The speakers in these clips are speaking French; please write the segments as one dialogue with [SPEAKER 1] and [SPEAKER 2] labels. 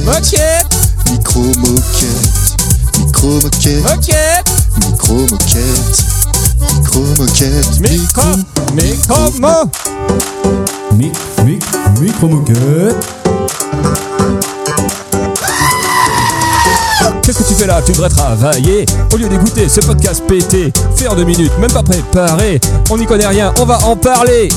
[SPEAKER 1] moquette,
[SPEAKER 2] micro moquette, micro moquette,
[SPEAKER 1] moquette,
[SPEAKER 2] micro moquette, micro moquette,
[SPEAKER 1] micro, micro, mo,
[SPEAKER 3] Mic, mic, micro moquette.
[SPEAKER 1] Qu'est-ce que tu fais là Tu devrais travailler. Au lieu d'écouter ce podcast pété, fait en deux minutes, même pas préparé. On n'y connaît rien, on va en parler.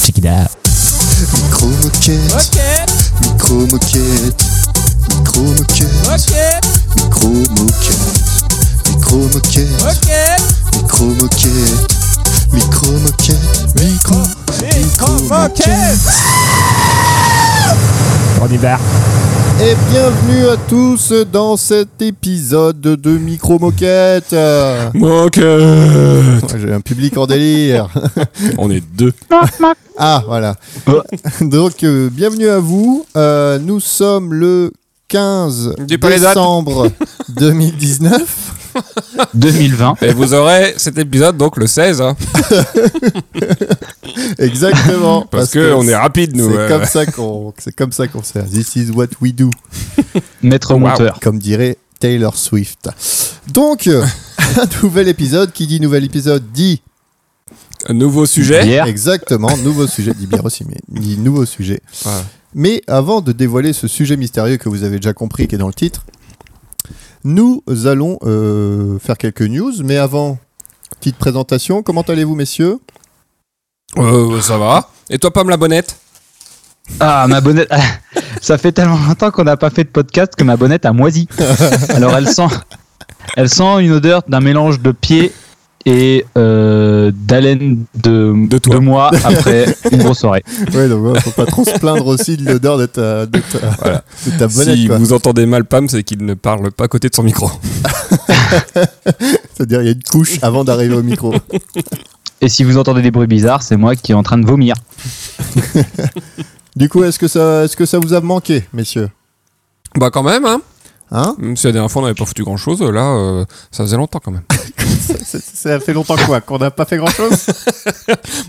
[SPEAKER 1] Check it out.
[SPEAKER 2] micro moquette,
[SPEAKER 1] Moquette,
[SPEAKER 2] micro moquette, micro moquette,
[SPEAKER 1] moquette,
[SPEAKER 2] micro moquette, micro moquette,
[SPEAKER 1] moquette,
[SPEAKER 2] micro moquette, micro moquette, micro,
[SPEAKER 1] micro, moquette. On y va.
[SPEAKER 4] Et bienvenue à tous dans cet épisode de Micro Moquette. Euh,
[SPEAKER 3] Moquette.
[SPEAKER 4] J'ai un public en délire.
[SPEAKER 3] On est deux.
[SPEAKER 4] Ah voilà. Donc euh, bienvenue à vous. Euh, nous sommes le 15
[SPEAKER 5] Dis pas les dates.
[SPEAKER 4] décembre 2019.
[SPEAKER 6] 2020.
[SPEAKER 5] Et vous aurez cet épisode donc le 16, hein,
[SPEAKER 4] Exactement.
[SPEAKER 5] parce, que, on est rapide nous.
[SPEAKER 4] C'est
[SPEAKER 5] euh.
[SPEAKER 4] comme ça qu'on c'est comme ça qu'on sert. This is what we do.
[SPEAKER 6] Maître
[SPEAKER 5] Wow.
[SPEAKER 6] monteur.
[SPEAKER 4] comme dirait Taylor Swift. Donc, un nouvel épisode qui dit nouvel épisode dit
[SPEAKER 5] Un nouveau sujet.
[SPEAKER 6] Hier.
[SPEAKER 4] exactement nouveau sujet, dit bien aussi, mais dit nouveau sujet.
[SPEAKER 5] Ouais.
[SPEAKER 4] Mais avant de dévoiler ce sujet mystérieux que vous avez déjà compris qui est dans le titre, nous allons euh, faire quelques news, mais avant, petite présentation, comment allez-vous messieurs
[SPEAKER 5] Euh, ça va. Et toi, Pam la bonnette
[SPEAKER 6] Ah, ma bonnette. Ça fait tellement longtemps qu'on n'a pas fait de podcast que ma bonnette a moisi. Alors elle sent, elle sent une odeur d'un mélange de pied et euh, d'haleine de,
[SPEAKER 5] De toi.
[SPEAKER 6] moi après une grosse soirée.
[SPEAKER 4] Ouais, donc ouais, faut pas trop se plaindre aussi de l'odeur de ta, de ta- de ta bonnette,
[SPEAKER 5] Si
[SPEAKER 4] quoi.
[SPEAKER 5] vous entendez mal Pam, c'est qu'il ne parle pas à côté de son micro.
[SPEAKER 4] C'est-à-dire, il y a une couche avant d'arriver au micro.
[SPEAKER 6] Et si vous entendez des bruits bizarres, c'est moi qui est en train de vomir.
[SPEAKER 4] Du coup, est-ce que, est que ça vous a manqué, messieurs
[SPEAKER 5] Bah quand même, hein.
[SPEAKER 4] Hein
[SPEAKER 5] Même si la dernière fois on n'avait pas foutu grand chose, là, euh, ça faisait longtemps quand même.
[SPEAKER 4] Ça- Ça fait longtemps quoi Qu'on n'a pas fait grand chose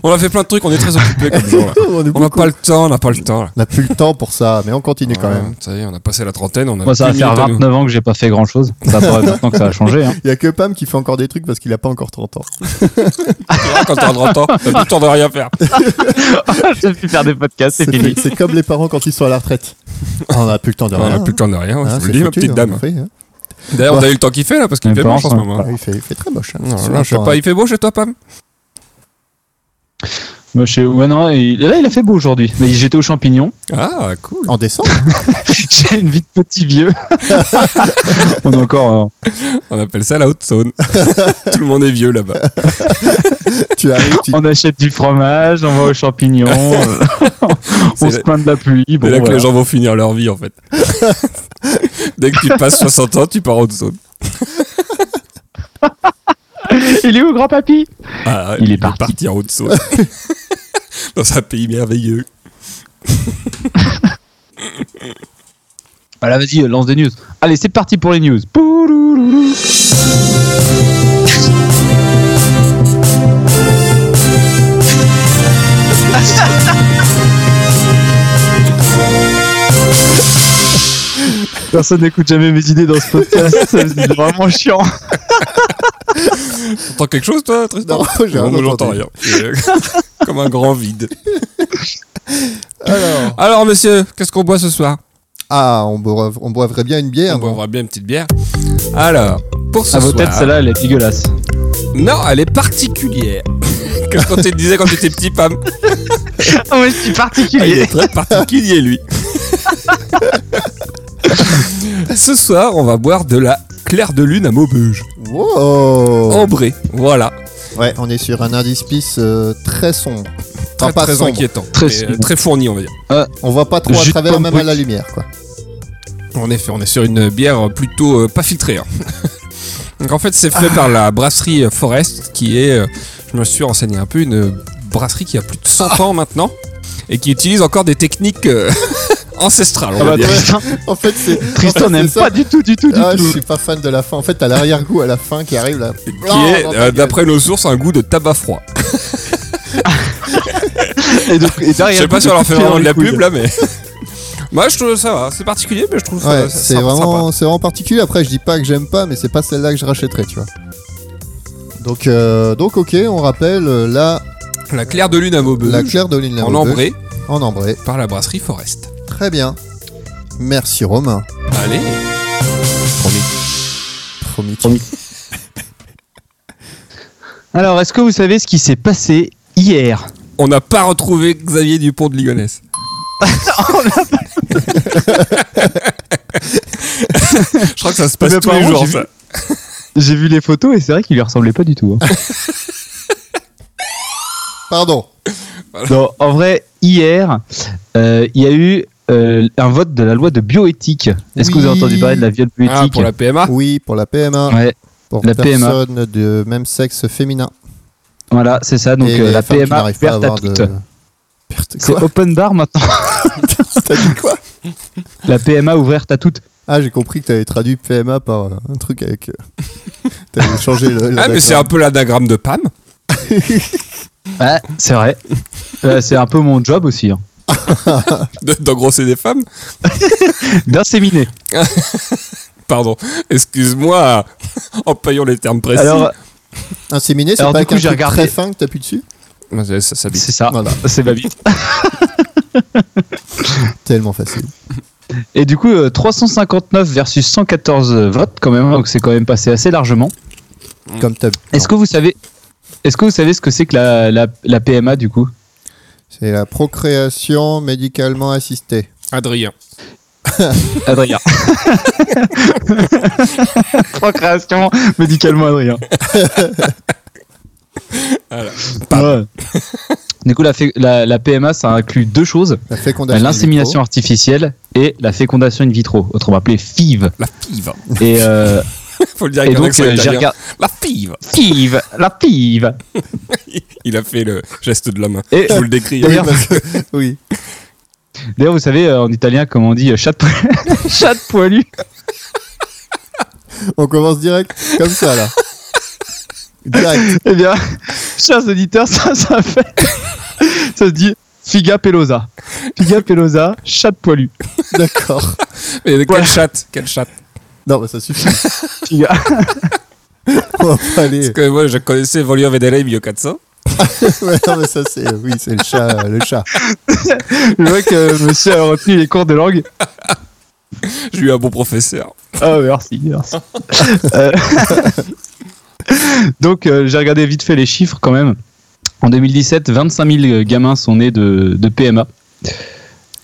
[SPEAKER 5] On a fait plein de trucs, on est très occupés comme jour. là.
[SPEAKER 4] On est
[SPEAKER 5] On n'a
[SPEAKER 4] beaucoup-
[SPEAKER 5] pas le temps, on n'a pas le temps. Là.
[SPEAKER 4] on n'a plus le temps pour ça, mais on continue quand
[SPEAKER 5] Ouais,
[SPEAKER 4] même.
[SPEAKER 5] Ça y est, on a passé la trentaine, on a
[SPEAKER 6] Moi, ça va
[SPEAKER 5] plus de
[SPEAKER 6] faire
[SPEAKER 5] minutes à nous.
[SPEAKER 6] 29 ans que j'ai pas fait grand chose. Ça paraît maintenant que ça a changé. hein.
[SPEAKER 4] Il n'y a que Pam qui fait encore des trucs parce qu'il n'a pas encore 30 ans.
[SPEAKER 5] Tu verras Ah, Quand t'as 30 ans, t'as plus le temps de rien faire.
[SPEAKER 6] Je vais plus faire des podcasts, c'est fini.
[SPEAKER 4] C'est c'est comme les parents quand ils sont à la retraite. On n'a plus le temps de
[SPEAKER 5] On
[SPEAKER 4] rien.
[SPEAKER 5] a plus le temps de rien, ouais,
[SPEAKER 4] hein,
[SPEAKER 5] je vous
[SPEAKER 4] c'est
[SPEAKER 5] le dis, ma
[SPEAKER 4] foutu,
[SPEAKER 5] petite
[SPEAKER 4] hein,
[SPEAKER 5] dame.
[SPEAKER 4] on fait, hein.
[SPEAKER 5] D'ailleurs, on a eu le temps qu'il fait là, parce qu'il
[SPEAKER 6] Mes
[SPEAKER 5] fait moche en
[SPEAKER 6] parents
[SPEAKER 5] ce
[SPEAKER 6] sont-
[SPEAKER 5] moment.
[SPEAKER 4] Ah, il, fait, il fait très moche. hein.
[SPEAKER 5] Non,
[SPEAKER 4] C'est
[SPEAKER 5] là, je sais
[SPEAKER 4] longtemps,
[SPEAKER 5] pas,
[SPEAKER 4] hein.
[SPEAKER 5] il fait beau chez toi, Pam
[SPEAKER 6] Moi, je... ouais, non, il- Là, il a fait beau aujourd'hui. Mais j'étais aux champignons.
[SPEAKER 5] Ah, cool.
[SPEAKER 6] Oh.
[SPEAKER 4] En décembre hein,
[SPEAKER 6] J'ai une vie de petit vieux. On est encore. euh,
[SPEAKER 5] On appelle ça la haute saône. Tout le monde est vieux là-bas.
[SPEAKER 4] Tu arrives,
[SPEAKER 5] Oh.
[SPEAKER 4] tu-
[SPEAKER 6] On achète du fromage, on va aux champignons, euh,
[SPEAKER 5] C'est
[SPEAKER 6] on
[SPEAKER 5] la-
[SPEAKER 6] se plaint de la pluie. Bon,
[SPEAKER 5] C'est là que
[SPEAKER 6] voilà.
[SPEAKER 5] les gens vont finir leur vie en fait. Dès que tu passes 60 ans, tu pars en haute saône.
[SPEAKER 6] Il est où, grand papy
[SPEAKER 5] Ah,
[SPEAKER 6] Il est parti.
[SPEAKER 5] en haute saône. Dans un pays merveilleux.
[SPEAKER 6] Voilà, vas-y, euh, lance des news. Allez, c'est parti pour les news. Poulouloulou. Personne n'écoute jamais mes idées dans ce podcast, c'est vraiment chiant.
[SPEAKER 5] T'entends quelque chose toi, Tristan
[SPEAKER 4] Non, oh, j'ai rien
[SPEAKER 5] Bon, moi, j'entends
[SPEAKER 4] entendu.
[SPEAKER 5] rien. C'est Comme un grand vide.
[SPEAKER 4] Alors.
[SPEAKER 5] Alors monsieur, qu'est-ce qu'on boit ce soir
[SPEAKER 4] Ah, on, boiv- on boivrait bien une bière.
[SPEAKER 5] On
[SPEAKER 4] non
[SPEAKER 5] boira bien une petite bière. Alors, pour ce
[SPEAKER 6] À vos
[SPEAKER 5] soir...
[SPEAKER 6] têtes, celle-là, elle est dégueulasse.
[SPEAKER 5] Non, elle est particulière. Comme quand tu te disais quand tu étais petit, Pam.
[SPEAKER 6] Ah ouais,
[SPEAKER 5] Ah,
[SPEAKER 6] c'est
[SPEAKER 5] il
[SPEAKER 6] particulier.
[SPEAKER 5] est très particulier, lui. Ce soir, on va boire de la claire de lune à Maubeuge.
[SPEAKER 4] Wow.
[SPEAKER 5] Ambrée, voilà.
[SPEAKER 4] Ouais, on est sur un indice euh, très sombre.
[SPEAKER 5] Très,
[SPEAKER 4] Enfin, pas
[SPEAKER 5] très
[SPEAKER 4] sombre.
[SPEAKER 5] inquiétant.
[SPEAKER 6] Très
[SPEAKER 5] mais, euh,
[SPEAKER 6] sombre.
[SPEAKER 5] très fourni, on va dire.
[SPEAKER 4] On voit pas trop à
[SPEAKER 6] Jus de
[SPEAKER 4] travers,
[SPEAKER 6] pomme
[SPEAKER 4] même à
[SPEAKER 6] brute.
[SPEAKER 4] la lumière. Quoi.
[SPEAKER 5] En effet, on est sur une bière plutôt euh, pas filtrée. hein. Donc en fait, c'est fait par la brasserie euh, Forest, qui est, euh, je me suis renseigné un peu, une brasserie qui a plus de 100 ans maintenant et qui utilise encore des techniques euh, ancestrales. on
[SPEAKER 6] Ah
[SPEAKER 5] va
[SPEAKER 6] bah,
[SPEAKER 5] dire.
[SPEAKER 6] Tristan,
[SPEAKER 4] En fait, c'est. en
[SPEAKER 6] Tristan
[SPEAKER 4] fait,
[SPEAKER 6] n'aime
[SPEAKER 4] c'est ça.
[SPEAKER 6] pas du tout, du tout, du
[SPEAKER 4] Ah, je
[SPEAKER 6] tout.
[SPEAKER 4] suis pas fan de la fin. En fait, t'as l'arrière-goût à la fin qui arrive là.
[SPEAKER 5] qui est, euh, d'après nos sources, un goût de tabac froid.
[SPEAKER 6] Et, donc, et
[SPEAKER 5] Je
[SPEAKER 6] derrière,
[SPEAKER 5] sais pas si on leur fait
[SPEAKER 6] tu tires
[SPEAKER 5] vraiment de
[SPEAKER 6] les
[SPEAKER 5] la
[SPEAKER 6] couilles.
[SPEAKER 5] pub là, mais. Moi, je trouve ça va. C'est particulier, mais je trouve ça. ça-
[SPEAKER 4] Ouais, c'est
[SPEAKER 5] ça- sympa.
[SPEAKER 4] vraiment, c'est vraiment particulier. Après, je dis pas que j'aime pas, mais c'est pas celle-là que je rachèterais, tu vois. Donc, euh, donc ok, on rappelle euh, la,
[SPEAKER 5] La Claire de Lune à Maubeuge.
[SPEAKER 4] la Claire de Lune
[SPEAKER 5] en ambré
[SPEAKER 4] En ambré.
[SPEAKER 5] par la brasserie Forest.
[SPEAKER 4] Très bien. Merci Romain.
[SPEAKER 5] Allez.
[SPEAKER 4] Promis.
[SPEAKER 6] Alors, est-ce que vous savez ce qui s'est passé hier
[SPEAKER 5] On n'a pas retrouvé Xavier Dupont de Ligonnès. je crois que ça se passe
[SPEAKER 6] Mais
[SPEAKER 5] tous les
[SPEAKER 6] apparemment,
[SPEAKER 5] jours.
[SPEAKER 6] j'ai
[SPEAKER 5] ça.
[SPEAKER 6] J'ai vu les photos et c'est vrai qu'il lui ressemblait pas du tout. hein.
[SPEAKER 4] Pardon.
[SPEAKER 6] Non, en vrai, hier, euh, il y a eu euh, un vote de la loi de bioéthique. Est-ce que vous avez
[SPEAKER 4] Oui.
[SPEAKER 6] entendu parler de la viol
[SPEAKER 5] Ah,
[SPEAKER 6] bioéthique
[SPEAKER 5] pour la PMA.
[SPEAKER 4] Oui, pour la PMA.
[SPEAKER 6] Ouais,
[SPEAKER 4] Pour
[SPEAKER 6] la PMA.
[SPEAKER 4] personne de même sexe féminin.
[SPEAKER 6] voilà, c'est ça. Donc
[SPEAKER 4] Et
[SPEAKER 6] euh,
[SPEAKER 4] les
[SPEAKER 6] la
[SPEAKER 4] femmes qui
[SPEAKER 6] PMA
[SPEAKER 4] n'arrivent pas à
[SPEAKER 6] ouverte à
[SPEAKER 4] avoir de-
[SPEAKER 6] toutes. C'est open bar maintenant.
[SPEAKER 4] T'as dit quoi
[SPEAKER 6] La PMA ouverte à toutes.
[SPEAKER 4] Ah, j'ai compris que t'avais traduit PMA par euh, un truc avec. euh, T'avais changé le. le
[SPEAKER 5] Ah, mais c'est un
[SPEAKER 4] d'accord.
[SPEAKER 5] peu l'anagramme de Pam.
[SPEAKER 6] Ouais, c'est vrai. Euh, c'est un peu mon job aussi. hein.
[SPEAKER 5] de- D'engrosser des femmes.
[SPEAKER 6] D'inséminer.
[SPEAKER 5] Pardon. Employons payant les termes précis.
[SPEAKER 6] Alors,
[SPEAKER 4] Inséminé, c'est
[SPEAKER 6] Alors,
[SPEAKER 4] pas
[SPEAKER 6] du
[SPEAKER 4] avec
[SPEAKER 6] coup,
[SPEAKER 4] un
[SPEAKER 6] j'ai
[SPEAKER 4] truc
[SPEAKER 6] regardé.
[SPEAKER 4] très fin que t'appuies dessus
[SPEAKER 5] Ça, ça s'habille.
[SPEAKER 6] c'est ça.
[SPEAKER 4] Voilà.
[SPEAKER 6] C'est ma vie.
[SPEAKER 4] Tellement facile.
[SPEAKER 6] Et du coup, euh, 359 versus 114 votes quand même. hein, Donc c'est quand même passé assez largement.
[SPEAKER 5] Mm.
[SPEAKER 4] Comme t'as.
[SPEAKER 6] Est-ce que vous savez est-ce que vous savez ce que c'est que la, la, la PMA du coup
[SPEAKER 4] C'est la procréation médicalement assistée.
[SPEAKER 5] Adrien.
[SPEAKER 6] Adrien. Procréation médicalement Adrien.
[SPEAKER 5] Voilà.
[SPEAKER 6] Ouais. Du coup, la, fé- la, la PMA, ça inclut deux choses
[SPEAKER 4] La fécondation.
[SPEAKER 6] l'insémination artificielle et la fécondation in vitro, autrement appelée FIV.
[SPEAKER 5] La pive.
[SPEAKER 6] Et, euh,
[SPEAKER 5] Faut le dire
[SPEAKER 6] et
[SPEAKER 5] avec un
[SPEAKER 6] donc,
[SPEAKER 5] accent
[SPEAKER 6] euh, j'ai
[SPEAKER 5] italien.
[SPEAKER 6] regardé.
[SPEAKER 5] La pive.
[SPEAKER 6] FIV La FIV
[SPEAKER 5] Il a fait le geste de la main.
[SPEAKER 6] Et
[SPEAKER 5] Je vous le décris. hein.
[SPEAKER 6] D'ailleurs-
[SPEAKER 4] in vitro. Oui.
[SPEAKER 6] d'ailleurs, vous savez, euh, en italien, comment on dit euh, chat de poilu. chat de poilu.
[SPEAKER 4] On commence direct comme ça là. Direct.
[SPEAKER 6] Eh bien, chers auditeurs, ça, ça fait. ça se dit Figa Pelosa. Figa Pelosa, chat de poilu.
[SPEAKER 4] D'accord.
[SPEAKER 5] Mais quelle
[SPEAKER 6] Voilà.
[SPEAKER 5] chatte Quelle chatte
[SPEAKER 4] Non, mais ça suffit.
[SPEAKER 6] Figa.
[SPEAKER 4] On va pas aller.
[SPEAKER 5] Parce que moi, je connaissais Volio Vedere Mio 400.
[SPEAKER 4] Ouais, non, mais ça c'est. Oui, c'est le chat. Le chat.
[SPEAKER 6] Je vois que euh, monsieur a retenu les cours de langue.
[SPEAKER 5] J'ai eu un bon professeur.
[SPEAKER 6] Ah, merci, merci. Euh, Donc, euh, j'ai regardé vite fait les chiffres quand même. En 2017, 25 000 euh, gamins sont nés de, de PMA.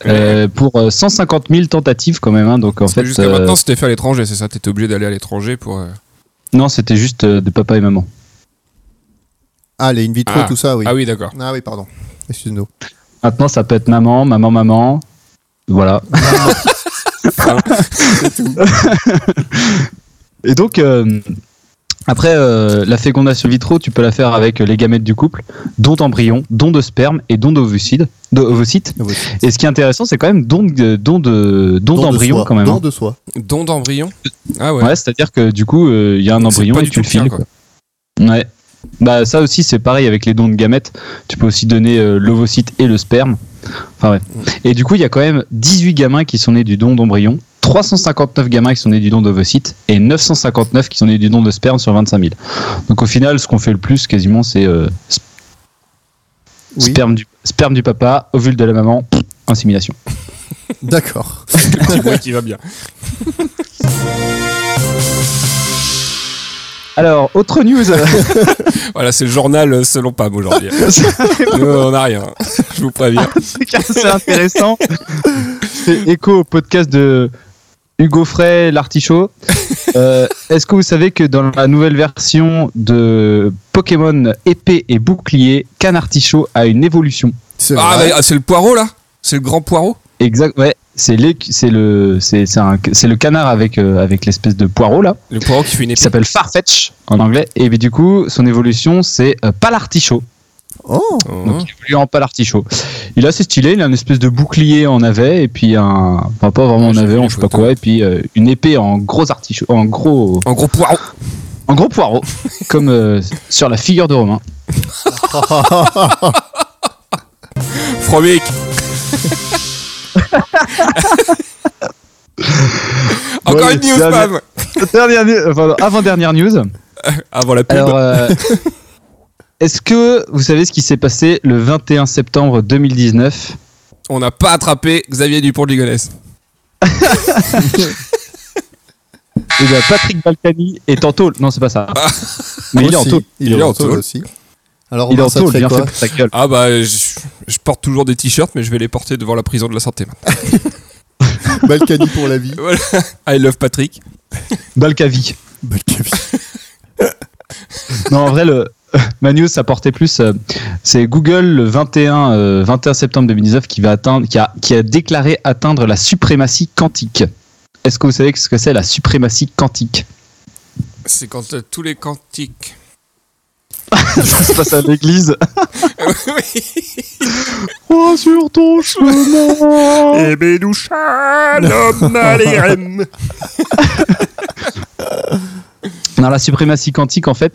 [SPEAKER 6] Euh, pour euh, 150 000 tentatives quand même hein. donc en
[SPEAKER 5] Parce que
[SPEAKER 6] fait
[SPEAKER 5] jusqu'à
[SPEAKER 6] euh,
[SPEAKER 5] maintenant, c'était fait à l'étranger, c'est ça T'étais obligé d'aller à l'étranger pour. euh,
[SPEAKER 6] non c'était juste euh, de papa et maman
[SPEAKER 4] Ah, les in vitro,
[SPEAKER 5] Ah.
[SPEAKER 4] tout ça, oui.
[SPEAKER 5] Ah oui, d'accord.
[SPEAKER 4] Ah oui, pardon. Excuse-nous.
[SPEAKER 6] maintenant ça peut être maman maman maman voilà et donc euh, après euh, la fécondation vitro tu peux la faire avec les gamètes du couple dont embryon dont de sperme et dont d'ovocytes d'ovocytes
[SPEAKER 4] Don
[SPEAKER 6] Et ce qui est intéressant, c'est quand même don de, don de, don d'embryon quand même.
[SPEAKER 4] Don
[SPEAKER 6] hein.
[SPEAKER 4] de soi.
[SPEAKER 5] Don d'embryon Ah ouais.
[SPEAKER 6] Ouais, c'est-à-dire que du coup, euh, il y a un
[SPEAKER 5] Donc, c'est
[SPEAKER 6] embryon
[SPEAKER 5] pas
[SPEAKER 6] et
[SPEAKER 5] du
[SPEAKER 6] tu le
[SPEAKER 5] tout le tien,
[SPEAKER 6] files.
[SPEAKER 5] quoi.
[SPEAKER 6] Quoi. Ouais. Bah ça aussi, c'est pareil avec les dons de gamètes. Tu peux aussi donner euh, l'ovocyte et le sperme. Enfin ouais.
[SPEAKER 5] Mm.
[SPEAKER 6] Et du coup, il y a quand même 18 gamins qui sont nés du don d'embryon, 359 gamins qui sont nés du don d'ovocyte et 959 qui sont nés du don de sperme sur 25 000. Donc au final, ce qu'on fait le plus quasiment, c'est euh, sp-
[SPEAKER 4] Oui.
[SPEAKER 6] sperme, du, sperme du papa, ovule de la maman, insémination.
[SPEAKER 4] D'accord.
[SPEAKER 5] Petit bruit qui va bien.
[SPEAKER 6] Alors, autre news.
[SPEAKER 5] Voilà, c'est le journal euh, selon Pam aujourd'hui. Nous, on n'a rien. Je vous préviens.
[SPEAKER 6] truc assez intéressant. C'est écho au podcast de Hugo Frey, l'artichaut. Euh, Est-ce que vous savez que dans la nouvelle version de Pokémon épée et bouclier, Canartichaut a une évolution
[SPEAKER 4] C'est
[SPEAKER 5] Ah,
[SPEAKER 4] vrai.
[SPEAKER 5] mais, ah, c'est le poireau là C'est le grand poireau
[SPEAKER 6] Exact, ouais. C'est les- c'est le, c'est- c'est un- c'est le canard avec, euh, avec l'espèce de poireau là,
[SPEAKER 5] Le poireau qui fait une
[SPEAKER 6] qui
[SPEAKER 5] épée.
[SPEAKER 6] s'appelle Farfetch en anglais. Et bien, du coup, son évolution, c'est euh, Palartichaut.
[SPEAKER 4] Oh,
[SPEAKER 5] Oh.
[SPEAKER 6] Donc, il évolue en palartichaut. Il est assez stylé, il a une espèce de bouclier en navet, et puis un. Enfin, pas vraiment en
[SPEAKER 5] Ah, J'ai
[SPEAKER 6] navet,
[SPEAKER 5] vu
[SPEAKER 6] en
[SPEAKER 5] les
[SPEAKER 6] je sais pas
[SPEAKER 5] photos.
[SPEAKER 6] quoi, et puis euh, une épée en gros artichaut. En gros.
[SPEAKER 5] En gros poireau.
[SPEAKER 6] En gros poireau, comme euh, sur la figure de Romain.
[SPEAKER 5] Fromic Encore
[SPEAKER 6] Ouais,
[SPEAKER 5] une news,
[SPEAKER 6] dernier-
[SPEAKER 5] Pam
[SPEAKER 6] Dernière nu- enfin, Avant-dernière news.
[SPEAKER 5] Avant la pub.
[SPEAKER 6] Alors, euh, est-ce que vous savez ce qui s'est passé le 21 septembre 2019
[SPEAKER 5] On n'a pas attrapé Xavier Dupont de Ligonnès.
[SPEAKER 6] Eh bien, Patrick Balkany est en tôle. Non, c'est pas ça.
[SPEAKER 5] Ah.
[SPEAKER 6] Mais il est en
[SPEAKER 4] Aussi,
[SPEAKER 6] tôle.
[SPEAKER 4] Il est en tôle aussi. Alors,
[SPEAKER 6] Il est
[SPEAKER 4] Romain,
[SPEAKER 6] en
[SPEAKER 4] ça te
[SPEAKER 6] tôle,
[SPEAKER 4] fait
[SPEAKER 6] bien fait
[SPEAKER 4] quoi
[SPEAKER 6] pour sa gueule.
[SPEAKER 5] Ah bah, je, je porte toujours des t-shirts, mais je vais les porter devant la prison de la santé maintenant.
[SPEAKER 4] Balkany pour la vie.
[SPEAKER 5] Voilà. I love Patrick.
[SPEAKER 6] Balkavi. Non, en vrai, le, ma news, ça portait plus. euh, c'est Google le 21, euh, 21 septembre 2019 qui, va atteindre, qui, a, qui a déclaré atteindre la suprématie quantique. Est-ce que vous savez ce que c'est la suprématie quantique
[SPEAKER 5] C'est quand euh, tous les quantiques.
[SPEAKER 6] Ça se passe à l'église.
[SPEAKER 5] oui.
[SPEAKER 6] Oh, sur ton chemin
[SPEAKER 5] Et Bédoucha, l'homme à
[SPEAKER 6] Non, la suprématie quantique, en fait,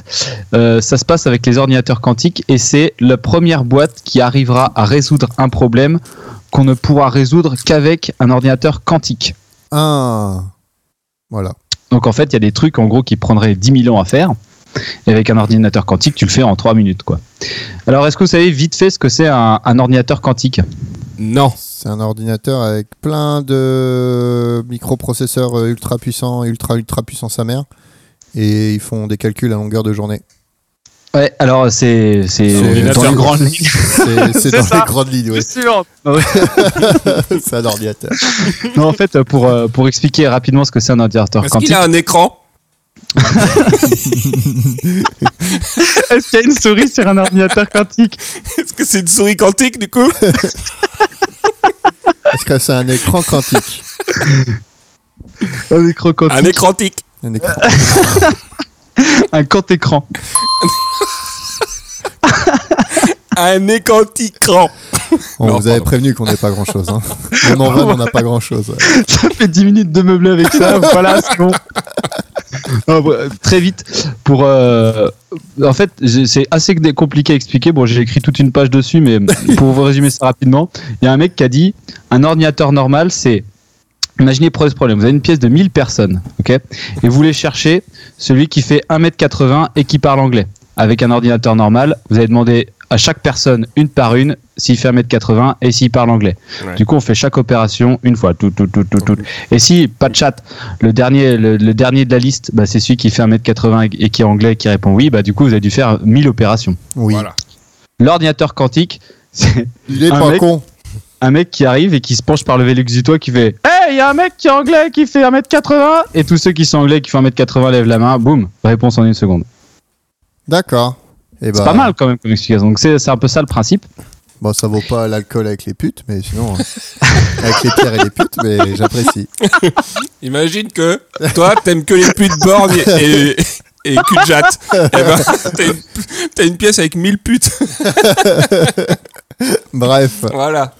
[SPEAKER 6] euh, ça se passe avec les ordinateurs quantiques et c'est la première boîte qui arrivera à résoudre un problème qu'on ne pourra résoudre qu'avec un ordinateur quantique.
[SPEAKER 4] Un. Voilà.
[SPEAKER 6] Donc en fait, il y a des trucs en gros qui prendraient 10 000 ans à faire. Et avec un ordinateur quantique, tu le fais en 3 minutes. quoi. Alors est-ce que vous savez vite fait ce que c'est un, un ordinateur quantique
[SPEAKER 5] Non.
[SPEAKER 4] C'est un ordinateur avec plein de microprocesseurs euh, ultra puissants, ultra ultra puissants sa mère. Et ils font des calculs à longueur de journée.
[SPEAKER 6] Ouais, alors c'est.
[SPEAKER 5] C'est
[SPEAKER 6] dans les
[SPEAKER 5] ordinateur.
[SPEAKER 6] grandes lignes.
[SPEAKER 4] C'est c'est
[SPEAKER 6] C'est
[SPEAKER 4] dans
[SPEAKER 6] ça.
[SPEAKER 4] les grandes lignes, oui.
[SPEAKER 6] Non, ouais.
[SPEAKER 4] C'est un ordinateur.
[SPEAKER 6] Non, en fait, pour, euh, pour expliquer rapidement ce que c'est un ordinateur
[SPEAKER 5] Est-ce qu'il a
[SPEAKER 6] quantique.
[SPEAKER 5] un écran
[SPEAKER 6] Est-ce qu'il y a une souris sur un ordinateur quantique
[SPEAKER 5] Est-ce que c'est une souris quantique du coup
[SPEAKER 4] Est-ce que c'est un écran quantique
[SPEAKER 6] Un écran quantique.
[SPEAKER 5] Un écran tique.
[SPEAKER 4] Un écran.
[SPEAKER 6] Un quant écran.
[SPEAKER 5] Un écran ticran.
[SPEAKER 4] On
[SPEAKER 5] Non,
[SPEAKER 4] vous avait
[SPEAKER 5] pardon.
[SPEAKER 4] prévenu qu'on n'ait pas grand chose. Hein. Même en vrai, on n'a pas grand chose.
[SPEAKER 6] Ça fait 10 minutes de meubler avec ça, voilà, c'est bon. Non, bon, euh, très vite, pour. euh, en fait, j'ai- c'est assez dé- compliqué à expliquer. Bon, j'ai écrit toute une page dessus, mais pour vous résumer ça rapidement, il y a un mec qui a dit un ordinateur normal, c'est. Imaginez prenez ce problème. Vous avez une pièce de 1000 personnes, ok Et vous voulez chercher celui qui fait 1m80 et qui parle anglais. Avec un ordinateur normal, vous allez demander à chaque personne, une par une, s'il fait 1m80 et s'il parle anglais.
[SPEAKER 5] Ouais.
[SPEAKER 6] Du coup, on fait chaque opération une fois. Tout, tout, tout, tout, tout. Et si, pas de chat, le dernier, le, le dernier de la liste, bah, c'est celui qui fait 1m80 et qui est anglais et qui répond oui, bah, du coup, vous avez dû faire 1000 opérations.
[SPEAKER 4] Oui.
[SPEAKER 5] Voilà.
[SPEAKER 6] L'ordinateur quantique, c'est
[SPEAKER 4] Il est
[SPEAKER 6] Un
[SPEAKER 4] pas
[SPEAKER 6] mec-
[SPEAKER 4] con.
[SPEAKER 6] un mec qui arrive et qui se penche par le Vélux du toit qui fait Hey, il y a un mec qui est anglais qui fait 1m80 Et tous ceux qui sont anglais qui font 1m80 lèvent la main, boum, réponse en une seconde.
[SPEAKER 4] D'accord. Eh
[SPEAKER 6] C'est
[SPEAKER 4] ben,
[SPEAKER 6] pas mal quand même comme explication. Donc, c'est c'est un peu ça le principe.
[SPEAKER 4] Bon, ça vaut pas l'alcool avec les putes, mais sinon. euh, avec les pierres et les putes, mais j'apprécie.
[SPEAKER 5] Imagine que toi, t'aimes que les putes borgnes et, et cul de jatte. Eh ben, t'as une, t'as une pièce avec 1000 putes.
[SPEAKER 4] Bref,
[SPEAKER 5] Voilà.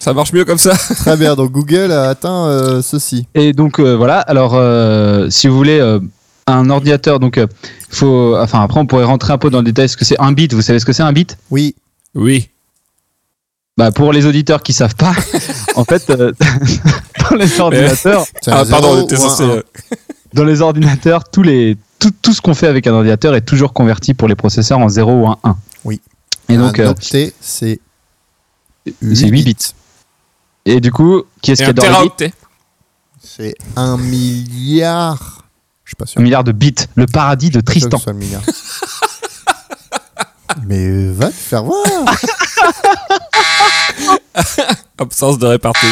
[SPEAKER 5] Ça marche mieux comme ça.
[SPEAKER 4] très bien. Donc Google a atteint euh, ceci.
[SPEAKER 6] Et donc euh, voilà, alors euh, si vous voulez euh, un ordinateur, donc euh, faut, enfin après on pourrait rentrer un peu dans le détail ce que c'est un bit, vous savez ce que c'est un bit
[SPEAKER 4] Oui,
[SPEAKER 5] Oui.
[SPEAKER 6] bah, Pour les auditeurs qui savent pas, en fait euh, dans les ordinateurs,
[SPEAKER 4] c'est un
[SPEAKER 5] Ah, pardon,
[SPEAKER 4] zéro
[SPEAKER 5] on était
[SPEAKER 4] ou un
[SPEAKER 5] censé.
[SPEAKER 4] un.
[SPEAKER 5] euh,
[SPEAKER 6] dans les ordinateurs, tous les, tout, tout ce qu'on fait avec un ordinateur est toujours converti pour les processeurs en 0 ou en 1.
[SPEAKER 4] Oui.
[SPEAKER 6] Et donc
[SPEAKER 4] un
[SPEAKER 6] euh,
[SPEAKER 4] octet, c'est
[SPEAKER 6] c'est 8 bits. Et du coup, qui est-ce
[SPEAKER 5] et
[SPEAKER 6] qu'il y a
[SPEAKER 5] un
[SPEAKER 6] dans les bits
[SPEAKER 5] teraoctet.
[SPEAKER 4] C'est un milliard. Je suis pas sûr.
[SPEAKER 6] Un milliard de bits, le paradis de
[SPEAKER 4] Je suis pas
[SPEAKER 6] Tristan.
[SPEAKER 4] sûr que ce soit le milliard. mais euh, va te faire voir.
[SPEAKER 5] Absence de répartie.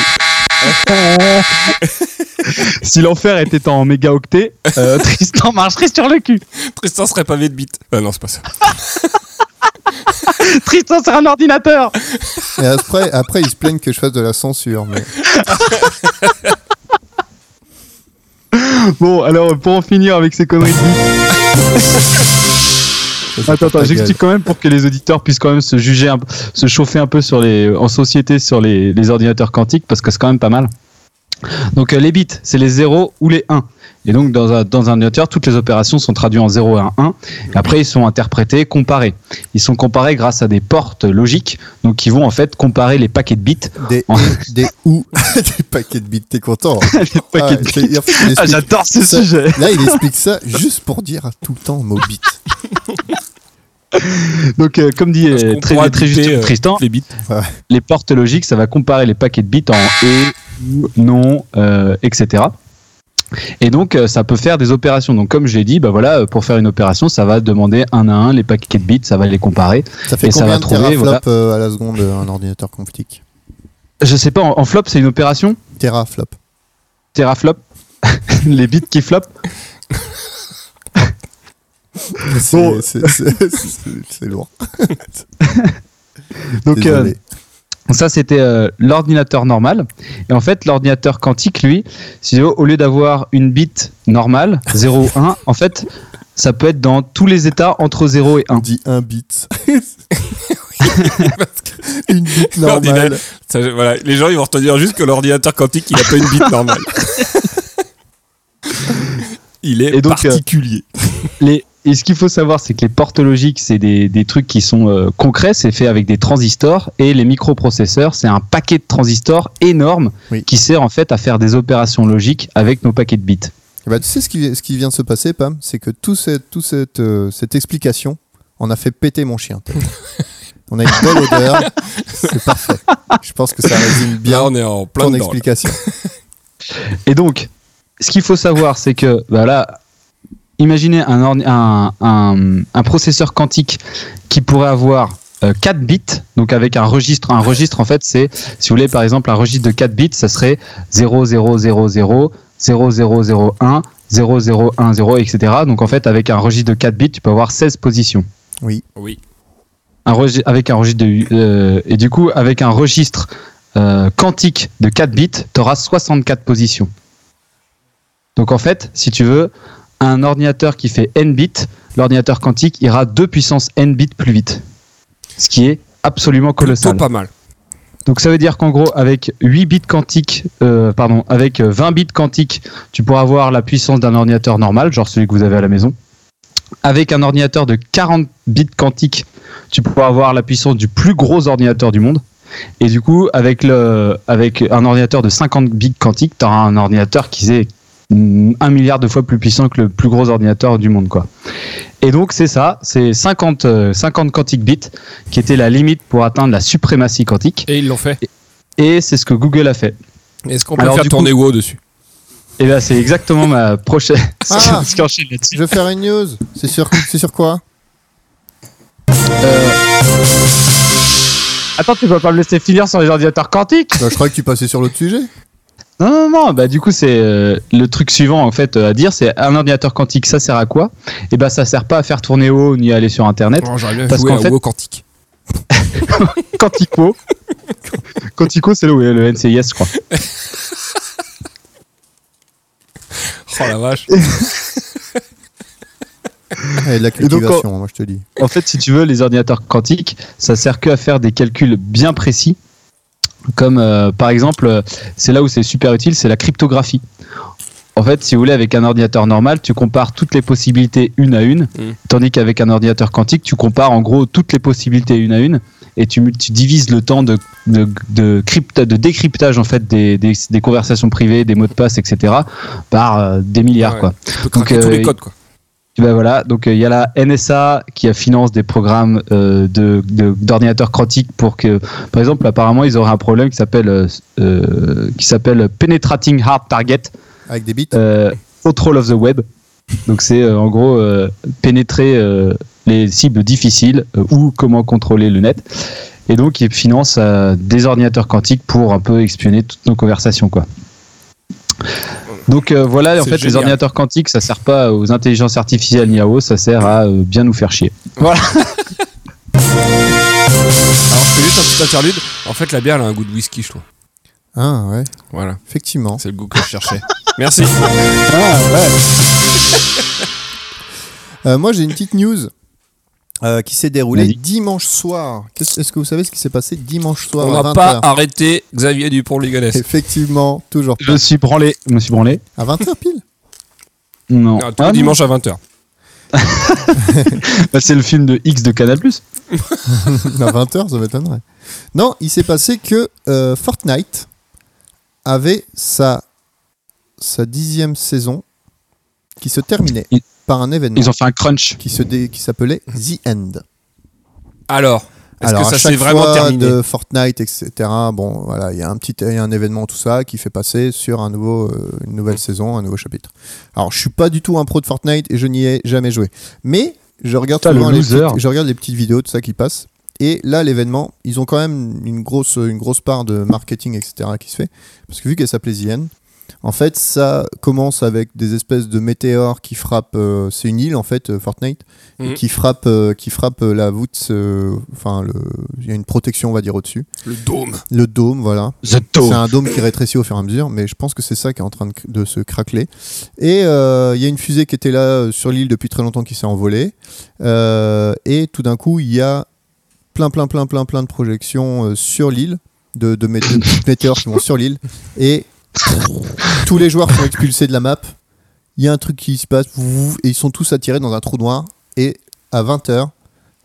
[SPEAKER 6] Si l'enfer était en mégaoctets, euh, Tristan marcherait sur le cul.
[SPEAKER 5] Tristan serait pavé de bite. Ah non, c'est pas ça.
[SPEAKER 6] Tristan c'est un ordinateur.
[SPEAKER 4] Et après, après, ils se plaignent que je fasse de la censure. Mais...
[SPEAKER 6] Bon, alors pour en finir avec ces conneries de bite- Attends, attends,
[SPEAKER 4] Ta
[SPEAKER 6] j'explique quand même pour que les auditeurs puissent quand même se juger, un, p- se chauffer un peu sur les, en société sur les, les ordinateurs quantiques parce que c'est quand même pas mal. Donc euh, les bits, c'est les 0 ou les 1. Et donc dans un, dans un ordinateur, toutes les opérations sont traduites en 0 et en 1. Et après, ils sont interprétés, comparés. Ils sont comparés grâce à des portes logiques, donc qui vont en fait comparer les paquets de bits.
[SPEAKER 4] Des,
[SPEAKER 6] Oh.
[SPEAKER 4] des ou, des paquets de bits, t'es content.
[SPEAKER 6] Les paquets
[SPEAKER 4] Ah,
[SPEAKER 6] de bits.
[SPEAKER 4] c'est- en fait, il
[SPEAKER 6] Ah,
[SPEAKER 4] explique-
[SPEAKER 6] j'adore ce
[SPEAKER 4] ça-
[SPEAKER 6] sujet.
[SPEAKER 4] Là, il explique ça juste pour dire tout le temps mot bit.
[SPEAKER 6] Donc euh, comme dit
[SPEAKER 5] Parce
[SPEAKER 6] euh,
[SPEAKER 5] qu'on
[SPEAKER 6] très,
[SPEAKER 5] pourra
[SPEAKER 6] très
[SPEAKER 5] biter,
[SPEAKER 6] juste
[SPEAKER 5] euh,
[SPEAKER 6] Tristan,
[SPEAKER 5] les bits.
[SPEAKER 6] les portes logiques, ça va comparer les paquets de bits en et, ou, non, euh, etc. Et donc, euh, ça peut faire des opérations. Donc, comme je l'ai dit, bah voilà, euh, pour faire une opération, ça va demander un à un les paquets de bits, ça va les comparer.
[SPEAKER 4] Ça fait
[SPEAKER 6] Et ça
[SPEAKER 4] combien
[SPEAKER 6] va
[SPEAKER 4] de
[SPEAKER 6] trouver,
[SPEAKER 4] teraflops
[SPEAKER 6] voilà.
[SPEAKER 4] euh, à la seconde euh, un ordinateur config
[SPEAKER 6] Je sais pas, en, en flop, c'est une opération
[SPEAKER 4] Teraflop.
[SPEAKER 6] Teraflop Les bits qui flopent
[SPEAKER 4] C'est
[SPEAKER 6] Bon.
[SPEAKER 4] c'est- c'est- c'est- c'est lourd.
[SPEAKER 6] Donc,
[SPEAKER 4] Désolé.
[SPEAKER 6] Donc Ça, c'était euh, l'ordinateur normal. Et en fait, l'ordinateur quantique, lui, si au au lieu d'avoir une bit normale, 0 ou 1, en fait, ça peut être dans tous les états entre 0 et 1.
[SPEAKER 4] On dit un bit. Une bit normale.
[SPEAKER 5] Ça, voilà. Les gens, ils vont retenir juste que l'ordinateur quantique, il a pas une bite normale. il est
[SPEAKER 6] Et donc, euh,
[SPEAKER 5] particulier.
[SPEAKER 6] Les- et ce qu'il faut savoir, c'est que les portes logiques, c'est des, des trucs qui sont euh, concrets, c'est fait avec des transistors. Et les microprocesseurs, c'est un paquet de transistors énorme
[SPEAKER 4] Oui.
[SPEAKER 6] qui sert en fait à faire des opérations logiques avec nos paquets de bits.
[SPEAKER 4] Eh ben, tu sais ce qui, ce qui vient de se passer, Pam C'est que tout cette, tout cette, euh, cette explication, on a fait péter mon chien. on a une belle odeur. C'est parfait. Je pense que ça résume
[SPEAKER 5] Bien,
[SPEAKER 4] bien
[SPEAKER 5] on est en plein
[SPEAKER 4] ton
[SPEAKER 5] dedans. là.
[SPEAKER 4] explication.
[SPEAKER 6] Et donc, ce qu'il faut savoir, c'est que voilà, imaginez un, orni- un, un- un processeur quantique qui pourrait avoir euh, 4 bits, donc avec un registre. Un registre, en fait, c'est, si vous voulez, par exemple, un registre de 4 bits, ça serait 0000, 0001, 0010, etc. Donc, en fait, avec un registre de 4 bits, tu peux avoir 16 positions.
[SPEAKER 5] Oui.
[SPEAKER 6] Un regi- avec un registre de, euh, et du coup, avec un registre euh, quantique de 4 bits, tu auras 64 positions. Donc en fait, si tu veux, un ordinateur qui fait n bits, l'ordinateur quantique ira 2 puissance n bits plus vite. Ce qui est absolument
[SPEAKER 5] Plutôt
[SPEAKER 6] colossal.
[SPEAKER 5] pas mal.
[SPEAKER 6] Donc ça veut dire qu'en gros, avec 8 bits quantiques, euh, pardon, avec euh, 20 bits quantiques, tu pourras avoir la puissance d'un ordinateur normal, genre celui que vous avez à la maison. Avec un ordinateur de 40 bits quantiques, tu pourras avoir la puissance du plus gros ordinateur du monde. Et du coup, avec, le, avec un ordinateur de 50 bits quantiques, tu auras un ordinateur qui est mm, un milliard de fois plus puissant que le plus gros ordinateur du monde. Quoi. Et donc c'est ça, c'est 50, euh, 50 quantiques bits qui était la limite pour atteindre la suprématie quantique.
[SPEAKER 5] Et ils l'ont fait.
[SPEAKER 6] Et c'est ce que Google a fait.
[SPEAKER 5] Est-ce qu'on peut
[SPEAKER 6] Alors,
[SPEAKER 5] faire
[SPEAKER 6] du
[SPEAKER 5] tourner WoW dessus
[SPEAKER 6] Et là, c'est exactement ma prochaine. ce que-
[SPEAKER 4] Ah.
[SPEAKER 6] ce qui enchaîne là-dessus.
[SPEAKER 4] Je vais faire une news. C'est sur, c'est sur quoi
[SPEAKER 6] Euh, Attends, tu vas pas me laisser finir sur les ordinateurs quantiques
[SPEAKER 4] Bah, Je crois que tu passais sur l'autre sujet.
[SPEAKER 6] Non, non, non. Bah, du coup, c'est euh, le truc suivant en fait euh, à dire c'est un ordinateur quantique, ça sert à quoi Et ben, ça sert pas à faire tourner haut ni à aller sur Internet.
[SPEAKER 5] Oh, J'aurais bien
[SPEAKER 6] Parce
[SPEAKER 5] joué à
[SPEAKER 6] qu'en fait-
[SPEAKER 5] WoW quantique.
[SPEAKER 6] Quantico. Quantico, c'est le, le NCIS, je crois.
[SPEAKER 5] Oh la vache.
[SPEAKER 4] Et Eh, de la
[SPEAKER 6] donc,
[SPEAKER 4] cultivation, moi je te dis.
[SPEAKER 6] En fait, si tu veux, les ordinateurs quantiques, ça sert que à faire des calculs bien précis. Comme euh, par exemple, euh, c'est là où c'est super utile, c'est la cryptographie. En fait, si vous voulez, avec un ordinateur normal, tu compares toutes les possibilités une à une, tandis qu'avec un ordinateur quantique, tu compares en gros toutes les possibilités une à une, et tu, mul- tu divises le temps de, de, de crypta- de décryptage en fait des, des- des conversations privées, des mots de passe, etc., par euh, des milliards.
[SPEAKER 5] Ouais.
[SPEAKER 6] quoi.
[SPEAKER 5] Tu peux craquer
[SPEAKER 6] Donc,
[SPEAKER 5] tous
[SPEAKER 6] euh,
[SPEAKER 5] les codes quoi.
[SPEAKER 6] Et Ben voilà, donc euh, il y a la NSA qui a finance des programmes euh, de- de- d'ordinateurs quantiques pour que, par exemple, apparemment ils auraient un problème qui s'appelle euh, euh, qui s'appelle penetrating hard target
[SPEAKER 4] Avec des bits
[SPEAKER 6] euh, control of the web. Donc c'est euh, en gros euh, pénétrer euh, les cibles difficiles euh, ou comment contrôler le net. Et donc ils financent euh, des ordinateurs quantiques pour un peu espionner toutes nos conversations quoi. Donc euh, voilà, en
[SPEAKER 5] C'est
[SPEAKER 6] fait, les
[SPEAKER 5] génial.
[SPEAKER 6] ordinateurs quantiques, ça sert pas aux intelligences artificielles ni à haut, ça sert à euh, bien nous faire chier.
[SPEAKER 5] Alors je fais juste un petit interlude. En fait la bière elle a un goût de whisky je trouve.
[SPEAKER 4] Ah ouais,
[SPEAKER 5] Voilà.
[SPEAKER 4] effectivement.
[SPEAKER 5] C'est le goût que je cherchais. Merci.
[SPEAKER 4] Euh, moi j'ai une petite news. euh, qui s'est déroulé
[SPEAKER 6] Vas-y.
[SPEAKER 4] dimanche soir. Qu'est-ce- Est-ce que vous savez ce qui s'est passé dimanche soir
[SPEAKER 5] On
[SPEAKER 4] à
[SPEAKER 5] n'a
[SPEAKER 4] 20h
[SPEAKER 5] pas arrêté Xavier Dupont-Ligonès.
[SPEAKER 4] Effectivement, toujours
[SPEAKER 6] Je me suis branlé. Je me suis branlé.
[SPEAKER 4] à 20h pile.
[SPEAKER 6] Non.
[SPEAKER 5] Ah, tous
[SPEAKER 6] Ah,
[SPEAKER 5] les
[SPEAKER 6] non.
[SPEAKER 4] Hein
[SPEAKER 5] dimanches à 20h.
[SPEAKER 6] Bah, c'est le film de X de Canal+.
[SPEAKER 4] à 20h, ça m'étonnerait. Non, il s'est passé que euh, Fortnite avait sa, sa dixième saison qui se terminait
[SPEAKER 6] Ils-
[SPEAKER 4] par un événement
[SPEAKER 6] Ils ont fait un crunch.
[SPEAKER 4] qui se dé- qui s'appelait The End.
[SPEAKER 5] Alors, est-ce que
[SPEAKER 4] Alors, à
[SPEAKER 5] ça
[SPEAKER 4] chaque
[SPEAKER 5] s'est vraiment
[SPEAKER 4] fois
[SPEAKER 5] terminé
[SPEAKER 4] de Fortnite, etc. Bon, voilà, il y a un petit, il y a un événement, tout ça, qui fait passer sur un nouveau, euh, une nouvelle saison, un nouveau chapitre. Alors, je suis pas du tout un pro de Fortnite et je n'y ai jamais joué, mais je regarde
[SPEAKER 6] Putain, le
[SPEAKER 4] souvent les
[SPEAKER 6] loser.
[SPEAKER 4] petites- je regarde les petites vidéos, tout ça qui passe. Et là, l'événement, ils ont quand même une grosse, une grosse part de marketing, etc. qui se fait, parce que vu qu'elle s'appelait The End, en fait, ça commence avec des espèces de météores qui frappent. euh, c'est une île en fait, euh, Fortnite, et
[SPEAKER 5] Mhm.
[SPEAKER 4] qui frappe, euh, qui frappe euh, la voûte. euh, Enfin, le- il y a une protection, on va dire, au-dessus.
[SPEAKER 5] Le dôme.
[SPEAKER 4] Le dôme, voilà.
[SPEAKER 6] The
[SPEAKER 4] C'est
[SPEAKER 6] Toe.
[SPEAKER 4] un dôme qui rétrécit au fur et à mesure, mais je pense que c'est ça qui est en train de, cr- de se craqueler. Et euh, il y a une fusée qui était là euh, sur l'île depuis très longtemps qui s'est envolée. Euh, et tout d'un coup, il y a plein, plein, plein, plein, plein de projections euh, sur l'île, de, de, mé- de petites météores qui vont sur l'île. Et tous les joueurs sont expulsés de la map. Il y a un truc qui se passe, vous- et ils sont tous attirés dans un trou noir. Et à 20h,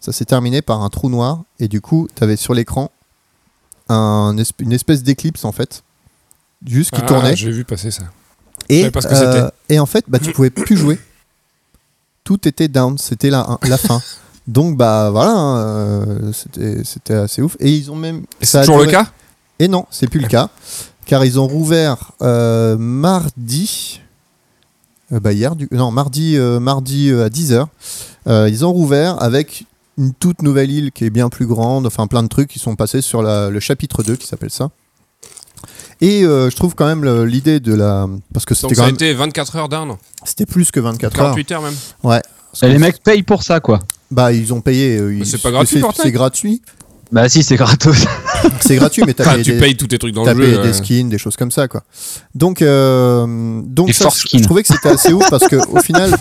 [SPEAKER 4] ça s'est terminé par un trou noir. Et du coup, tu avais sur l'écran un esp- une espèce d'éclipse en fait, juste qui
[SPEAKER 5] Ah,
[SPEAKER 4] tournait.
[SPEAKER 5] J'ai vu passer ça.
[SPEAKER 4] Et,
[SPEAKER 5] savais pas ce que
[SPEAKER 4] euh, et en fait, bah, tu pouvais plus jouer. Tout était down, c'était la, la fin. Donc bah voilà, hein, euh, c'était c'était assez ouf. Et ils ont même.
[SPEAKER 5] Et
[SPEAKER 4] ça
[SPEAKER 5] C'est
[SPEAKER 4] a
[SPEAKER 5] toujours le
[SPEAKER 4] duré-
[SPEAKER 5] cas
[SPEAKER 4] Et non, c'est plus le cas, car ils ont rouvert euh, mardi. euh, bah hier, du, non, mardi, euh, mardi euh, à 10h, ils ont rouvert avec une toute nouvelle île qui est bien plus grande, enfin plein de trucs qui sont passés sur la- le chapitre 2 qui s'appelle ça. Et euh, je trouve quand même le- l'idée de la. Parce que
[SPEAKER 5] Donc
[SPEAKER 4] c'était
[SPEAKER 5] ça a
[SPEAKER 4] quand même.
[SPEAKER 5] été 24 heures d'Inde.
[SPEAKER 4] C'était plus que 24 heures.
[SPEAKER 5] 48 heures même.
[SPEAKER 6] Et les mecs payent pour ça, quoi.
[SPEAKER 4] Bah, ils ont payé. euh, ils-
[SPEAKER 5] c'est pas gratuit, Fortnite.
[SPEAKER 4] C'est gratuit.
[SPEAKER 6] Bah si, c'est gratos.
[SPEAKER 4] C'est gratuit, mais t'as
[SPEAKER 5] Enfin,
[SPEAKER 4] payé
[SPEAKER 5] tu
[SPEAKER 4] des-
[SPEAKER 5] payes tous tes trucs dans le
[SPEAKER 4] Taper
[SPEAKER 5] jeu. euh.
[SPEAKER 4] des skins, des choses comme ça, quoi. Donc, euh, donc
[SPEAKER 6] Des
[SPEAKER 4] ça,
[SPEAKER 6] foreskins.
[SPEAKER 4] je trouvais que c'était assez ouf parce que au final,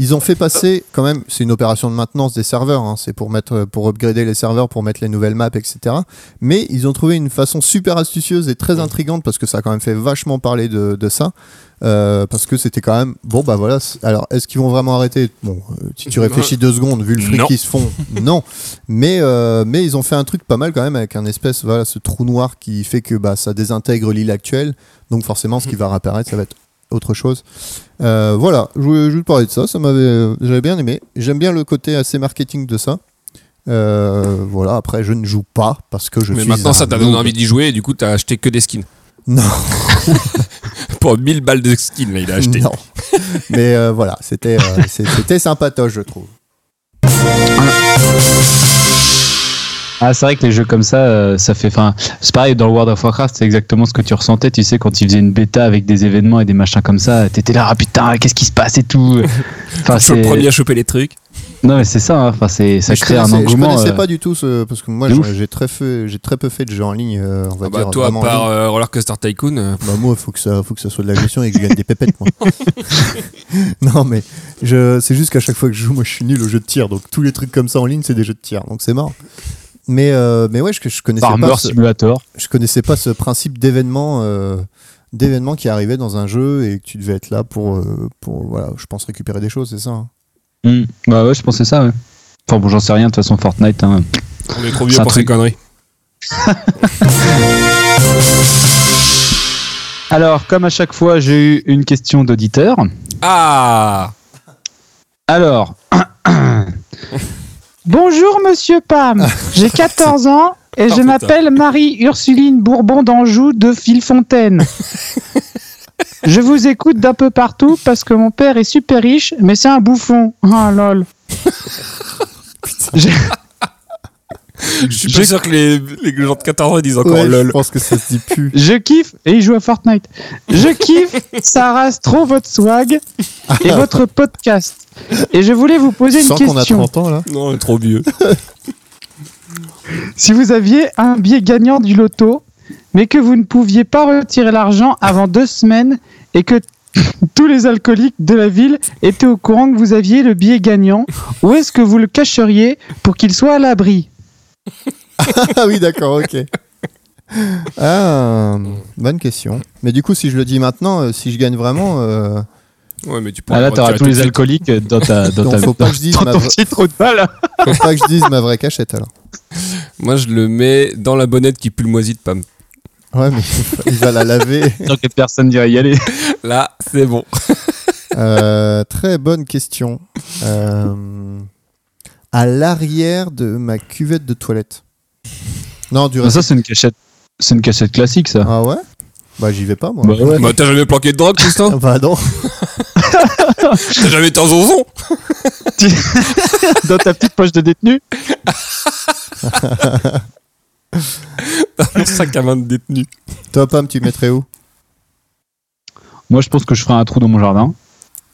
[SPEAKER 4] ils ont fait passer quand même. C'est une opération de maintenance des serveurs. hein, c'est pour mettre, pour upgrader les serveurs, pour mettre les nouvelles maps, etc. Mais ils ont trouvé une façon super astucieuse et très intrigante parce que ça a quand même fait vachement parler de, de ça. euh, parce que c'était quand même bon bah voilà c'est- alors est-ce qu'ils vont vraiment arrêter bon euh, si tu
[SPEAKER 5] Ah,
[SPEAKER 4] réfléchis deux secondes vu le fric
[SPEAKER 5] Non.
[SPEAKER 4] qu'ils se font non mais, euh, mais ils ont fait un truc pas mal quand même avec un espèce, voilà, ce trou noir qui fait que bah, ça désintègre l'île actuelle. Donc forcément,
[SPEAKER 5] Mm.
[SPEAKER 4] ce qui va réapparaître, ça va être autre chose. Euh, voilà, je voulais juste parler de ça. ça m'avait, euh, j'avais bien aimé. J'aime bien le côté assez marketing de ça. Euh, voilà, après, je ne joue pas parce que je
[SPEAKER 5] Mais
[SPEAKER 4] suis.
[SPEAKER 5] maintenant,
[SPEAKER 4] un
[SPEAKER 5] ça t'a donné
[SPEAKER 4] noob.
[SPEAKER 5] envie d'y jouer et du coup, t'as acheté que des skins.
[SPEAKER 4] Non.
[SPEAKER 5] Pour 1000 balles de skins, là, il a acheté.
[SPEAKER 4] Non. mais euh, voilà, c'était, euh, c'est- c'était sympatoche, je trouve.
[SPEAKER 6] Ah, c'est vrai que les jeux comme ça, euh, ça fait. Enfin, c'est pareil dans World of Warcraft, c'est exactement ce que tu ressentais, tu sais, quand ils faisaient une bêta avec des événements et des machins comme ça, t'étais là, ah putain, qu'est-ce qui se passe et tout. Enfin,
[SPEAKER 5] Je suis le
[SPEAKER 6] c'est.
[SPEAKER 5] premier à choper les trucs.
[SPEAKER 6] Non, mais c'est ça, hein. enfin, c'est, ça
[SPEAKER 4] Mais je
[SPEAKER 6] crée un
[SPEAKER 4] connaissais- Je
[SPEAKER 6] engouement.
[SPEAKER 4] connaissais
[SPEAKER 6] euh,
[SPEAKER 4] pas du tout ce. Parce que moi,
[SPEAKER 6] de
[SPEAKER 4] j'ai-
[SPEAKER 6] ouf.
[SPEAKER 4] j'ai très, peu, j'ai très peu fait de jeux en ligne, euh, on va
[SPEAKER 5] Ah bah,
[SPEAKER 4] dire.
[SPEAKER 5] toi, à
[SPEAKER 4] vraiment en ligne.
[SPEAKER 5] part euh, Roller Coaster Tycoon, euh,
[SPEAKER 4] Bah moi, faut que ça, faut que ça soit de la gestion et que je gagne des pépettes, moi. non, mais je, c'est juste qu'à chaque fois que je joue, moi, je suis nul au jeu de tir. Donc tous les trucs comme ça en ligne, c'est des jeux de tir. Donc c'est mort. Mais, euh, mais ouais, je, je connaissais
[SPEAKER 6] Farmer
[SPEAKER 4] pas. ce-
[SPEAKER 6] Simulator.
[SPEAKER 4] je connaissais pas ce principe d'événement euh, d'événement qui arrivait dans un jeu et que tu devais être là pour euh, pour voilà, je pense récupérer des choses, c'est ça. hein.
[SPEAKER 6] Hmm. Bah ouais, je pensais ça, ouais. Enfin bon, j'en sais rien, de toute façon, Fortnite. Hein.
[SPEAKER 5] on est trop vieux
[SPEAKER 6] C'est un
[SPEAKER 5] pour ces
[SPEAKER 6] truc.
[SPEAKER 5] conneries.
[SPEAKER 6] Alors, comme à chaque fois, j'ai eu une question d'auditeur.
[SPEAKER 5] Ah
[SPEAKER 6] Alors.
[SPEAKER 7] Bonjour Monsieur Pam, j'ai 14 ans et
[SPEAKER 5] Ah,
[SPEAKER 7] je
[SPEAKER 5] putain.
[SPEAKER 7] m'appelle Marie-Ursuline Bourbon d'Anjou de Villefontaine. Je vous écoute d'un peu partout parce que mon père est super riche, mais c'est un bouffon. Ah lol.
[SPEAKER 5] Je suis pas sûr que les, les gens de 14 ans disent encore
[SPEAKER 4] Ouais, je
[SPEAKER 5] lol.
[SPEAKER 4] pense que ça se dit plus.
[SPEAKER 7] Je kiffe, et il joue à Fortnite. Je kiffe, ça rase trop votre swag et votre podcast. Et je voulais vous poser une
[SPEAKER 4] Sans qu'on a
[SPEAKER 7] question.
[SPEAKER 4] 30 ans là.
[SPEAKER 5] Non, on est trop vieux.
[SPEAKER 7] Si vous aviez un billet gagnant du loto, mais que vous ne pouviez pas retirer l'argent avant deux semaines et que tous les alcooliques de la ville étaient au courant que vous aviez le billet gagnant. Où est-ce que vous le cacheriez pour qu'il soit à l'abri
[SPEAKER 4] Ah oui, d'accord, ok. Ah, bonne question. Mais du coup, si je le dis maintenant, euh, si je gagne vraiment, euh,
[SPEAKER 5] Ouais, mais tu peux
[SPEAKER 6] Ah là, t'auras tous les alcooliques euh, dans ta dans
[SPEAKER 4] donc
[SPEAKER 6] ta
[SPEAKER 4] faut pas que je dise
[SPEAKER 6] dans
[SPEAKER 4] ma
[SPEAKER 6] ton
[SPEAKER 4] vra-
[SPEAKER 6] petit trou de balle.
[SPEAKER 4] faut pas que je dise ma vraie cachette alors.
[SPEAKER 5] Moi, je le mets dans la bonnette qui pue le moisi de Pam.
[SPEAKER 4] Ouais, mais il va la laver.
[SPEAKER 6] Donc personne dirait y aller.
[SPEAKER 5] Là, c'est bon.
[SPEAKER 4] Euh, très bonne question. Euh, à l'arrière de ma cuvette de toilette. Non, du reste.
[SPEAKER 6] ça c'est une cachette, c'est une cachette classique ça.
[SPEAKER 4] Ah ouais Bah j'y vais pas moi.
[SPEAKER 6] Bah ouais.
[SPEAKER 5] Bah, t'as jamais planqué de drogue, Tristan
[SPEAKER 4] Bah non.
[SPEAKER 5] T'as jamais été en zonzon
[SPEAKER 6] Dans ta petite poche de détenu.
[SPEAKER 5] Mon sac à main de détenu.
[SPEAKER 4] Toi, Pam, tu mettrais où
[SPEAKER 6] Moi je pense que je ferai un trou dans mon jardin,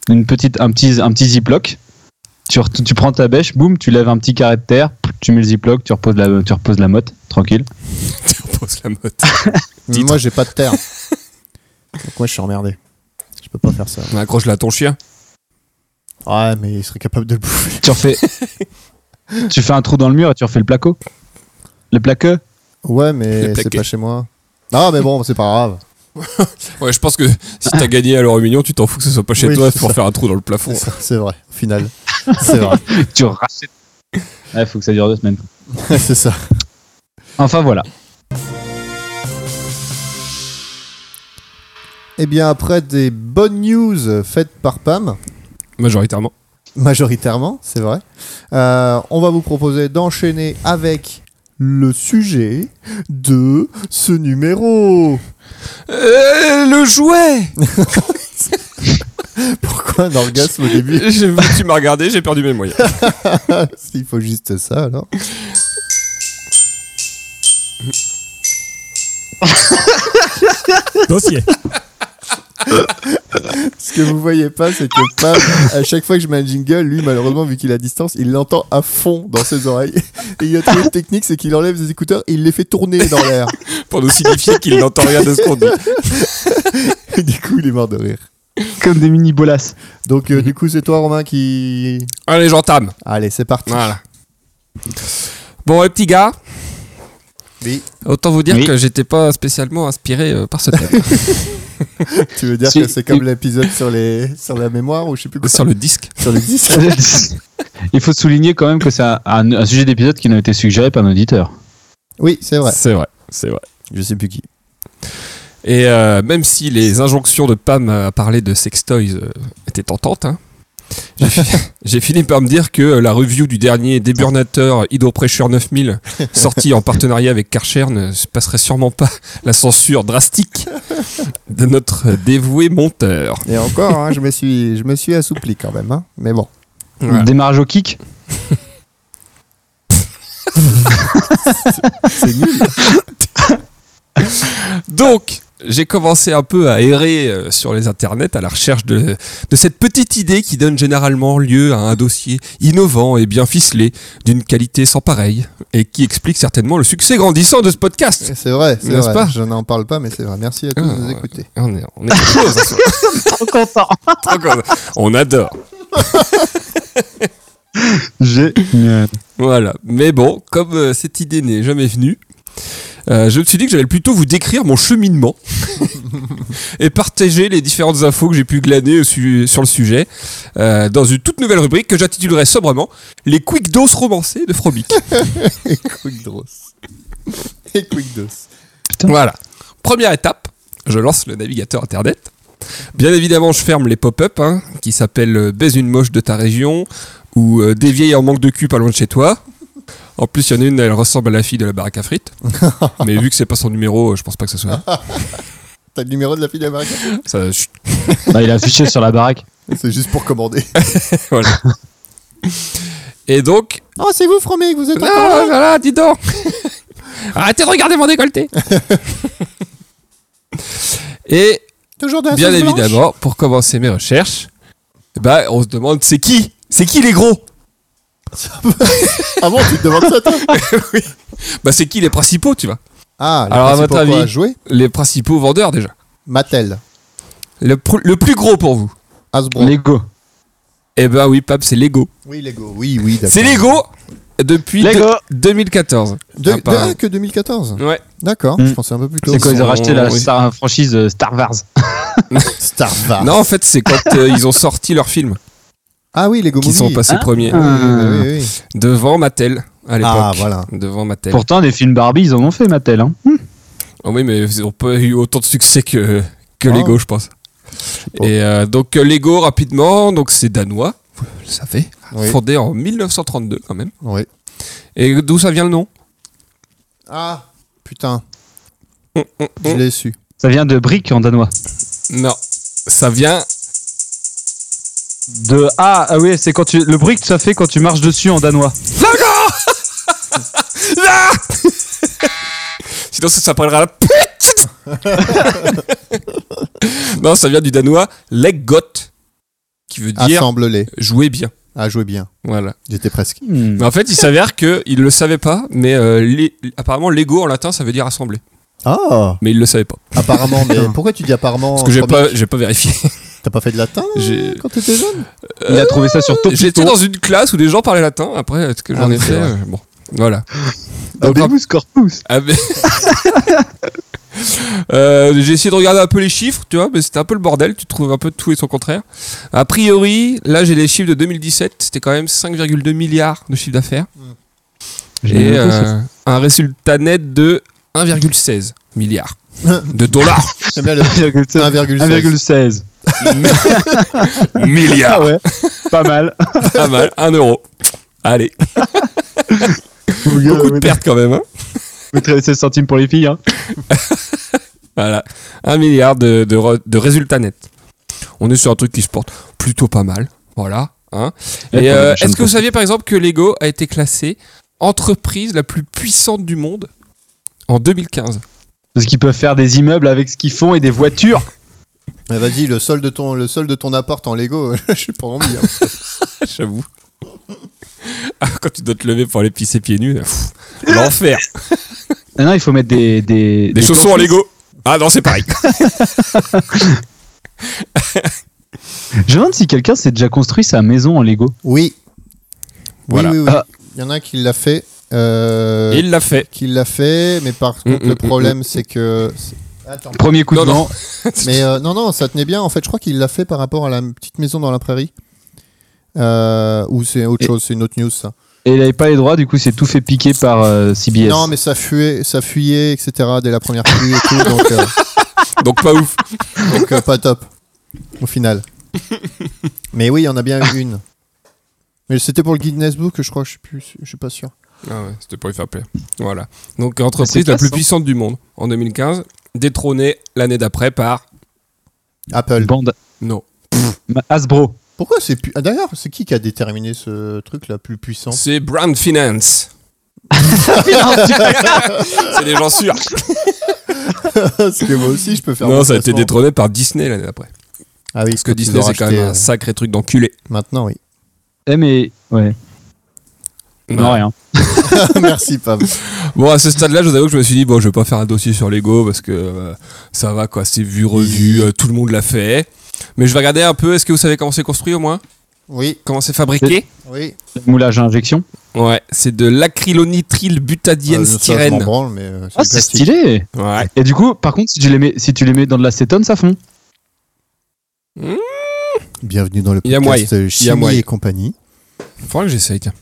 [SPEAKER 6] une petite, un petit, un petit ziploc. Tu, re- tu prends ta bêche, boum, tu lèves un petit carré de terre, tu mets le ziploc, tu reposes la, tu reposes la motte, tranquille.
[SPEAKER 5] Tu reposes la motte.
[SPEAKER 4] Mais
[SPEAKER 5] Titre.
[SPEAKER 4] Moi, j'ai pas de terre. Donc moi, je suis emmerdé. Je peux pas faire ça.
[SPEAKER 5] Accroche-la à ton chien.
[SPEAKER 4] Ouais, Ah, mais il serait capable de le bouffer.
[SPEAKER 6] Tu refais, tu fais un trou dans le mur et tu refais le placo. Le plaqueux.
[SPEAKER 4] Ouais,
[SPEAKER 5] Le
[SPEAKER 4] mais c'est
[SPEAKER 5] plaqué.
[SPEAKER 4] pas chez moi. Ah, mais bon, c'est pas grave.
[SPEAKER 5] Ouais, je pense que si t'as gagné à l'euro million, tu t'en fous que ce soit pas chez
[SPEAKER 4] Oui,
[SPEAKER 5] toi
[SPEAKER 4] c'est
[SPEAKER 5] pour
[SPEAKER 4] ça.
[SPEAKER 5] faire un trou dans le plafond.
[SPEAKER 4] C'est- C'est vrai, au final. C'est vrai,
[SPEAKER 6] tu rachètes. Ouais, faut que ça dure deux semaines.
[SPEAKER 4] c'est ça.
[SPEAKER 6] Enfin voilà.
[SPEAKER 4] Eh bien, après des bonnes news faites par Pam,
[SPEAKER 5] Majoritairement.
[SPEAKER 4] majoritairement, c'est vrai, euh, on va vous proposer d'enchaîner avec le sujet de ce numéro.
[SPEAKER 5] Euh, le jouet
[SPEAKER 4] Pourquoi un orgasme au début
[SPEAKER 5] Je- Tu m'as regardé, j'ai perdu mes moyens.
[SPEAKER 4] Il faut juste ça alors.
[SPEAKER 1] Dossier.
[SPEAKER 4] Ce que vous voyez pas, c'est que Pam, à chaque fois que je mets un jingle, lui, malheureusement, vu qu'il est à distance, il l'entend à fond dans ses oreilles. Et il a trouvé une technique, c'est qu'il enlève ses écouteurs et il les fait tourner dans l'air.
[SPEAKER 5] Pour nous signifier qu'il n'entend rien de ce qu'on dit.
[SPEAKER 4] Et du coup, il est mort de rire.
[SPEAKER 6] Comme des mini bolas.
[SPEAKER 4] Donc, euh, du coup, c'est toi, Romain, qui.
[SPEAKER 5] Allez, j'entame.
[SPEAKER 4] Allez, c'est parti.
[SPEAKER 5] Voilà. Bon, les petits gars.
[SPEAKER 4] Oui.
[SPEAKER 5] Autant vous dire
[SPEAKER 6] Oui.
[SPEAKER 5] que j'étais pas spécialement inspiré euh, par ce thème.
[SPEAKER 4] Tu veux dire
[SPEAKER 6] Si-
[SPEAKER 4] que c'est comme l'épisode sur, les... sur la mémoire ou je sais plus quoi
[SPEAKER 5] Sur le disque.
[SPEAKER 4] Sur les disques
[SPEAKER 6] Il faut souligner quand même que c'est un, un- un sujet d'épisode qui nous a été suggéré par un auditeur.
[SPEAKER 4] Oui, c'est vrai.
[SPEAKER 5] C'est vrai. C'est vrai.
[SPEAKER 4] Je sais plus qui.
[SPEAKER 5] Et euh, même si les injonctions de Pam à parler de sextoys euh, étaient tentantes, hein, j'ai fi- j'ai fini par me dire que euh, la review du dernier déburnateur Hydro Pressure 9000, sorti en partenariat avec Karcher, ne se passerait sûrement pas la censure drastique de notre euh, dévoué monteur.
[SPEAKER 4] Et encore, hein, je, me suis... je me suis assoupli quand même. hein. Mais bon.
[SPEAKER 5] Voilà.
[SPEAKER 6] Démarrage au kick.
[SPEAKER 5] Donc, j'ai commencé un peu à errer euh, sur les internets à la recherche de, de cette petite idée qui donne généralement lieu à un dossier innovant et bien ficelé, d'une qualité sans pareille, et qui explique certainement le succès grandissant de ce podcast.
[SPEAKER 4] C'est vrai, c'est
[SPEAKER 5] N'est-ce
[SPEAKER 4] vrai.
[SPEAKER 5] pas
[SPEAKER 4] Je n'en parle pas, mais c'est vrai. Merci à tous
[SPEAKER 5] Ah,
[SPEAKER 4] de nous
[SPEAKER 5] ouais.
[SPEAKER 4] écouter.
[SPEAKER 5] On est, on est quelque chose, hein, ça.
[SPEAKER 6] Trop content.
[SPEAKER 5] Trop content. on adore.
[SPEAKER 6] Génial.
[SPEAKER 5] Voilà. Mais bon, comme euh, cette idée n'est jamais venue, euh, je me suis dit que j'allais plutôt vous décrire mon cheminement et partager les différentes infos que j'ai pu glaner au su- sur le sujet euh, dans une toute nouvelle rubrique que j'intitulerai sobrement Les Quick Doses romancées de Frobic.
[SPEAKER 4] Et quick dose. Et quick dose.
[SPEAKER 5] voilà. Première étape, je lance le navigateur internet. Bien évidemment, je ferme les pop-up hein, qui s'appellent euh, Baise une moche de ta région ou euh, Des vieilles en manque de cul pas loin de chez toi. En plus, il y en a une, elle ressemble à la fille de la baraque à frites. Mais vu que c'est pas son numéro, euh, je pense pas que ce soit. elle.
[SPEAKER 4] T'as le numéro de la fille américaine
[SPEAKER 5] Ça, chut,
[SPEAKER 6] Bah, il a affiché sur la baraque.
[SPEAKER 4] C'est juste pour commander.
[SPEAKER 5] voilà. Et donc.
[SPEAKER 4] Oh, c'est vous, Fromic, vous êtes
[SPEAKER 5] Non,
[SPEAKER 4] encore là
[SPEAKER 5] voilà, dis donc Arrêtez de regarder mon décolleté Et
[SPEAKER 4] Toujours de la
[SPEAKER 5] bien
[SPEAKER 4] sauce blanche
[SPEAKER 5] évidemment, pour commencer mes recherches, bah, on se demande c'est qui C'est qui les gros
[SPEAKER 4] Ah bon, tu te demandes ça, toi
[SPEAKER 5] Bah, c'est qui les principaux, tu vois
[SPEAKER 4] Ah,
[SPEAKER 5] Alors, à
[SPEAKER 4] alors à
[SPEAKER 5] votre avis
[SPEAKER 4] jouer
[SPEAKER 5] Les principaux vendeurs, déjà.
[SPEAKER 4] Mattel.
[SPEAKER 5] Le, pr- le plus gros pour vous
[SPEAKER 4] Hasbro.
[SPEAKER 6] Lego.
[SPEAKER 5] Eh ben oui, Pab, c'est Lego.
[SPEAKER 4] Oui, Lego. Oui, oui, d'accord.
[SPEAKER 5] C'est Lego depuis
[SPEAKER 6] Lego.
[SPEAKER 5] de- 2014.
[SPEAKER 4] De,
[SPEAKER 5] Ah, pas-
[SPEAKER 4] de- que 2014.
[SPEAKER 5] Ouais.
[SPEAKER 4] D'accord,
[SPEAKER 6] Mm.
[SPEAKER 4] je pensais un peu plus tôt.
[SPEAKER 6] C'est quand ils
[SPEAKER 5] sont-
[SPEAKER 6] ont racheté la
[SPEAKER 5] oui.
[SPEAKER 6] star- franchise euh, Star Wars.
[SPEAKER 4] Star Wars.
[SPEAKER 5] Non, en fait, c'est quand euh, ils ont sorti leur film
[SPEAKER 4] Ah oui, Lego
[SPEAKER 5] qui sont
[SPEAKER 4] Movie.
[SPEAKER 5] passés premiers
[SPEAKER 4] Ah
[SPEAKER 6] Euh,
[SPEAKER 4] oui, oui, oui.
[SPEAKER 5] devant Mattel à l'époque.
[SPEAKER 4] Ah, voilà.
[SPEAKER 5] Devant Mattel.
[SPEAKER 6] Pourtant, des films Barbie, ils en ont fait, Mattel. Hein.
[SPEAKER 5] Oh oui, mais ils n'ont pas eu autant de succès que, que
[SPEAKER 4] Ah. Oh.
[SPEAKER 5] Lego, je pense.
[SPEAKER 4] pas.
[SPEAKER 5] Et euh, donc, euh, Lego, rapidement, donc c'est danois, vous le savez,
[SPEAKER 4] Oui.
[SPEAKER 5] fondé en 1932 quand même.
[SPEAKER 4] Oui.
[SPEAKER 5] Et d'où ça vient le nom
[SPEAKER 4] Ah, putain,
[SPEAKER 5] Hum, hum,
[SPEAKER 4] je
[SPEAKER 5] hum.
[SPEAKER 4] l'ai su.
[SPEAKER 6] Ça vient de Brick en danois.
[SPEAKER 5] Non, ça vient.
[SPEAKER 6] De ah, ah oui, c'est quand tu le brick ça fait quand tu marches dessus en danois.
[SPEAKER 5] Ah Sinon, ça s'appellera la pute Non, ça vient du danois Leggot, qui veut
[SPEAKER 4] Ah,
[SPEAKER 5] dire
[SPEAKER 4] Assemble-les.
[SPEAKER 5] jouer bien.
[SPEAKER 4] Ah, jouez bien.
[SPEAKER 5] Voilà.
[SPEAKER 4] J'étais presque.
[SPEAKER 6] Hmm.
[SPEAKER 5] Mais en fait, il s'avère qu'ils ne le savaient pas, mais euh, les- apparemment, Lego en latin, ça veut dire assembler.
[SPEAKER 4] Ah,
[SPEAKER 5] Mais ils le savaient pas.
[SPEAKER 4] apparemment. mais pourquoi tu dis apparemment
[SPEAKER 5] Parce que j'ai
[SPEAKER 4] en
[SPEAKER 5] pas,
[SPEAKER 4] premier
[SPEAKER 5] j'ai pas vérifié.
[SPEAKER 4] T'as pas fait de latin
[SPEAKER 5] J'ai-
[SPEAKER 4] quand t'étais jeune
[SPEAKER 6] Il a trouvé ça sur Top
[SPEAKER 5] J'étais dans une classe où des gens parlaient latin. Après, est-ce que
[SPEAKER 4] Ah
[SPEAKER 5] j'en
[SPEAKER 4] oui,
[SPEAKER 5] étais
[SPEAKER 4] c'est vrai.
[SPEAKER 5] euh, Bon, voilà. Donc,
[SPEAKER 6] Abemus Corpus.
[SPEAKER 5] Ah, mais- Euh, j'ai essayé de regarder un peu les chiffres, tu vois, mais c'était un peu le bordel. Tu trouves un peu tout et son contraire. A priori, là, j'ai les chiffres de 2017. C'était quand même 5,2 milliards de chiffre d'affaires
[SPEAKER 6] J'ai
[SPEAKER 5] et
[SPEAKER 6] noté ça.
[SPEAKER 5] euh, un résultat net de 1,16 milliards de dollars.
[SPEAKER 4] J'aime Eh bien le
[SPEAKER 6] 1,16.
[SPEAKER 4] 1,16.
[SPEAKER 6] 1,16.
[SPEAKER 5] milliards,
[SPEAKER 6] Ah ouais, pas mal.
[SPEAKER 5] pas mal. 1 euro. Allez, beaucoup de pertes quand même. hein.
[SPEAKER 6] Vous mettez 16 centimes pour les filles. Hein.
[SPEAKER 5] Voilà, un milliard de, de re- de résultats nets. On est sur un truc qui se porte plutôt pas mal. Voilà. hein.
[SPEAKER 6] Et
[SPEAKER 5] Et
[SPEAKER 6] pour
[SPEAKER 5] euh,
[SPEAKER 6] la chaîne
[SPEAKER 5] est-ce que vous saviez par exemple que Lego a été classé entreprise la plus puissante du monde en 2015
[SPEAKER 6] Parce qu'ils peuvent faire des immeubles avec ce qu'ils font et des voitures.
[SPEAKER 4] Mais eh, Vas-y, le sol de ton le sol de ton appart en Lego, je suis pas envie. hein.
[SPEAKER 5] J'avoue. Ah, Quand tu dois te lever pour aller pisser pieds nus, pff, l'enfer.
[SPEAKER 6] Ah non, il faut mettre des des,
[SPEAKER 5] Des chaussons en
[SPEAKER 6] pamphlets.
[SPEAKER 5] Lego. Ah non, c'est pareil.
[SPEAKER 6] Je me demande si quelqu'un s'est déjà construit sa maison en Lego.
[SPEAKER 4] Oui.
[SPEAKER 5] Voilà.
[SPEAKER 4] Oui, oui, oui.
[SPEAKER 6] Ah.
[SPEAKER 4] Il y en a un qui l'a fait. euh,
[SPEAKER 5] Il l'a fait.
[SPEAKER 4] Qui l'a fait, mais par contre,
[SPEAKER 5] mm,
[SPEAKER 4] le problème, c'est que. Attends.
[SPEAKER 6] Premier coup
[SPEAKER 5] Non,
[SPEAKER 6] de
[SPEAKER 5] non.
[SPEAKER 6] vent.
[SPEAKER 4] Mais euh, non, non, ça tenait bien. En fait, je crois qu'il l'a fait par rapport à la petite maison dans la prairie. Euh, ou c'est autre
[SPEAKER 6] Et-
[SPEAKER 4] chose, c'est une autre news, ça.
[SPEAKER 6] Et il avait pas les droits, du coup, c'est tout fait piquer par euh, CBS.
[SPEAKER 4] Non, mais ça fuyait, ça fuyait, etc. dès la première pluie et tout, donc, euh,
[SPEAKER 5] Donc pas ouf.
[SPEAKER 4] donc, euh, pas top au final. Mais oui, il y en a bien eu une. Mais c'était pour le Guinness Book, je crois, je suis plus, je suis pas sûr.
[SPEAKER 5] Ah ouais, c'était pour lui faire plaisir. Voilà. Donc entreprise
[SPEAKER 6] c'est
[SPEAKER 5] la plus
[SPEAKER 6] classe, hein.
[SPEAKER 5] puissante du monde en 2015, détrônée l'année d'après par
[SPEAKER 4] Apple.
[SPEAKER 6] Bande
[SPEAKER 5] non.
[SPEAKER 6] Ma- Hasbro.
[SPEAKER 4] Pourquoi c'est plus. Ah, d'ailleurs, c'est qui qui a déterminé ce truc là plus puissant
[SPEAKER 5] C'est Brand Finance. C'est des gens sûrs.
[SPEAKER 4] Parce que moi aussi, je peux faire.
[SPEAKER 5] Non,
[SPEAKER 4] mon
[SPEAKER 5] ça a été
[SPEAKER 4] classement.
[SPEAKER 5] détrôné par Disney l'année d'après.
[SPEAKER 4] Ah oui,
[SPEAKER 5] Parce que Disney, c'est quand même un sacré truc d'enculé.
[SPEAKER 4] euh, Maintenant, oui.
[SPEAKER 6] Eh mais ouais, non
[SPEAKER 5] Ouais.
[SPEAKER 6] rien.
[SPEAKER 4] Merci, Pam.
[SPEAKER 5] Bon, à ce stade-là, je vous avoue que je me suis dit, bon, je vais pas faire un dossier sur Lego parce que euh, ça va, quoi. C'est vu, revu, euh, tout le monde l'a fait. Mais je vais regarder un peu, est-ce que vous savez comment c'est construit au moins
[SPEAKER 4] Oui,
[SPEAKER 5] Comment c'est fabriqué
[SPEAKER 4] oui.
[SPEAKER 6] Moulage à injection.
[SPEAKER 5] Ouais, c'est de l'acrylonitrile butadienne
[SPEAKER 4] Euh, ça, je m'en
[SPEAKER 5] styrène.
[SPEAKER 4] branle, mais euh, c'est
[SPEAKER 6] Ah
[SPEAKER 4] du
[SPEAKER 6] c'est
[SPEAKER 4] plastique.
[SPEAKER 6] stylé.
[SPEAKER 5] Ouais.
[SPEAKER 6] Et du coup, par contre, si tu les mets, si tu les mets dans de l'acétone, ça fond.
[SPEAKER 4] Bienvenue dans le
[SPEAKER 5] Y a
[SPEAKER 4] podcast euh, Chimie
[SPEAKER 5] moyen.
[SPEAKER 4] et compagnie.
[SPEAKER 5] Faudra que j'essaye, tiens.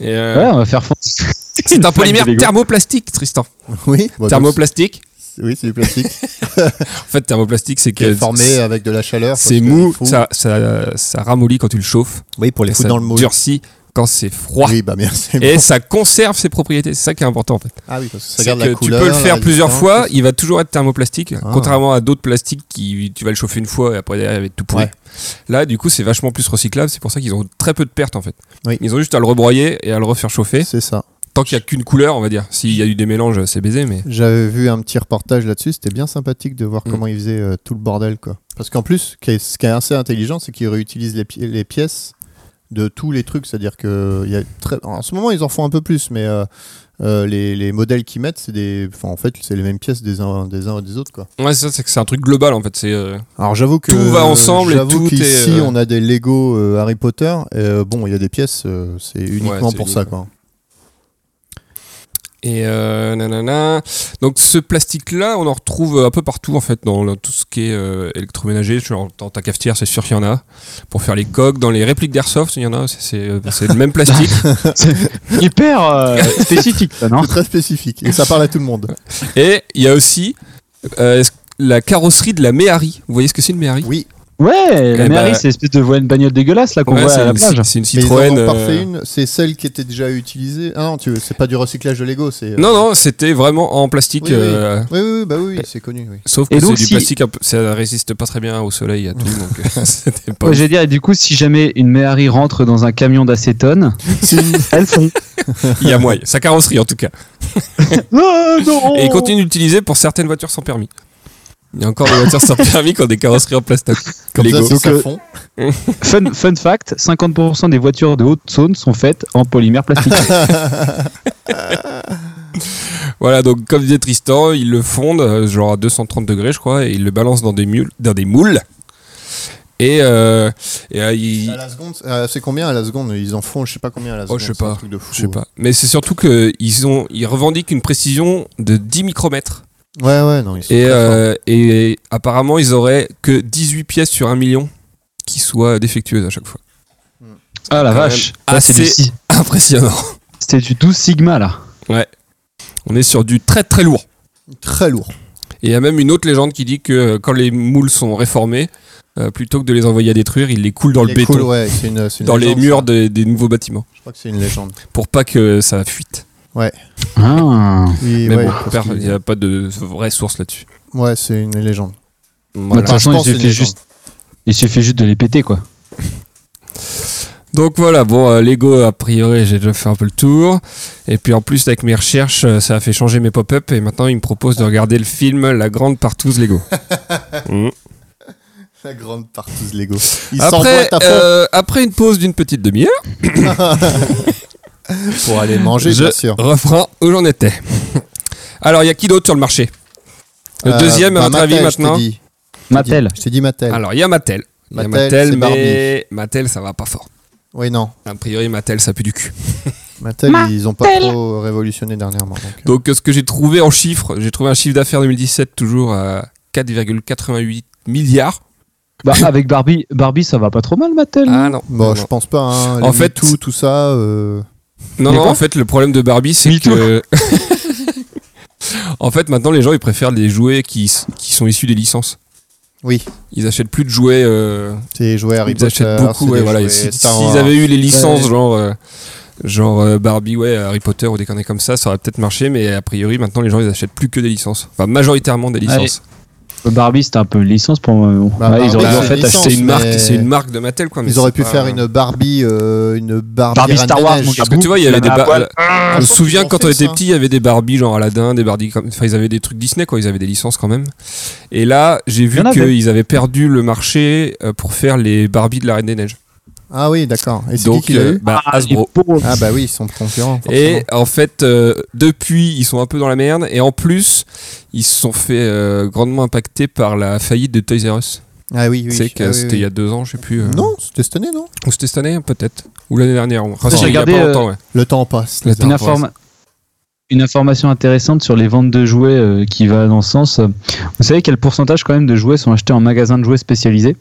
[SPEAKER 5] Et, euh,
[SPEAKER 4] Ah.
[SPEAKER 6] Ouais, on va faire fondre.
[SPEAKER 5] C'est un polymère
[SPEAKER 6] Lego.
[SPEAKER 5] thermoplastique, Tristan.
[SPEAKER 4] Oui, bon, donc,
[SPEAKER 5] thermoplastique.
[SPEAKER 4] c'est- oui, c'est du plastique.
[SPEAKER 5] En fait, thermoplastique, c'est
[SPEAKER 4] qui est
[SPEAKER 5] que
[SPEAKER 4] formé avec de la chaleur. parce
[SPEAKER 5] c'est
[SPEAKER 4] que
[SPEAKER 5] mou,
[SPEAKER 4] il faut-
[SPEAKER 5] ça, ça, ça ramollit quand tu le chauffes.
[SPEAKER 4] Oui, pour les
[SPEAKER 5] et
[SPEAKER 4] foutre
[SPEAKER 5] ça
[SPEAKER 4] dans le moule.
[SPEAKER 5] durcit quand c'est froid.
[SPEAKER 4] Oui, bah merci.
[SPEAKER 5] Et ça conserve ses propriétés, c'est ça qui est important en fait.
[SPEAKER 4] Ah oui, parce que ça
[SPEAKER 5] C'est
[SPEAKER 4] garde
[SPEAKER 5] que
[SPEAKER 4] la couleur.
[SPEAKER 5] tu peux le
[SPEAKER 4] la
[SPEAKER 5] faire plusieurs
[SPEAKER 4] résistance.
[SPEAKER 5] fois, il va toujours être thermoplastique,
[SPEAKER 4] Ah.
[SPEAKER 5] contrairement à d'autres plastiques qui tu vas le chauffer une fois et après derrière il va être tout pourri.
[SPEAKER 4] Ouais.
[SPEAKER 5] Là, du coup, c'est vachement plus recyclable, c'est pour ça qu'ils ont très peu de pertes en fait.
[SPEAKER 4] Oui.
[SPEAKER 5] Ils ont juste à le rebroyer et à le refaire chauffer,
[SPEAKER 4] C'est ça.
[SPEAKER 5] tant qu'il n'y a qu'une couleur, on va dire. S'il y a eu des mélanges, c'est baisé, mais
[SPEAKER 4] J'avais vu un petit reportage là-dessus. C'était bien sympathique de voir comment ils faisaient euh, tout le bordel, quoi. Parce qu'en plus, ce qui est- ce qui est assez intelligent, c'est qu'ils réutilisent les, pi- les pièces de tous les trucs. C'est-à-dire que il y a très... en ce moment, ils en font un peu plus, mais euh, euh, les, les modèles qu'ils mettent, c'est des, enfin, en fait, c'est les mêmes pièces des uns, des uns et des autres. Quoi.
[SPEAKER 5] Ouais, c'est ça, c'est que c'est un truc global en fait. C'est euh,
[SPEAKER 4] Alors j'avoue que
[SPEAKER 5] Tout va ensemble et
[SPEAKER 4] j'avoue
[SPEAKER 5] tout est,
[SPEAKER 4] qu'ici,
[SPEAKER 5] euh,
[SPEAKER 4] on a des Lego euh, Harry Potter. et, euh, bon, il y a des pièces, euh, c'est uniquement
[SPEAKER 5] c'est
[SPEAKER 4] pour
[SPEAKER 5] unique,
[SPEAKER 4] ça. Quoi.
[SPEAKER 5] Et euh, nanana. Donc ce plastique-là, on en retrouve un peu partout en fait dans le- tout ce qui est euh, électroménager. Genre, dans ta cafetière, c'est sûr qu'il y en a. Pour faire les coques, dans les répliques d'airsoft, il y en a. c'est- C'est c'est le même plastique.
[SPEAKER 6] Hyper euh, spécifique, ça, non
[SPEAKER 4] C'est très spécifique et ça parle à tout le monde.
[SPEAKER 5] Et il y a aussi euh, est-ce que- la carrosserie de la Méhari. Vous voyez ce que c'est une Méhari
[SPEAKER 4] Oui,
[SPEAKER 6] Ouais, la
[SPEAKER 5] Eh
[SPEAKER 6] Méhari,
[SPEAKER 5] bah-
[SPEAKER 6] c'est l'espèce de voie- une bagnole dégueulasse là qu'on
[SPEAKER 5] Ouais,
[SPEAKER 6] voit à
[SPEAKER 5] c'est
[SPEAKER 6] la
[SPEAKER 5] une,
[SPEAKER 6] plage.
[SPEAKER 5] c'est une
[SPEAKER 4] Mais ils en ont
[SPEAKER 5] Citroën.
[SPEAKER 4] pas
[SPEAKER 5] euh,
[SPEAKER 4] refait une, c'est celle qui était déjà utilisée. Ah non, tu veux, c'est pas du recyclage de Lego, c'est.
[SPEAKER 5] Non, non, c'était vraiment en plastique.
[SPEAKER 4] Oui, oui.
[SPEAKER 5] euh,
[SPEAKER 4] Oui, oui, oui, bah oui, oui, c'est connu. Oui.
[SPEAKER 5] Sauf
[SPEAKER 6] Et
[SPEAKER 5] que c'est
[SPEAKER 6] donc,
[SPEAKER 5] du
[SPEAKER 6] si-
[SPEAKER 5] plastique, un peu- ça résiste pas très bien au soleil, à tout. Donc, euh, c'était pas
[SPEAKER 6] Ouais, je vais dire, et du coup, si jamais une Méhari rentre dans un camion d'acétone, elle fond.
[SPEAKER 5] Il y a moyen. Sa carrosserie, en tout cas. Oh,
[SPEAKER 6] Ah, non
[SPEAKER 5] Et il continue d'utiliser pour certaines voitures sans permis. Il y a encore des voitures sans permis qui ont des carrosseries en plastoc.
[SPEAKER 4] Comme ça,
[SPEAKER 5] Lego.
[SPEAKER 4] c'est
[SPEAKER 6] Donc,
[SPEAKER 4] ça
[SPEAKER 6] euh,
[SPEAKER 4] fond.
[SPEAKER 6] Fun, fun fact 50% des voitures de haute zone sont faites en polymère plastique.
[SPEAKER 5] Voilà, donc comme disait Tristan, ils le fondent euh, genre à 230 degrés, je crois, et ils le balancent dans des, mules, dans des moules. Et, euh, et, euh, ils-
[SPEAKER 4] À la seconde, euh, c'est combien à la seconde Ils en font, je sais pas combien à la seconde.
[SPEAKER 5] Oh, je sais
[SPEAKER 4] c'est un
[SPEAKER 5] pas.
[SPEAKER 4] truc de fou. hein.
[SPEAKER 5] je sais pas. Mais c'est surtout qu'ils ont, ils revendiquent une précision de 10 micromètres.
[SPEAKER 4] Ouais, ouais, non, ils sont
[SPEAKER 5] Et,
[SPEAKER 4] très forts.
[SPEAKER 5] euh, et apparemment, ils auraient que 18 pièces sur 1 million qui soient défectueuses à chaque fois.
[SPEAKER 6] Ah la
[SPEAKER 5] Quand
[SPEAKER 6] vache.
[SPEAKER 5] même
[SPEAKER 6] Ça, c'est du
[SPEAKER 5] assez-
[SPEAKER 6] si-
[SPEAKER 5] Impressionnant.
[SPEAKER 6] C'est du 12 Sigma là.
[SPEAKER 5] On est sur du très très lourd.
[SPEAKER 4] Très lourd.
[SPEAKER 5] Et il y a même une autre légende qui dit que euh, quand les moules sont réformés, euh, plutôt que de les envoyer à détruire, ils les coulent dans
[SPEAKER 4] Il
[SPEAKER 5] le
[SPEAKER 4] est
[SPEAKER 5] béton,
[SPEAKER 4] cool, ouais, c'est une, c'est une
[SPEAKER 5] dans les
[SPEAKER 4] légende,
[SPEAKER 5] murs
[SPEAKER 4] ça.
[SPEAKER 5] des, des nouveaux bâtiments,
[SPEAKER 4] Je crois que c'est une légende.
[SPEAKER 5] pour pas que ça fuite.
[SPEAKER 6] Ah.
[SPEAKER 4] Oui,
[SPEAKER 5] Mais
[SPEAKER 4] ouais,
[SPEAKER 5] bon,
[SPEAKER 4] parce
[SPEAKER 5] per-
[SPEAKER 4] qu'il-
[SPEAKER 5] il n'y a pas de vraie source là-dessus.
[SPEAKER 4] ouais, c'est une légende.
[SPEAKER 5] Voilà.
[SPEAKER 6] De toute façon,
[SPEAKER 4] je
[SPEAKER 6] il
[SPEAKER 4] pense que c'est
[SPEAKER 6] suffit
[SPEAKER 4] une
[SPEAKER 6] juste. Il suffit juste de les péter quoi.
[SPEAKER 5] Donc voilà, bon, euh, Lego, a priori, j'ai déjà fait un peu le tour. Et puis en plus, avec mes recherches, euh, ça a fait changer mes pop-up. Et maintenant, ils me proposent de regarder le film La Grande Partouze Lego. Mm.
[SPEAKER 4] La grande partouze Lego. Ils
[SPEAKER 5] Après,
[SPEAKER 4] s'emboîtent à fond
[SPEAKER 5] euh, après une pause d'une petite demi-heure,
[SPEAKER 4] pour aller manger,
[SPEAKER 5] je-
[SPEAKER 4] bien sûr.
[SPEAKER 5] reprends où j'en étais. Alors, il y a qui d'autre sur le marché Le
[SPEAKER 4] Euh,
[SPEAKER 5] deuxième, à
[SPEAKER 4] bah,
[SPEAKER 5] votre avis,
[SPEAKER 4] Mattel, je t'ai
[SPEAKER 5] maintenant
[SPEAKER 4] dit.
[SPEAKER 6] Mattel.
[SPEAKER 4] Je t'ai dit Mattel.
[SPEAKER 5] Alors, il y a Mattel. Il y a
[SPEAKER 4] Mattel, c'est
[SPEAKER 5] Mattel, mais
[SPEAKER 4] Barbie.
[SPEAKER 5] Mattel, ça va pas fort.
[SPEAKER 4] Oui, non.
[SPEAKER 5] A priori, Mattel, ça pue du cul.
[SPEAKER 4] Mattel, ils ont pas
[SPEAKER 7] Mattel.
[SPEAKER 4] trop révolutionné dernièrement. donc, euh,
[SPEAKER 5] Donc, euh, ce que j'ai trouvé en chiffres, j'ai trouvé un chiffre d'affaires 2017 toujours à 4,88 milliards.
[SPEAKER 6] Bah avec Barbie, Barbie ça va pas trop mal Mattel.
[SPEAKER 5] Ah non.
[SPEAKER 4] Bon,
[SPEAKER 5] Non,
[SPEAKER 4] je
[SPEAKER 5] non.
[SPEAKER 4] pense pas. Hein,
[SPEAKER 5] En
[SPEAKER 4] en
[SPEAKER 5] fait-
[SPEAKER 4] fait, tout, tout ça. euh,
[SPEAKER 5] Non,
[SPEAKER 6] Mais
[SPEAKER 5] non,
[SPEAKER 6] quoi
[SPEAKER 5] en fait, le problème de Barbie, c'est
[SPEAKER 6] MeToo.
[SPEAKER 5] que. en fait, maintenant, les gens, ils préfèrent les jouets qui, s- qui sont issus des licences.
[SPEAKER 4] Oui,
[SPEAKER 5] Ils achètent plus de jouets. euh,
[SPEAKER 4] c'est jouer à Harry
[SPEAKER 5] ils
[SPEAKER 4] Potter.
[SPEAKER 5] achètent beaucoup.
[SPEAKER 4] c'est
[SPEAKER 5] ouais,
[SPEAKER 4] des
[SPEAKER 5] voilà.
[SPEAKER 4] jouets
[SPEAKER 5] Si-
[SPEAKER 4] Star
[SPEAKER 5] S'ils
[SPEAKER 4] Wars.
[SPEAKER 5] avaient eu les licences,
[SPEAKER 4] Ouais.
[SPEAKER 5] genre, euh, genre euh, Barbie, ouais, Harry Potter ou des conneries comme ça, ça aurait peut-être marché, mais a priori, maintenant, les gens, ils achètent plus que des licences. Enfin, majoritairement des
[SPEAKER 6] Allez.
[SPEAKER 5] licences.
[SPEAKER 6] Euh, Barbie c'était un peu une licence pour. euh,
[SPEAKER 4] Bah,
[SPEAKER 6] ouais, ils
[SPEAKER 4] Barbie,
[SPEAKER 6] auraient dû en
[SPEAKER 4] c'est
[SPEAKER 6] fait
[SPEAKER 4] une licence.
[SPEAKER 6] acheter.
[SPEAKER 5] C'est une, marque-
[SPEAKER 4] mais-
[SPEAKER 5] c'est une marque de Mattel, quoi. mais
[SPEAKER 4] Ils auraient
[SPEAKER 5] c'est
[SPEAKER 4] pu
[SPEAKER 5] pas-
[SPEAKER 4] faire une Barbie, euh, une Barbie,
[SPEAKER 6] Barbie
[SPEAKER 4] Reine
[SPEAKER 6] Star
[SPEAKER 4] des
[SPEAKER 6] Wars,
[SPEAKER 4] Neiges.
[SPEAKER 6] mon gars.
[SPEAKER 5] Parce que tu vois, il y avait des.
[SPEAKER 6] Ah,
[SPEAKER 5] Bar-
[SPEAKER 6] voilà.
[SPEAKER 5] Je me souviens
[SPEAKER 4] qu'ils hein.
[SPEAKER 5] quand
[SPEAKER 4] ont
[SPEAKER 5] euh, on
[SPEAKER 4] fait
[SPEAKER 5] était
[SPEAKER 4] ça.
[SPEAKER 5] petit, il y avait des Barbie, genre Aladdin, des Barbie comme. Enfin, ils avaient des trucs Disney, quoi. Ils avaient des licences quand même. Et là, j'ai
[SPEAKER 6] Il
[SPEAKER 5] vu
[SPEAKER 6] y en avait.
[SPEAKER 5] qu'ils avaient perdu le marché euh, pour faire les Barbie de la Reine des Neiges.
[SPEAKER 4] Ah oui, d'accord. Et c'est qui
[SPEAKER 5] Donc,
[SPEAKER 4] qui l'a
[SPEAKER 5] euh,
[SPEAKER 4] eu
[SPEAKER 5] bah, Hasbro.
[SPEAKER 4] Ah bah oui, ils sont concurrents. forcément.
[SPEAKER 5] Et en fait, euh, depuis, ils sont un peu dans la merde. Et en plus, ils se sont fait euh, grandement impacter par la faillite de Toys R Us.
[SPEAKER 4] Ah oui, oui.
[SPEAKER 5] c'est
[SPEAKER 4] ah
[SPEAKER 5] que
[SPEAKER 4] oui,
[SPEAKER 5] c'était
[SPEAKER 4] oui.
[SPEAKER 5] il y a deux ans, je sais plus. euh,
[SPEAKER 4] Non, c'était cette année, non
[SPEAKER 5] Ou c'était cette année, peut-être. Ou l'année dernière. Enfin,
[SPEAKER 6] J'ai
[SPEAKER 5] c'était il y a
[SPEAKER 6] regardé,
[SPEAKER 5] pas
[SPEAKER 6] euh,
[SPEAKER 5] longtemps, ouais.
[SPEAKER 4] Le temps passe. les
[SPEAKER 6] Une,
[SPEAKER 4] arbres.
[SPEAKER 6] informa- une information intéressante sur les ventes de jouets euh, qui va dans ce sens. euh, Vous savez quel pourcentage quand même de jouets sont achetés en magasin de jouets spécialisés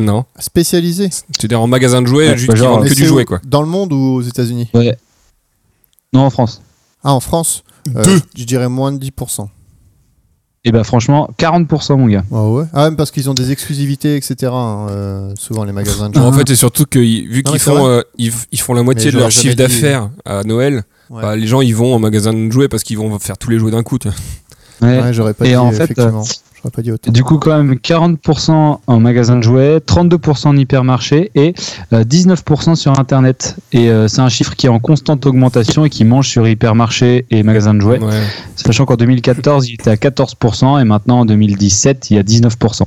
[SPEAKER 5] Non.
[SPEAKER 4] Spécialisé.
[SPEAKER 5] C'est-à-dire en magasin de jouets,
[SPEAKER 6] Ouais,
[SPEAKER 5] juste
[SPEAKER 6] bah,
[SPEAKER 5] qu'ils
[SPEAKER 6] genre,
[SPEAKER 5] vendent
[SPEAKER 4] Mais
[SPEAKER 5] que du
[SPEAKER 4] c'est
[SPEAKER 5] jouet,
[SPEAKER 4] où
[SPEAKER 5] quoi.
[SPEAKER 4] Dans le monde ou aux États-Unis
[SPEAKER 6] Non en France.
[SPEAKER 4] Ah, en France Euh,
[SPEAKER 5] Deux.
[SPEAKER 4] Je dirais moins de 10%.
[SPEAKER 6] Et bah franchement 40% mon gars.
[SPEAKER 4] Ah ouais. Ah, même parce qu'ils ont des exclusivités, etc. hein, euh, souvent, les magasins de
[SPEAKER 5] Bon, en
[SPEAKER 6] Ah.
[SPEAKER 5] fait, c'est surtout que ils- vu
[SPEAKER 4] Non,
[SPEAKER 5] qu'ils
[SPEAKER 4] mais c'est
[SPEAKER 5] font,
[SPEAKER 4] vrai.
[SPEAKER 5] euh, ils, f- ils font la moitié
[SPEAKER 4] Mais
[SPEAKER 5] de leur
[SPEAKER 4] j'aurais
[SPEAKER 5] chiffre
[SPEAKER 4] jamais dit.
[SPEAKER 5] d'affaires à Noël,
[SPEAKER 4] Ouais.
[SPEAKER 5] bah, les gens ils vont en magasin de jouets parce qu'ils vont faire tous les jouets d'un coup. tu vois.
[SPEAKER 6] Ouais.
[SPEAKER 4] Ouais, j'aurais pas
[SPEAKER 6] Et
[SPEAKER 4] dit,
[SPEAKER 6] en fait, euh,
[SPEAKER 4] effectivement. J'aurais pas dit autant.
[SPEAKER 6] Du coup quand même 40% en magasin de jouets, 32% en hypermarché et euh, 19% sur internet. Et euh, c'est un chiffre qui est en constante augmentation et qui mange sur hypermarché et magasin de jouets.
[SPEAKER 5] Ouais.
[SPEAKER 6] Sachant qu'en 2014 il était à 14% et maintenant en 2017 il y a 19%.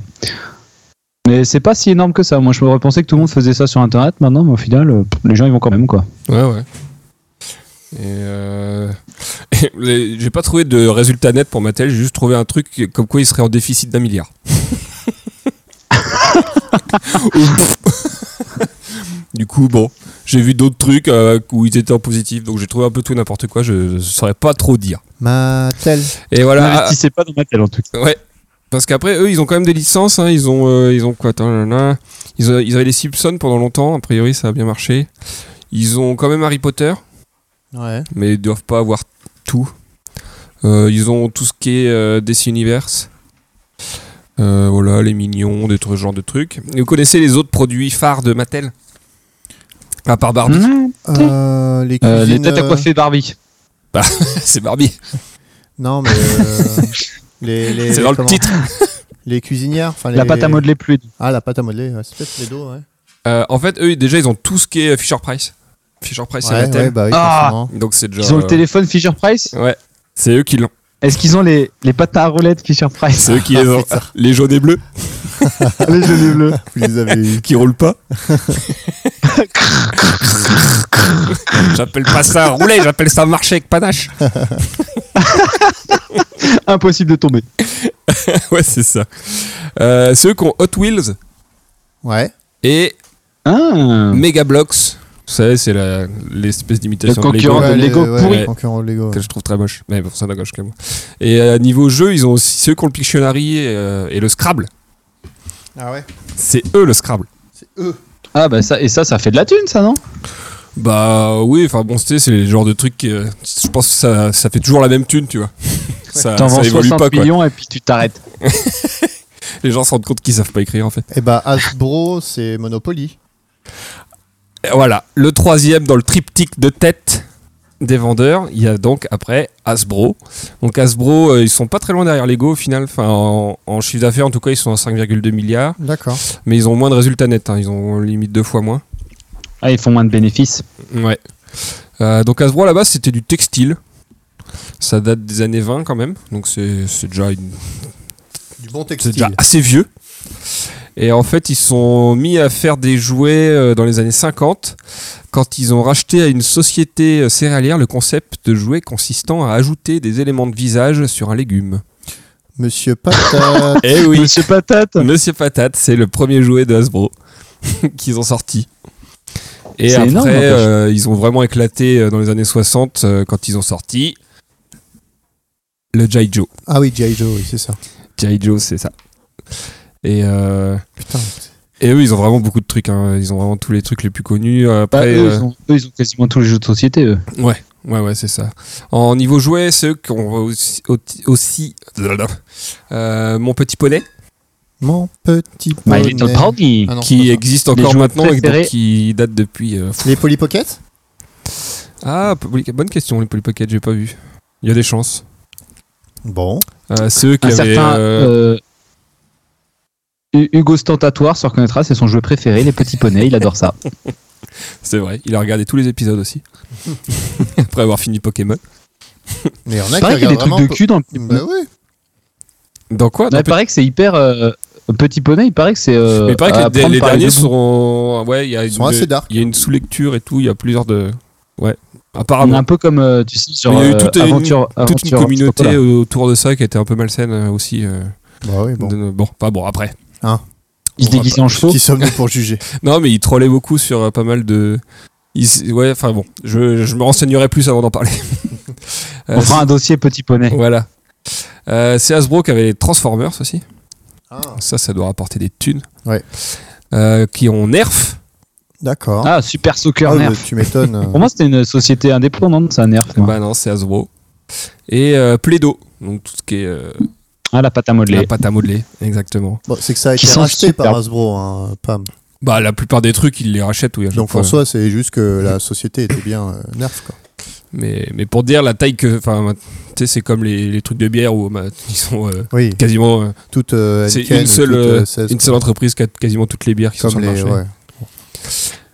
[SPEAKER 6] Mais c'est pas si énorme que ça. Moi, je me repensais que tout le monde faisait ça sur Internet maintenant, mais au final, euh, pff, les gens, ils vont quand même, quoi.
[SPEAKER 5] Ouais, ouais. Et, euh, et les- j'ai pas trouvé de résultat net pour Mattel, j'ai juste trouvé un truc comme quoi il serait en déficit d'un milliard. du coup, bon, j'ai vu d'autres trucs euh, où ils étaient en positif, donc j'ai trouvé un peu tout et n'importe quoi, je saurais pas trop dire.
[SPEAKER 4] Mattel.
[SPEAKER 5] Et voilà, ah.
[SPEAKER 6] N'investissez pas dans Mattel, en tout cas.
[SPEAKER 5] Ouais. Parce qu'après, eux, ils ont quand même des licences. hein. Ils ont, euh, ils ont quoi attends, là, là. Ils, ont- ils avaient les Simpsons pendant longtemps. A priori, ça a bien marché. Ils ont quand même Harry Potter,
[SPEAKER 4] Ouais.
[SPEAKER 5] mais ils doivent pas avoir tout. Euh, ils ont tout ce qui est euh, DC Universe. Euh, voilà, les mignons, des trucs, ce genre de trucs. Et vous connaissez les autres produits phares de Mattel À part Barbie,
[SPEAKER 4] Euh, les cuisines.
[SPEAKER 6] Euh, les têtes à
[SPEAKER 4] euh,
[SPEAKER 6] coiffer Barbie.
[SPEAKER 5] c'est Barbie.
[SPEAKER 4] Non, mais. euh, les, les,
[SPEAKER 5] C'est dans le
[SPEAKER 4] comment-
[SPEAKER 5] titre.
[SPEAKER 4] Les cuisinières. enfin,
[SPEAKER 6] La
[SPEAKER 4] les-
[SPEAKER 6] pâte à modeler plus.
[SPEAKER 4] Ah, la pâte à modeler. ouais, C'est peut-être les dos, ouais.
[SPEAKER 5] Euh, en fait, eux, déjà, ils ont tout ce qui est euh, Fisher Price. Fisher Price, c'est
[SPEAKER 4] Ouais,
[SPEAKER 5] Mattel.
[SPEAKER 4] ouais, bah oui,
[SPEAKER 6] Ah
[SPEAKER 4] forcément.
[SPEAKER 5] Donc, c'est déjà.
[SPEAKER 6] Ils ont le
[SPEAKER 5] euh,
[SPEAKER 6] téléphone Fisher Price.
[SPEAKER 5] Ouais, c'est eux qui l'ont.
[SPEAKER 6] Est-ce qu'ils ont les, les patins à roulettes Fisher Price
[SPEAKER 5] C'est eux qui les ont. Les jaunes et bleus
[SPEAKER 4] Les jolies bleues. Vous les avez eu.
[SPEAKER 5] qui roulent pas. j'appelle pas ça rouler, j'appelle ça marcher avec panache.
[SPEAKER 6] Impossible de tomber.
[SPEAKER 5] ouais, c'est ça. Euh, c'est eux qui ont Hot Wheels
[SPEAKER 4] Ouais.
[SPEAKER 5] et
[SPEAKER 6] Ah.
[SPEAKER 5] Mega Blocks. Vous savez, c'est la- l'espèce d'imitation de
[SPEAKER 6] Le
[SPEAKER 5] Lego
[SPEAKER 6] concurrent de
[SPEAKER 4] Ouais, les-
[SPEAKER 6] Lego
[SPEAKER 4] ouais,
[SPEAKER 5] pourri.
[SPEAKER 4] les concurrents de Lego. ouais.
[SPEAKER 5] que je trouve très moche. Mais pour ça, d'accord, je suis comme moi. Et euh, niveau jeu, ils ont aussi ceux qui ont le Pictionary et, euh, et le Scrabble.
[SPEAKER 4] Ah ouais.
[SPEAKER 5] C'est eux le Scrabble.
[SPEAKER 4] C'est eux.
[SPEAKER 6] Ah bah ça et ça ça fait de la thune ça non
[SPEAKER 5] Bah oui, enfin bon, c'était c'est les genres de trucs. que, euh, je pense que ça, ça fait toujours la même thune, tu vois. Ça,
[SPEAKER 6] T'en
[SPEAKER 5] Ah, ça
[SPEAKER 6] vends
[SPEAKER 5] évolue
[SPEAKER 6] 60
[SPEAKER 5] pas quoi.
[SPEAKER 6] millions et puis tu t'arrêtes.
[SPEAKER 5] Les gens se rendent compte qu'ils savent pas écrire en fait.
[SPEAKER 4] Et bah, Hasbro, c'est Monopoly.
[SPEAKER 5] Et Voilà, le troisième dans le triptyque de tête des vendeurs, il y a donc après Hasbro. Donc Hasbro, euh, ils sont pas très loin derrière Lego au final, enfin en, en chiffre d'affaires en tout cas, ils sont à 5,2 milliards,
[SPEAKER 4] D'accord.
[SPEAKER 5] mais ils ont moins de résultats nets, hein. ils ont limite deux fois moins.
[SPEAKER 6] Ah ils font moins de bénéfices.
[SPEAKER 5] Ouais. Euh, donc Hasbro à la base c'était du textile, ça date des années 20 quand même, donc c'est c'est déjà une
[SPEAKER 4] Du bon
[SPEAKER 5] c'est
[SPEAKER 4] textile.
[SPEAKER 5] déjà assez vieux. Et en fait, ils se sont mis à faire des jouets euh, dans les années 50 quand ils ont racheté à une société euh, céréalière le concept de jouet consistant à ajouter des éléments de visage sur un légume.
[SPEAKER 4] Monsieur Patate.
[SPEAKER 5] Eh oui,
[SPEAKER 6] Monsieur Patate.
[SPEAKER 5] Monsieur Patate, c'est le premier jouet de Hasbro qu'ils ont sorti. Et
[SPEAKER 6] C'est
[SPEAKER 5] après,
[SPEAKER 6] énorme, n'empêche.
[SPEAKER 5] euh, ils ont vraiment éclaté euh, dans les années 60 euh, quand ils ont sorti le G.I. Joe.
[SPEAKER 4] ah oui, G.I. Joe, oui, c'est ça.
[SPEAKER 5] G.I. Joe, c'est ça. Et euh,
[SPEAKER 4] Putain.
[SPEAKER 5] Et eux, ils ont vraiment beaucoup de trucs. hein. Ils ont vraiment tous les trucs les plus connus. Après,
[SPEAKER 6] Bah, eux,
[SPEAKER 5] euh,
[SPEAKER 6] ils ont, eux, ils ont quasiment tous les jeux de société eux.
[SPEAKER 5] ouais, ouais, ouais, c'est ça. En niveau jouet, c'est eux qui ont aussi, au- aussi euh, mon petit poney,
[SPEAKER 4] Mon petit
[SPEAKER 6] My
[SPEAKER 4] poney.
[SPEAKER 6] Little Pony.
[SPEAKER 4] Ah non, c'est
[SPEAKER 5] qui
[SPEAKER 4] pas ça.
[SPEAKER 5] existe
[SPEAKER 6] Les
[SPEAKER 5] encore
[SPEAKER 6] jouets
[SPEAKER 5] maintenant et donc
[SPEAKER 6] préférés.
[SPEAKER 5] qui date depuis. euh, pff.
[SPEAKER 4] Les Polly Pocket
[SPEAKER 5] Ah, Polly- bonne question. Les Polly Pocket, j'ai pas vu. Il y a des chances.
[SPEAKER 4] Bon.
[SPEAKER 5] Euh, c'est eux qui
[SPEAKER 6] Un
[SPEAKER 5] avaient.
[SPEAKER 6] certain
[SPEAKER 5] euh,
[SPEAKER 6] euh, Hu- Hugo Stantatoire se reconnaîtra, c'est son jeu préféré, les petits poneys, il adore ça.
[SPEAKER 5] C'est vrai. Il a regardé tous les épisodes aussi. Après avoir fini Pokémon.
[SPEAKER 4] Mais il y en a
[SPEAKER 6] Il
[SPEAKER 4] qui
[SPEAKER 6] paraît qu'il y a
[SPEAKER 4] regardent
[SPEAKER 6] des trucs de
[SPEAKER 4] vraiment.
[SPEAKER 6] cul dans le petit poney.
[SPEAKER 4] Bah oui.
[SPEAKER 5] Dans quoi
[SPEAKER 6] Ouais,
[SPEAKER 5] Dans
[SPEAKER 6] il paraît que c'est hyper. euh, petit poney, il paraît que c'est. euh,
[SPEAKER 5] Mais il paraît
[SPEAKER 6] à
[SPEAKER 5] que les,
[SPEAKER 6] prendre
[SPEAKER 5] les
[SPEAKER 6] par les
[SPEAKER 5] derniers
[SPEAKER 6] deux bouts.
[SPEAKER 5] sont. Ouais, il y a une,
[SPEAKER 4] sont assez dark.
[SPEAKER 5] Il y a une sous-lecture et tout, il y a plusieurs de. Ouais,
[SPEAKER 6] On est
[SPEAKER 5] apparemment.
[SPEAKER 6] un peu comme, euh, tu sais, genre,
[SPEAKER 5] Ah Il y a hein, eu
[SPEAKER 6] euh,
[SPEAKER 5] toute une-
[SPEAKER 6] aventure,
[SPEAKER 5] Toute une
[SPEAKER 6] aventure-
[SPEAKER 5] communauté
[SPEAKER 6] Chocolat.
[SPEAKER 5] autour de ça qui était un peu malsaine euh, aussi. euh,
[SPEAKER 4] Bah oui, bon.
[SPEAKER 5] de- bon, pas bon, après. euh,
[SPEAKER 6] Ils se déguisaient en chevaux.
[SPEAKER 4] Qui sommes-nous pour juger
[SPEAKER 5] Non, mais ils trollaient beaucoup sur euh, pas mal de. ils- Ouais, enfin bon, je, je me renseignerai plus avant d'en parler. Euh,
[SPEAKER 6] On fera un dossier petit poney.
[SPEAKER 5] Voilà. Euh, c'est Hasbro qui avait les Transformers aussi.
[SPEAKER 4] Ah.
[SPEAKER 5] Ça, ça doit rapporter des thunes.
[SPEAKER 4] Ouais.
[SPEAKER 5] Euh, qui ont Nerf. Oh.
[SPEAKER 4] D'accord.
[SPEAKER 6] Ah, Super Soccer
[SPEAKER 4] Ah,
[SPEAKER 6] Nerf.
[SPEAKER 4] mais Tu m'étonnes.
[SPEAKER 6] Pour moi, c'était une société indépendante, ça, Nerf. moi.
[SPEAKER 5] Bah non, c'est Hasbro. Et euh, Play-Doh. Donc tout ce qui est. euh,
[SPEAKER 6] Ah, la pâte à modeler.
[SPEAKER 5] La pâte à modeler, exactement.
[SPEAKER 4] Bon, c'est que ça a
[SPEAKER 6] Qui
[SPEAKER 4] été
[SPEAKER 6] sont
[SPEAKER 4] racheté
[SPEAKER 6] super.
[SPEAKER 4] par Hasbro, hein, Pam.
[SPEAKER 5] Bah, la plupart des trucs, ils les rachètent, oui. à chaque
[SPEAKER 4] Donc
[SPEAKER 5] fois.
[SPEAKER 4] en soi, c'est juste que la société était bien euh, nerf, quoi.
[SPEAKER 5] Mais, mais pour dire la taille que. Enfin, tu sais, c'est comme les, les trucs de bière où bah, ils sont euh,
[SPEAKER 4] Oui.
[SPEAKER 5] quasiment. euh,
[SPEAKER 4] Toute euh,
[SPEAKER 5] c'est
[SPEAKER 4] Heineken
[SPEAKER 5] une
[SPEAKER 4] ou
[SPEAKER 5] seule,
[SPEAKER 4] toute,
[SPEAKER 5] euh,
[SPEAKER 4] euh, 16,
[SPEAKER 5] une seule entreprise qui a quasiment toutes les bières qui
[SPEAKER 4] quoi.
[SPEAKER 5] sont
[SPEAKER 4] Comme
[SPEAKER 5] sur
[SPEAKER 4] les.
[SPEAKER 5] le marché.
[SPEAKER 4] ouais.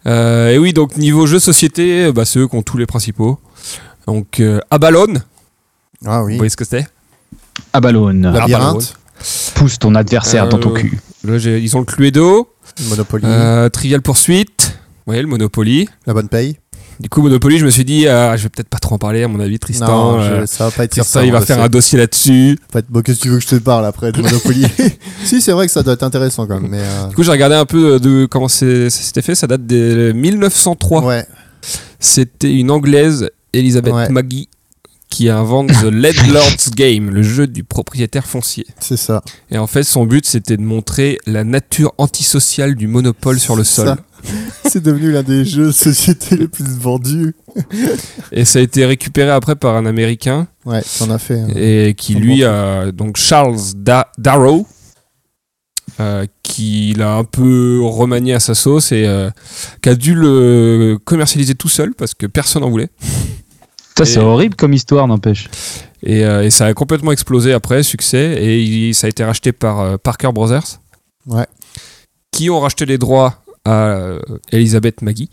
[SPEAKER 5] Euh, et oui, donc niveau jeu société, euh, bah, c'est eux qui ont tous les principaux. Donc, euh, Abalone,
[SPEAKER 4] Ah
[SPEAKER 5] vous
[SPEAKER 4] oui.
[SPEAKER 5] voyez ce que c'est
[SPEAKER 6] À ballon.
[SPEAKER 4] Labyrinthe.
[SPEAKER 5] Ah, Abalone.
[SPEAKER 6] Ah, Pousse ton adversaire
[SPEAKER 5] Euh,
[SPEAKER 6] dans ton cul.
[SPEAKER 5] Là, j'ai- ils ont le Cluedo,
[SPEAKER 4] Monopoly,
[SPEAKER 5] euh, Trivial Poursuite, ouais, le Monopoly.
[SPEAKER 4] la bonne paye.
[SPEAKER 5] Du coup, Monopoly, je me suis dit, ah, je vais peut-être pas trop en parler, à mon avis, Tristan.
[SPEAKER 4] non, je-
[SPEAKER 5] euh,
[SPEAKER 4] ça va pas être
[SPEAKER 5] Tristan,
[SPEAKER 4] certain,
[SPEAKER 5] il va
[SPEAKER 4] je
[SPEAKER 5] faire
[SPEAKER 4] sais.
[SPEAKER 5] un dossier là-dessus.
[SPEAKER 4] En fait, bon, qu'est-ce que tu veux que je te parle après de Monopoly Si, c'est vrai que ça doit être intéressant quand même. Mais euh,
[SPEAKER 5] Du coup, j'ai regardé un peu de comment c'est- ça s'était fait. Ça date euh, de 1903.
[SPEAKER 4] ouais,
[SPEAKER 5] C'était une Anglaise, Elizabeth
[SPEAKER 4] Ouais.
[SPEAKER 5] Maggie, qui invente The Landlord's Game, le jeu du propriétaire foncier.
[SPEAKER 4] c'est ça.
[SPEAKER 5] Et en fait, son but, c'était de montrer la nature antisociale du monopole sur le sol.
[SPEAKER 4] Ça. C'est devenu l'un des jeux de société les plus vendus.
[SPEAKER 5] Et ça a été récupéré après par un Américain,
[SPEAKER 4] Ouais, t'en as fait. hein.
[SPEAKER 5] et qui lui, a, donc Charles Da- Darrow, euh, qui l'a un peu remanié à sa sauce et euh, qui a dû le commercialiser tout seul parce que personne n'en voulait.
[SPEAKER 6] Ça, c'est
[SPEAKER 5] Et-
[SPEAKER 6] horrible comme histoire, n'empêche.
[SPEAKER 5] Et, euh, et ça a complètement explosé après, succès. Et il- ça a été racheté par euh, Parker Brothers.
[SPEAKER 4] Ouais.
[SPEAKER 5] Qui ont racheté les droits à euh, Elisabeth Maggie.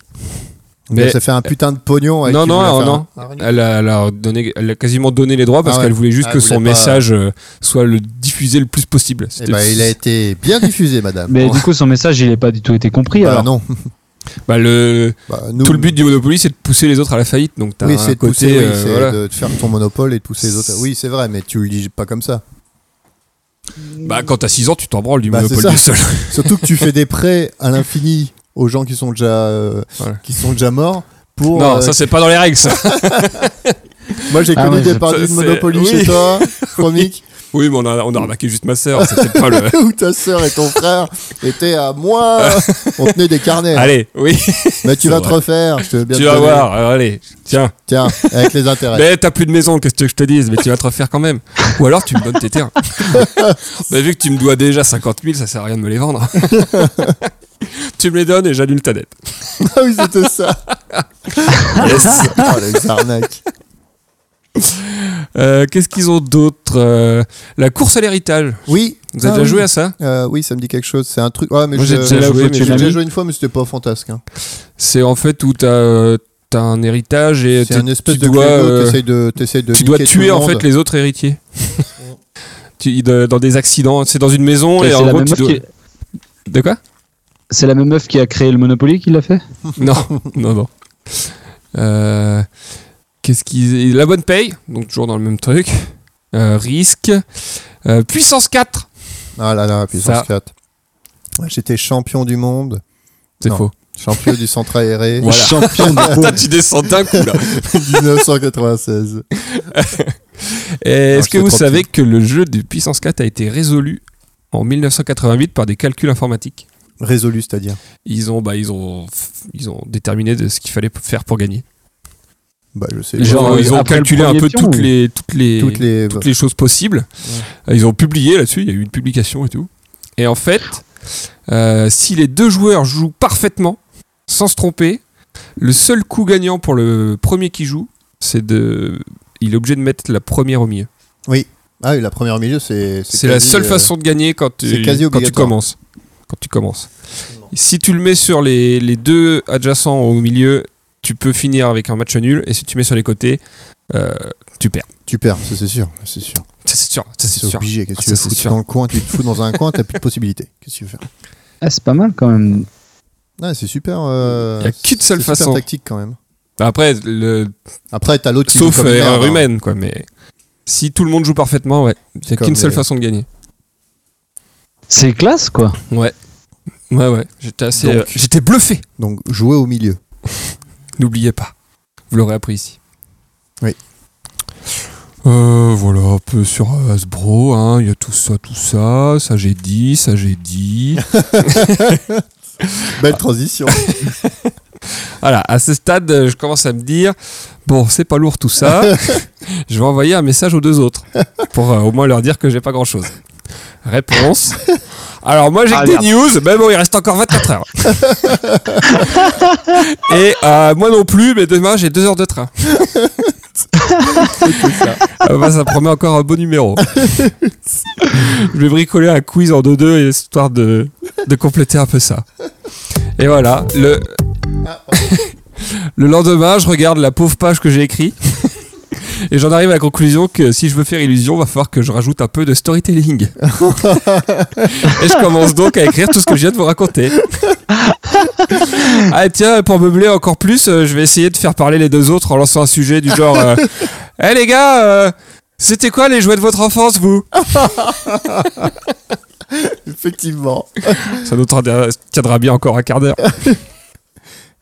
[SPEAKER 4] Mais,
[SPEAKER 5] Mais- euh,
[SPEAKER 4] ça fait un putain de pognon. ouais,
[SPEAKER 5] Non,
[SPEAKER 4] qui
[SPEAKER 5] non,
[SPEAKER 4] voulait
[SPEAKER 5] non,
[SPEAKER 4] faire
[SPEAKER 5] non.
[SPEAKER 4] un- un remix.
[SPEAKER 5] Elle a, elle a donné, elle a quasiment donné les droits parce
[SPEAKER 4] Ah ouais.
[SPEAKER 5] qu'elle voulait juste
[SPEAKER 4] Ah,
[SPEAKER 5] que
[SPEAKER 4] elle
[SPEAKER 5] son
[SPEAKER 4] voulait pas-
[SPEAKER 5] message euh, soit le diffusé le plus possible.
[SPEAKER 4] Eh
[SPEAKER 5] C'était-
[SPEAKER 4] ben, il a été bien diffusé,
[SPEAKER 5] Ah,
[SPEAKER 4] madame.
[SPEAKER 6] Mais
[SPEAKER 4] Bon.
[SPEAKER 6] du coup, son message, il n'a pas du tout été compris.
[SPEAKER 4] Bah,
[SPEAKER 6] alors,
[SPEAKER 4] non.
[SPEAKER 5] Bah, le,
[SPEAKER 4] Bah, nous,
[SPEAKER 5] tout le but du Monopoly, c'est de pousser les autres à la faillite. Donc, t'as
[SPEAKER 4] oui,
[SPEAKER 5] un
[SPEAKER 4] c'est de,
[SPEAKER 5] côté.
[SPEAKER 4] pousser, oui,
[SPEAKER 5] euh,
[SPEAKER 4] c'est
[SPEAKER 5] voilà.
[SPEAKER 4] de faire ton monopole et de pousser les autres. Oui, c'est vrai, mais tu le dis pas comme ça.
[SPEAKER 5] Bah, quand t'as 6 ans, tu t'en branles du
[SPEAKER 4] Bah, c'est
[SPEAKER 5] Monopoly
[SPEAKER 4] ça.
[SPEAKER 5] du sol.
[SPEAKER 4] Surtout que tu fais des prêts à l'infini aux gens qui sont déjà, euh,
[SPEAKER 5] Voilà.
[SPEAKER 4] qui sont déjà morts. Pour,
[SPEAKER 5] non,
[SPEAKER 4] euh,
[SPEAKER 5] ça, c'est pas dans les règles, ça.
[SPEAKER 4] moi, j'ai
[SPEAKER 6] Ah
[SPEAKER 4] connu
[SPEAKER 6] ouais,
[SPEAKER 4] des
[SPEAKER 6] je-
[SPEAKER 4] parties
[SPEAKER 5] ça,
[SPEAKER 4] de
[SPEAKER 5] c'est-
[SPEAKER 4] Monopoly
[SPEAKER 5] oui.
[SPEAKER 4] chez toi, Chromique,
[SPEAKER 5] oui, mais on a, on a arnaqué juste ma sœur. C'était pas le.
[SPEAKER 4] où ta soeur et ton frère étaient à moi. On tenait des carnets.
[SPEAKER 5] Allez, oui,
[SPEAKER 4] mais tu
[SPEAKER 5] c'est
[SPEAKER 4] vas te
[SPEAKER 5] vrai.
[SPEAKER 4] refaire. Je te veux bien
[SPEAKER 5] tu
[SPEAKER 4] te
[SPEAKER 5] vas
[SPEAKER 4] donner.
[SPEAKER 5] voir. Alors, allez, tiens.
[SPEAKER 4] Tiens, avec les intérêts.
[SPEAKER 5] Mais t'as plus de maison, qu'est-ce que tu veux que je te dise Mais tu vas te refaire quand même. Ou alors tu me donnes tes terres. Mais vu que tu me dois déjà 50 000, ça sert à rien de me les vendre. tu me les donnes et j'annule ta dette.
[SPEAKER 4] Ah oui, c'était ça. Oh, les arnaques.
[SPEAKER 5] Euh, Qu'est-ce qu'ils ont d'autre Euh, La course à l'héritage.
[SPEAKER 4] Oui.
[SPEAKER 5] Vous avez
[SPEAKER 4] Ah
[SPEAKER 5] déjà
[SPEAKER 4] oui.
[SPEAKER 5] joué à ça
[SPEAKER 4] Euh, oui, ça me dit quelque chose. C'est un truc. Ouais, mais
[SPEAKER 5] Moi,
[SPEAKER 4] je-
[SPEAKER 5] j'ai déjà joué, mais
[SPEAKER 4] j'ai
[SPEAKER 5] j'ai
[SPEAKER 4] déjà
[SPEAKER 6] jamais-
[SPEAKER 4] joué une fois, mais c'était pas fantasque. hein.
[SPEAKER 5] C'est en fait où t'as euh, t'as un héritage et
[SPEAKER 4] C'est
[SPEAKER 5] tu-
[SPEAKER 4] un espèce
[SPEAKER 5] tu
[SPEAKER 4] de
[SPEAKER 5] dois,
[SPEAKER 4] Cluedo,
[SPEAKER 5] euh,
[SPEAKER 4] t'essayes de, t'essayes de
[SPEAKER 5] tu dois
[SPEAKER 4] niquer tout
[SPEAKER 5] tuer
[SPEAKER 4] le
[SPEAKER 5] en
[SPEAKER 4] monde.
[SPEAKER 5] fait les autres héritiers. Tu- de- dans des accidents, c'est dans une maison et,
[SPEAKER 6] c'est
[SPEAKER 5] en
[SPEAKER 6] la,
[SPEAKER 5] gros
[SPEAKER 6] même
[SPEAKER 5] tu
[SPEAKER 6] meuf
[SPEAKER 5] dois...
[SPEAKER 6] qui-
[SPEAKER 5] De quoi
[SPEAKER 6] c'est la même meuf qui a créé le Monopoly qui l'a fait
[SPEAKER 5] Non, non, non. Euh, Qu'est-ce qui. La bonne paye, donc toujours dans le même truc. Euh, risque. Euh, puissance 4.
[SPEAKER 4] Ah là là, puissance
[SPEAKER 5] Ça.
[SPEAKER 4] 4. J'étais champion du monde,
[SPEAKER 5] C'est
[SPEAKER 4] Non.
[SPEAKER 5] faux.
[SPEAKER 4] champion du centre aéré
[SPEAKER 5] Voilà.
[SPEAKER 6] Champion du
[SPEAKER 5] Putain, tu descends d'un coup là.
[SPEAKER 4] 1996.
[SPEAKER 5] Et
[SPEAKER 4] Non,
[SPEAKER 5] Est-ce que
[SPEAKER 4] j'étais
[SPEAKER 5] vous
[SPEAKER 4] trop
[SPEAKER 5] savez que le jeu de puissance 4 a été résolu en 1988 par des calculs informatiques
[SPEAKER 4] Résolu, c'est-à-dire.
[SPEAKER 5] ils ont, bah, ils, ont, ils ont déterminé de ce qu'il fallait faire pour gagner.
[SPEAKER 4] Bah, je sais.
[SPEAKER 5] Ils
[SPEAKER 6] Genre,
[SPEAKER 5] ont- ils ont
[SPEAKER 6] après le
[SPEAKER 5] calculé un
[SPEAKER 6] premier
[SPEAKER 5] peu
[SPEAKER 6] pion,
[SPEAKER 5] toutes,
[SPEAKER 6] ou-
[SPEAKER 5] les, toutes les.
[SPEAKER 4] Toutes les.
[SPEAKER 5] euh, toutes les choses possibles. Ils ont publié là-dessus, il y a eu une publication et tout. Et en fait, euh, si les deux joueurs jouent parfaitement, sans se tromper, le seul coup gagnant pour le premier qui joue, c'est de. Il est obligé de mettre la première au milieu.
[SPEAKER 4] Ah oui, la première au milieu, c'est.
[SPEAKER 5] C'est la
[SPEAKER 4] quasi,
[SPEAKER 5] seule
[SPEAKER 4] euh,
[SPEAKER 5] façon de gagner quand tu,
[SPEAKER 4] c'est quasi
[SPEAKER 5] quand tu
[SPEAKER 4] obligatoire.
[SPEAKER 5] commences. Quand tu commences. Si tu le mets sur les, les deux adjacents au milieu, tu peux finir avec un match nul. Et si tu mets sur les côtés, euh, tu perds.
[SPEAKER 4] Tu perds, ça, c'est sûr. C'est sûr.
[SPEAKER 5] Ça, C'est sûr, ça, c'est
[SPEAKER 4] C'est
[SPEAKER 5] sûr.
[SPEAKER 4] obligé. Qu'est-ce
[SPEAKER 5] Ah,
[SPEAKER 4] que tu veux
[SPEAKER 5] ça, c'est
[SPEAKER 4] foutre
[SPEAKER 5] sûr.
[SPEAKER 4] dans le coin Tu te fous dans un coin, t'as plus de possibilités. Qu'est-ce que tu veux faire
[SPEAKER 6] Ah, c'est pas mal quand même.
[SPEAKER 4] Ah, c'est super. euh,
[SPEAKER 5] Y a qu'une seule
[SPEAKER 4] c'est super
[SPEAKER 5] façon.
[SPEAKER 4] tactique quand même.
[SPEAKER 5] Après, le,
[SPEAKER 4] Après, t'as l'autre qui joue
[SPEAKER 5] Sauf
[SPEAKER 4] comme
[SPEAKER 5] euh,
[SPEAKER 4] une merde,
[SPEAKER 5] erreur
[SPEAKER 4] hein.
[SPEAKER 5] humaine, quoi. Mais si tout le monde joue parfaitement, ouais. Il n'y a
[SPEAKER 4] Comme
[SPEAKER 5] qu'une seule
[SPEAKER 4] les-
[SPEAKER 5] façon de gagner.
[SPEAKER 6] C'est classe quoi.
[SPEAKER 5] Ouais. Ouais, ouais. J'étais assez.
[SPEAKER 4] Donc-
[SPEAKER 5] euh, J'étais bluffé.
[SPEAKER 4] Donc, jouer au milieu.
[SPEAKER 5] N'oubliez pas. Vous l'aurez appris ici.
[SPEAKER 4] Oui.
[SPEAKER 5] Euh, voilà, un peu sur Hasbro. hein. Il y a tout ça, tout ça. Ça, j'ai dit. Ça, j'ai dit.
[SPEAKER 4] Belle transition.
[SPEAKER 5] voilà, à ce stade, euh, je commence à me dire bon, c'est pas lourd tout ça. je vais envoyer un message aux deux autres pour euh, au moins leur dire que j'ai pas grand chose. Réponse. Alors moi j'ai
[SPEAKER 6] Ah,
[SPEAKER 5] que
[SPEAKER 6] merde.
[SPEAKER 5] des news, mais bon il reste encore 24 heures. Et euh, moi non plus, mais demain j'ai deux heures de train. Ah bah, ça promet encore un beau numéro. je vais bricoler un quiz en 2-2 histoire de, de compléter un peu ça. Et voilà, le, le lendemain, je regarde la pauvre page que j'ai écrite. Et j'en arrive à la conclusion que si je veux faire illusion, va falloir que je rajoute un peu de storytelling. et je commence donc à écrire tout ce que je viens de vous raconter. ah et tiens, pour meubler encore plus, euh, je vais essayer de faire parler les deux autres en lançant un sujet du genre euh, Eh les gars, euh, c'était quoi les jouets de votre enfance, vous
[SPEAKER 4] Effectivement.
[SPEAKER 5] Ça nous tiendra tiendra bien encore un quart d'heure.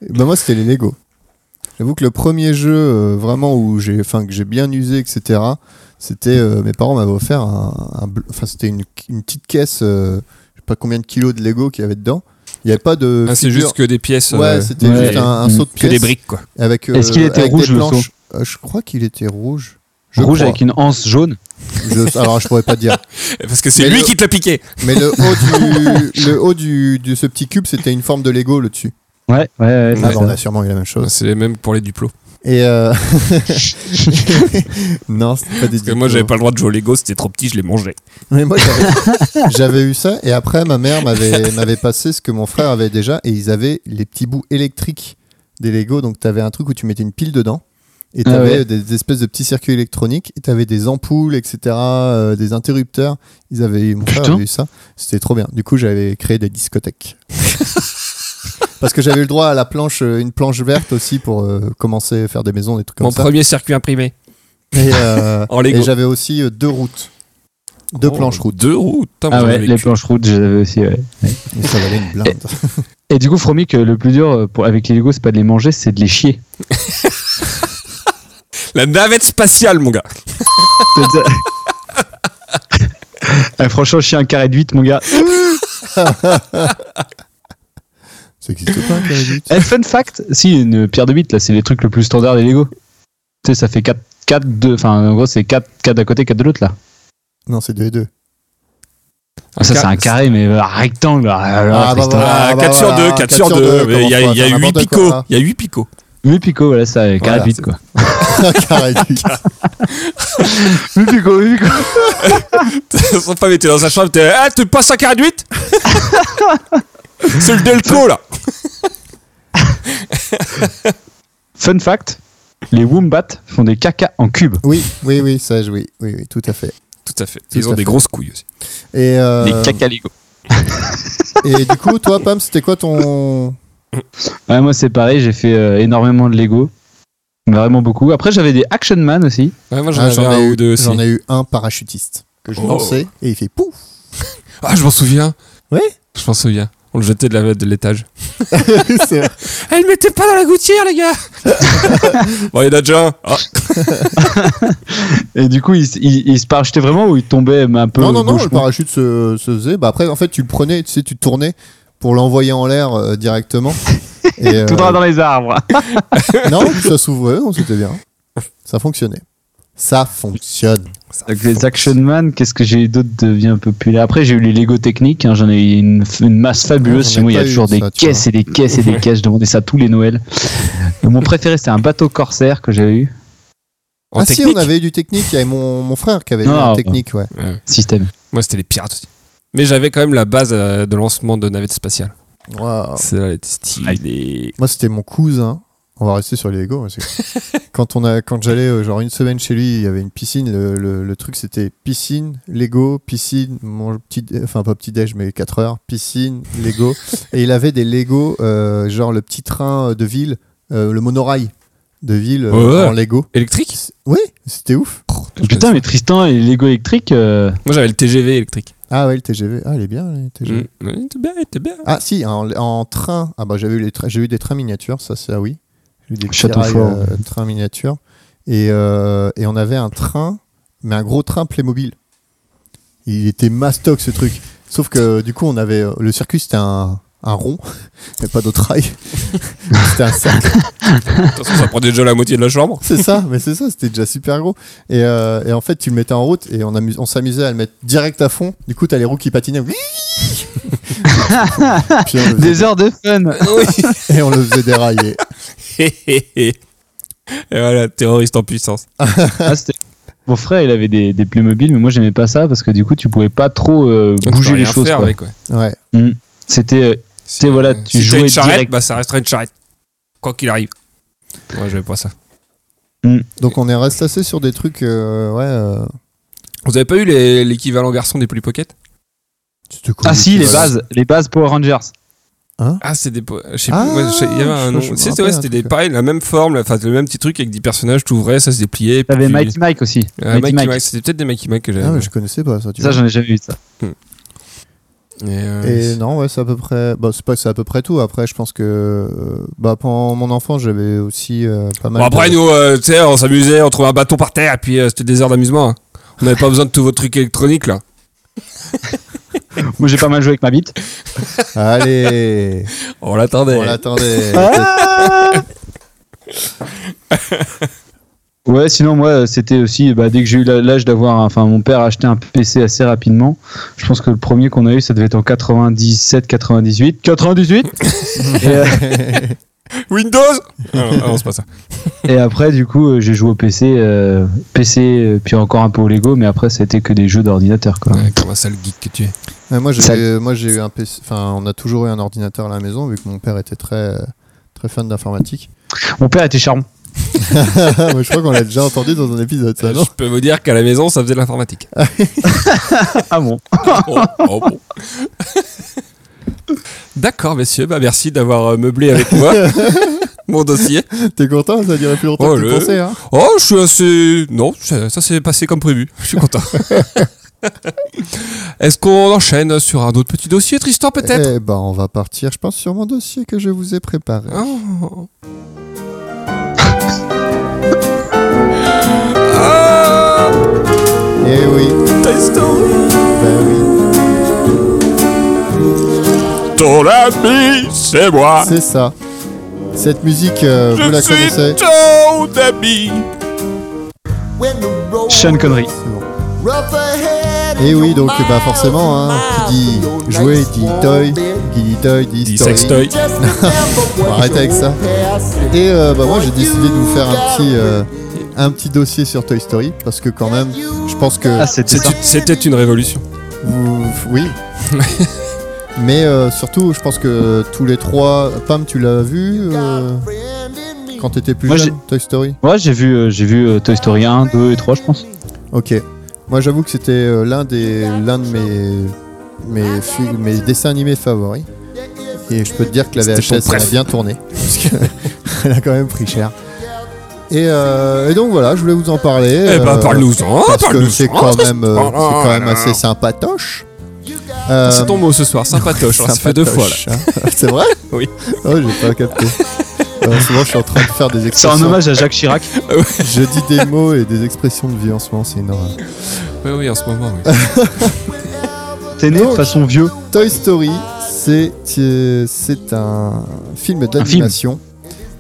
[SPEAKER 4] Bah moi c'était les Lego. J'avoue que le premier jeu euh, vraiment où j'ai, enfin que j'ai bien usé, etc. C'était euh, mes parents m'avaient offert un, un bl- enfin c'était une, une petite caisse, euh, je sais pas combien de kilos de Lego qu'il y avait dedans. Il n'y avait pas de.
[SPEAKER 5] Ah, c'est
[SPEAKER 4] figure.
[SPEAKER 5] juste que des pièces, euh,
[SPEAKER 4] Ouais, c'était
[SPEAKER 6] ouais.
[SPEAKER 4] juste un, un
[SPEAKER 6] Mm.
[SPEAKER 4] saut de
[SPEAKER 5] que
[SPEAKER 4] pièces
[SPEAKER 5] des briques, quoi.
[SPEAKER 4] avec. euh,
[SPEAKER 6] Est-ce qu'il était
[SPEAKER 4] avec des
[SPEAKER 6] rouge, le saut
[SPEAKER 4] planches. Euh, Je crois qu'il était rouge. Je
[SPEAKER 6] Rouge
[SPEAKER 4] crois.
[SPEAKER 6] avec une anse jaune.
[SPEAKER 4] Je- alors je pourrais pas dire.
[SPEAKER 5] Parce que c'est
[SPEAKER 4] Mais
[SPEAKER 5] lui
[SPEAKER 4] le-
[SPEAKER 5] qui te l'a piqué.
[SPEAKER 4] Mais le haut du, le haut du, de ce petit cube, c'était une forme de Lego le dessus.
[SPEAKER 6] Ouais, ouais, ouais. c'est
[SPEAKER 4] Ah, bah,
[SPEAKER 6] ça.
[SPEAKER 4] on a sûrement eu la même chose.
[SPEAKER 5] C'est les mêmes pour les duplos.
[SPEAKER 4] Et euh... non, c'était pas des.
[SPEAKER 5] Parce que moi, j'avais pas le droit de jouer au Lego, c'était trop petit, je les mangeais.
[SPEAKER 4] Mais moi, j'avais- j'avais eu ça, et après, ma mère m'avait m'avait passé ce que mon frère avait déjà, et ils avaient les petits bouts électriques des Lego. Donc, t'avais un truc où tu mettais une pile dedans, et
[SPEAKER 6] Ah
[SPEAKER 4] t'avais
[SPEAKER 6] ouais.
[SPEAKER 4] des espèces de petits circuits électroniques, et t'avais des ampoules, etc., euh, des interrupteurs. Ils avaient, mon frère
[SPEAKER 6] Putain.
[SPEAKER 4] avait eu ça. C'était trop bien. Du coup, j'avais créé des discothèques. Parce que j'avais eu le droit à la planche, euh, une planche verte aussi pour euh, commencer à faire des maisons, des trucs comme
[SPEAKER 5] Mon
[SPEAKER 4] ça.
[SPEAKER 5] premier circuit imprimé.
[SPEAKER 4] Et, euh,
[SPEAKER 5] En Lego.
[SPEAKER 4] et j'avais aussi euh, deux routes. Deux
[SPEAKER 5] Oh,
[SPEAKER 4] planches routes.
[SPEAKER 5] Deux routes. putain,
[SPEAKER 6] Ah
[SPEAKER 5] j'en
[SPEAKER 6] ouais,
[SPEAKER 5] avais
[SPEAKER 6] les
[SPEAKER 5] que-
[SPEAKER 6] planches routes, j'avais aussi. ouais.
[SPEAKER 4] Mais ça valait une blinde.
[SPEAKER 6] Et du coup, Fromic, euh, le plus dur euh, pour, avec les Lego, c'est pas de les manger, c'est de les chier.
[SPEAKER 5] La navette spatiale, mon gars.
[SPEAKER 6] Ah, franchement, chier un carré de 8, mon gars.
[SPEAKER 4] Ça existe pas, un carré de huit
[SPEAKER 6] Eh, fun fact, si, une pierre de 8, là, c'est les trucs le plus standard des Lego. Tu sais, ça fait 4, 4, 2, enfin, en gros, c'est 4, 4 d'un côté, 4 de l'autre, là.
[SPEAKER 4] Non, c'est deux et deux.
[SPEAKER 6] Ah, ça, c'est un carré, mais euh, rectangle. ah, alors,
[SPEAKER 4] Ah,
[SPEAKER 6] c'est
[SPEAKER 4] bah,
[SPEAKER 6] standard.
[SPEAKER 5] Ah,
[SPEAKER 4] Ah, bah
[SPEAKER 5] 4 sur
[SPEAKER 4] voilà,
[SPEAKER 5] 2, 4 sur
[SPEAKER 4] 4
[SPEAKER 5] 2.
[SPEAKER 4] sur
[SPEAKER 5] mais Il y a,
[SPEAKER 4] deux,
[SPEAKER 5] il y a
[SPEAKER 4] comment
[SPEAKER 5] 8
[SPEAKER 4] ça,
[SPEAKER 5] picots.
[SPEAKER 4] n'importe
[SPEAKER 5] Il y a 8 picots.
[SPEAKER 6] Huit picots, voilà, ça, carré
[SPEAKER 4] Voilà,
[SPEAKER 6] de 8, quoi.
[SPEAKER 4] Un carré de huit.
[SPEAKER 6] 8 picots, 8 picots.
[SPEAKER 5] Son femme était dans sa chambre, t'es Ah, tu passes à 48 C'est le Delco, là.
[SPEAKER 6] Fun fact, les Wombats font des caca en cube.
[SPEAKER 4] Oui, oui, oui, ça, je- oui, oui, oui, tout à fait.
[SPEAKER 5] Tout à fait.
[SPEAKER 4] Tout
[SPEAKER 5] Ils ont
[SPEAKER 4] à
[SPEAKER 5] des
[SPEAKER 4] fait.
[SPEAKER 5] grosses couilles aussi.
[SPEAKER 4] Et, euh,
[SPEAKER 6] Lego.
[SPEAKER 4] et du coup, toi, Pam, c'était quoi ton.
[SPEAKER 6] Ouais, moi, c'est pareil, j'ai fait euh, énormément de Lego. Vraiment beaucoup. Après, j'avais des Action Man aussi.
[SPEAKER 5] Ouais, moi, j'en
[SPEAKER 4] Ah,
[SPEAKER 5] avais un
[SPEAKER 4] eu,
[SPEAKER 5] ou deux aussi.
[SPEAKER 4] j'en ai eu un parachutiste que je
[SPEAKER 5] Oh.
[SPEAKER 4] lançais et il fait pouf
[SPEAKER 5] Ah, je m'en souviens.
[SPEAKER 4] Ouais.
[SPEAKER 5] Je m'en souviens. On le jetait de la- de l'étage.
[SPEAKER 4] C'est-
[SPEAKER 5] Elle Ah, le mettait pas dans la gouttière, les gars Bon, il y en a déjà un. Ah,
[SPEAKER 6] Et du coup, il, s- il, il se parachutait vraiment ou il tombait un peu
[SPEAKER 4] Non, non, non,
[SPEAKER 6] gauche-
[SPEAKER 4] le parachute se, se faisait. Bah, après, en fait, tu le prenais, tu sais, tu tournais pour l'envoyer en l'air euh, directement. Et, euh,
[SPEAKER 6] Tout droit dans les arbres.
[SPEAKER 4] Non, ça s'ouvrait, non, c'était bien. Ça fonctionnait. Ça fonctionne.
[SPEAKER 6] Donc les Action Man, qu'est-ce que j'ai eu d'autres de bien populaires Après, j'ai eu les Lego techniques, hein, j'en ai eu une, une masse fabuleuse.
[SPEAKER 4] Ouais, j'en
[SPEAKER 6] Sinon,
[SPEAKER 4] ai
[SPEAKER 6] il y a
[SPEAKER 4] pas eu
[SPEAKER 6] toujours des
[SPEAKER 4] ça, tu
[SPEAKER 6] caisses et des caisses et des caisses. Je demandais ça tous les Noëls. Euh, Mon préféré, c'était un bateau corsaire que j'avais eu.
[SPEAKER 5] en
[SPEAKER 4] ah si,
[SPEAKER 5] technique.
[SPEAKER 4] on avait eu du technique. Il y avait mon, mon frère qui avait eu
[SPEAKER 6] Ah,
[SPEAKER 4] un technique, ouais.
[SPEAKER 6] Système.
[SPEAKER 5] Moi, c'était les pirates aussi. Mais j'avais quand même la base euh, de lancement de navette spatiale.
[SPEAKER 4] Waouh.
[SPEAKER 5] Celle-là, elle était stylée.
[SPEAKER 4] Moi, c'était mon cousin. On va rester sur les Lego. mais c'est- quand on a, quand j'allais euh, genre une semaine chez lui, il y avait une piscine. Le, le- le truc, c'était piscine, Lego, piscine, mon petit, enfin pas petit déj, mais 4 heures, piscine, Lego. Et il avait des Lego, euh, genre le petit train de ville, euh, le monorail de ville euh,
[SPEAKER 5] Ouais, ouais.
[SPEAKER 4] en Lego.
[SPEAKER 5] Électrique
[SPEAKER 4] Oui, c'était ouf.
[SPEAKER 6] Putain, mais Tristan et les Lego électriques. euh,
[SPEAKER 5] Moi, j'avais le TGV électrique.
[SPEAKER 4] Ah ouais, le TGV. Ah, il est bien, le TGV.
[SPEAKER 5] Mm. Ouais, T'es bien, t'es bien.
[SPEAKER 4] Ah si, en, en train. Ah bah j'avais eu, les tra- j'ai eu des trains miniatures, ça c'est ah oui. J'ai eu des petits
[SPEAKER 6] Château
[SPEAKER 4] rails,
[SPEAKER 6] fort.
[SPEAKER 4] euh, trains miniatures. Et, euh, et on avait un train, mais un gros train Playmobil. Il était mastoc ce truc. Sauf que du coup on avait euh, le circuit c'était un, un rond, il y avait pas d'autre rail. c'était un cercle.
[SPEAKER 5] De toute façon, ça prend déjà la moitié de la chambre.
[SPEAKER 4] C'est ça, mais c'est ça, c'était déjà super gros. Et, euh, et en fait tu le mettais en route et on, amus- on s'amusait à le mettre direct à fond. Du coup t'as les roues qui patinaient. Puis on le faisait-
[SPEAKER 6] Des heures de fun
[SPEAKER 4] et on le faisait dérailler.
[SPEAKER 5] Hé, hé, hé. Et voilà, terroriste en puissance.
[SPEAKER 6] Ah, c'était- Mon frère, il avait des, des Playmobil, mais moi, j'aimais pas ça parce que du coup, tu pouvais pas trop euh,
[SPEAKER 5] Tu peux
[SPEAKER 6] bouger les
[SPEAKER 5] rien
[SPEAKER 6] choses.
[SPEAKER 5] faire
[SPEAKER 6] quoi.
[SPEAKER 5] avec, ouais.
[SPEAKER 4] Ouais.
[SPEAKER 6] C'était. euh,
[SPEAKER 5] Si,
[SPEAKER 6] voilà,
[SPEAKER 5] euh,
[SPEAKER 6] tu
[SPEAKER 5] si t'as
[SPEAKER 6] jouais
[SPEAKER 5] une charrette,
[SPEAKER 6] direct.
[SPEAKER 5] bah ça resterait une charrette. Quoi qu'il arrive. Moi, j'avais pas ça.
[SPEAKER 6] Mm.
[SPEAKER 4] Donc on est reste assez sur des trucs. euh, ouais. euh,
[SPEAKER 5] Vous avez pas eu les- l'équivalent garçon des Polly Pocket
[SPEAKER 4] c'était cool.
[SPEAKER 6] Ah si, les
[SPEAKER 4] Ouais.
[SPEAKER 6] bases, les bases Power Rangers.
[SPEAKER 5] Ah, c'est des. po- Je sais
[SPEAKER 4] Ah,
[SPEAKER 5] plus. ouais, je sais- Il y avait un
[SPEAKER 4] je-
[SPEAKER 5] nom.
[SPEAKER 4] je me
[SPEAKER 5] C'est-
[SPEAKER 4] rappelle
[SPEAKER 5] ouais,
[SPEAKER 4] un
[SPEAKER 5] C'était
[SPEAKER 4] truc.
[SPEAKER 5] des pareil, la même forme, la- enfin, le même petit truc avec des personnages, tu ouvrais, ça se dépliait. puis
[SPEAKER 6] T'avais
[SPEAKER 5] tu-
[SPEAKER 6] Mighty Mike aussi.
[SPEAKER 5] Euh,
[SPEAKER 6] Mighty Mike.
[SPEAKER 5] C'était peut-être des Mighty Mike que j'avais.
[SPEAKER 4] Ah, mais je connaissais pas ça. Tu
[SPEAKER 6] Ça,
[SPEAKER 4] vois.
[SPEAKER 6] j'en ai jamais vu ça.
[SPEAKER 5] Et, euh,
[SPEAKER 4] Et non, ouais, c'est à peu près. Bah, c'est pas c'est à peu près tout. Après, je pense que euh, bah, pendant mon enfance, j'avais aussi euh, pas mal.
[SPEAKER 5] Bon, après,
[SPEAKER 4] de-
[SPEAKER 5] nous, euh, tu sais, on s'amusait, on trouvait un bâton par terre, et puis euh, c'était des heures d'amusement. hein. On n'avait pas besoin de tous vos trucs électroniques, là.
[SPEAKER 6] Moi, j'ai pas mal joué avec ma bite.
[SPEAKER 4] Allez,
[SPEAKER 5] On l'attendait.
[SPEAKER 4] on l'attendait.
[SPEAKER 6] Ah, Ouais, sinon moi c'était aussi bah, dès que j'ai eu la- l'âge d'avoir, enfin mon père a acheté un PC assez rapidement. Je pense que le premier qu'on a eu ça devait être en 97, 98, 98. et, euh,
[SPEAKER 5] Windows Ah non, ah non, c'est pas ça.
[SPEAKER 6] et après du coup euh, j'ai joué au PC, euh, PC euh, puis encore un peu au Lego, mais après c'était que des jeux d'ordinateur quoi.
[SPEAKER 5] Ouais, comme un sale geek que tu es.
[SPEAKER 4] Ouais, moi,
[SPEAKER 6] Ça-
[SPEAKER 4] j'ai, moi, j'ai eu un PC. Enfin, on a toujours eu un ordinateur à la maison, vu que mon père était très, euh, très fan d'informatique.
[SPEAKER 6] Mon père était charmant.
[SPEAKER 4] Moi, je crois qu'on l'a déjà entendu dans un épisode, ça, Bah non
[SPEAKER 5] Euh, je peux vous dire qu'à la maison, ça faisait de l'informatique.
[SPEAKER 6] Ah bon.
[SPEAKER 5] Oh, oh, bon. D'accord, messieurs, bah, merci d'avoir euh, meublé avec moi mon dossier.
[SPEAKER 4] T'es content Ça a duré plus longtemps
[SPEAKER 5] Oh,
[SPEAKER 4] que tu
[SPEAKER 5] le-
[SPEAKER 4] pensais, hein
[SPEAKER 5] Oh, je suis assez. Non, ça, ça s'est passé comme prévu. Je suis content. Est-ce qu'on enchaîne sur un autre petit dossier, Tristan, peut-être
[SPEAKER 4] Eh ben, on va partir, je pense, sur mon dossier que je vous ai préparé.
[SPEAKER 5] Oh. Ah,
[SPEAKER 4] Eh oui,
[SPEAKER 5] Tristan
[SPEAKER 4] bah oui,
[SPEAKER 3] Ton ami, c'est
[SPEAKER 5] Ah.
[SPEAKER 3] moi.
[SPEAKER 4] c'est ça. Cette musique, euh, vous la connaissez
[SPEAKER 3] ton ami.
[SPEAKER 6] Sean Connery.
[SPEAKER 4] Et oui, donc bah forcément, hein, qui dit jouer dit toy, qui dit toy dit
[SPEAKER 5] Dis
[SPEAKER 4] story.
[SPEAKER 5] sextoy.
[SPEAKER 4] Arrête avec ça. Et euh, bah moi j'ai décidé de vous faire un petit, euh, un petit dossier sur Toy Story parce que quand même, je pense que
[SPEAKER 6] Ah c'était
[SPEAKER 5] C'est
[SPEAKER 6] ça.
[SPEAKER 5] une- C'était une révolution.
[SPEAKER 4] vous, oui. Mais euh, surtout, je pense que tous les trois, Pam, tu l'as vu euh, quand t'étais plus
[SPEAKER 6] Moi,
[SPEAKER 4] jeune, Toy Story.
[SPEAKER 6] Ouais j'ai vu euh, j'ai vu euh, Toy Story 1, 2 et 3 je pense.
[SPEAKER 4] Ok. Moi, j'avoue que c'était euh, l'un des l'un de mes mes, fi- mes dessins animés favoris.
[SPEAKER 8] Eh,
[SPEAKER 4] Et je peux te dire que la
[SPEAKER 5] C'était ton
[SPEAKER 4] VHS elle a
[SPEAKER 5] préf.
[SPEAKER 4] bien tourné. Parce que elle a quand même pris cher. Et, euh, et donc voilà, je voulais vous en parler.
[SPEAKER 5] Eh ben,
[SPEAKER 4] euh,
[SPEAKER 5] parle-nous-en,
[SPEAKER 4] Parce que
[SPEAKER 5] parle-nous-en.
[SPEAKER 4] c'est quand même, euh, c'est quand même assez sympatoche. Euh,
[SPEAKER 5] C'est ton mot ce soir, sympatoche. Alors, ça fait deux fois, là.
[SPEAKER 4] sympatoche, hein. c'est vrai
[SPEAKER 5] Oui.
[SPEAKER 4] Oh, j'ai pas capté. Euh, souvent, je suis en train de faire des
[SPEAKER 6] C'est
[SPEAKER 4] expressions.
[SPEAKER 6] en hommage à Jacques Chirac.
[SPEAKER 4] Je dis des mots et des expressions de vie en ce moment, c'est une horreur.
[SPEAKER 5] Oui, oui, en ce moment, oui.
[SPEAKER 6] T'es né de façon vieux.
[SPEAKER 4] Toy Story, c'est euh, c'est un film d'animation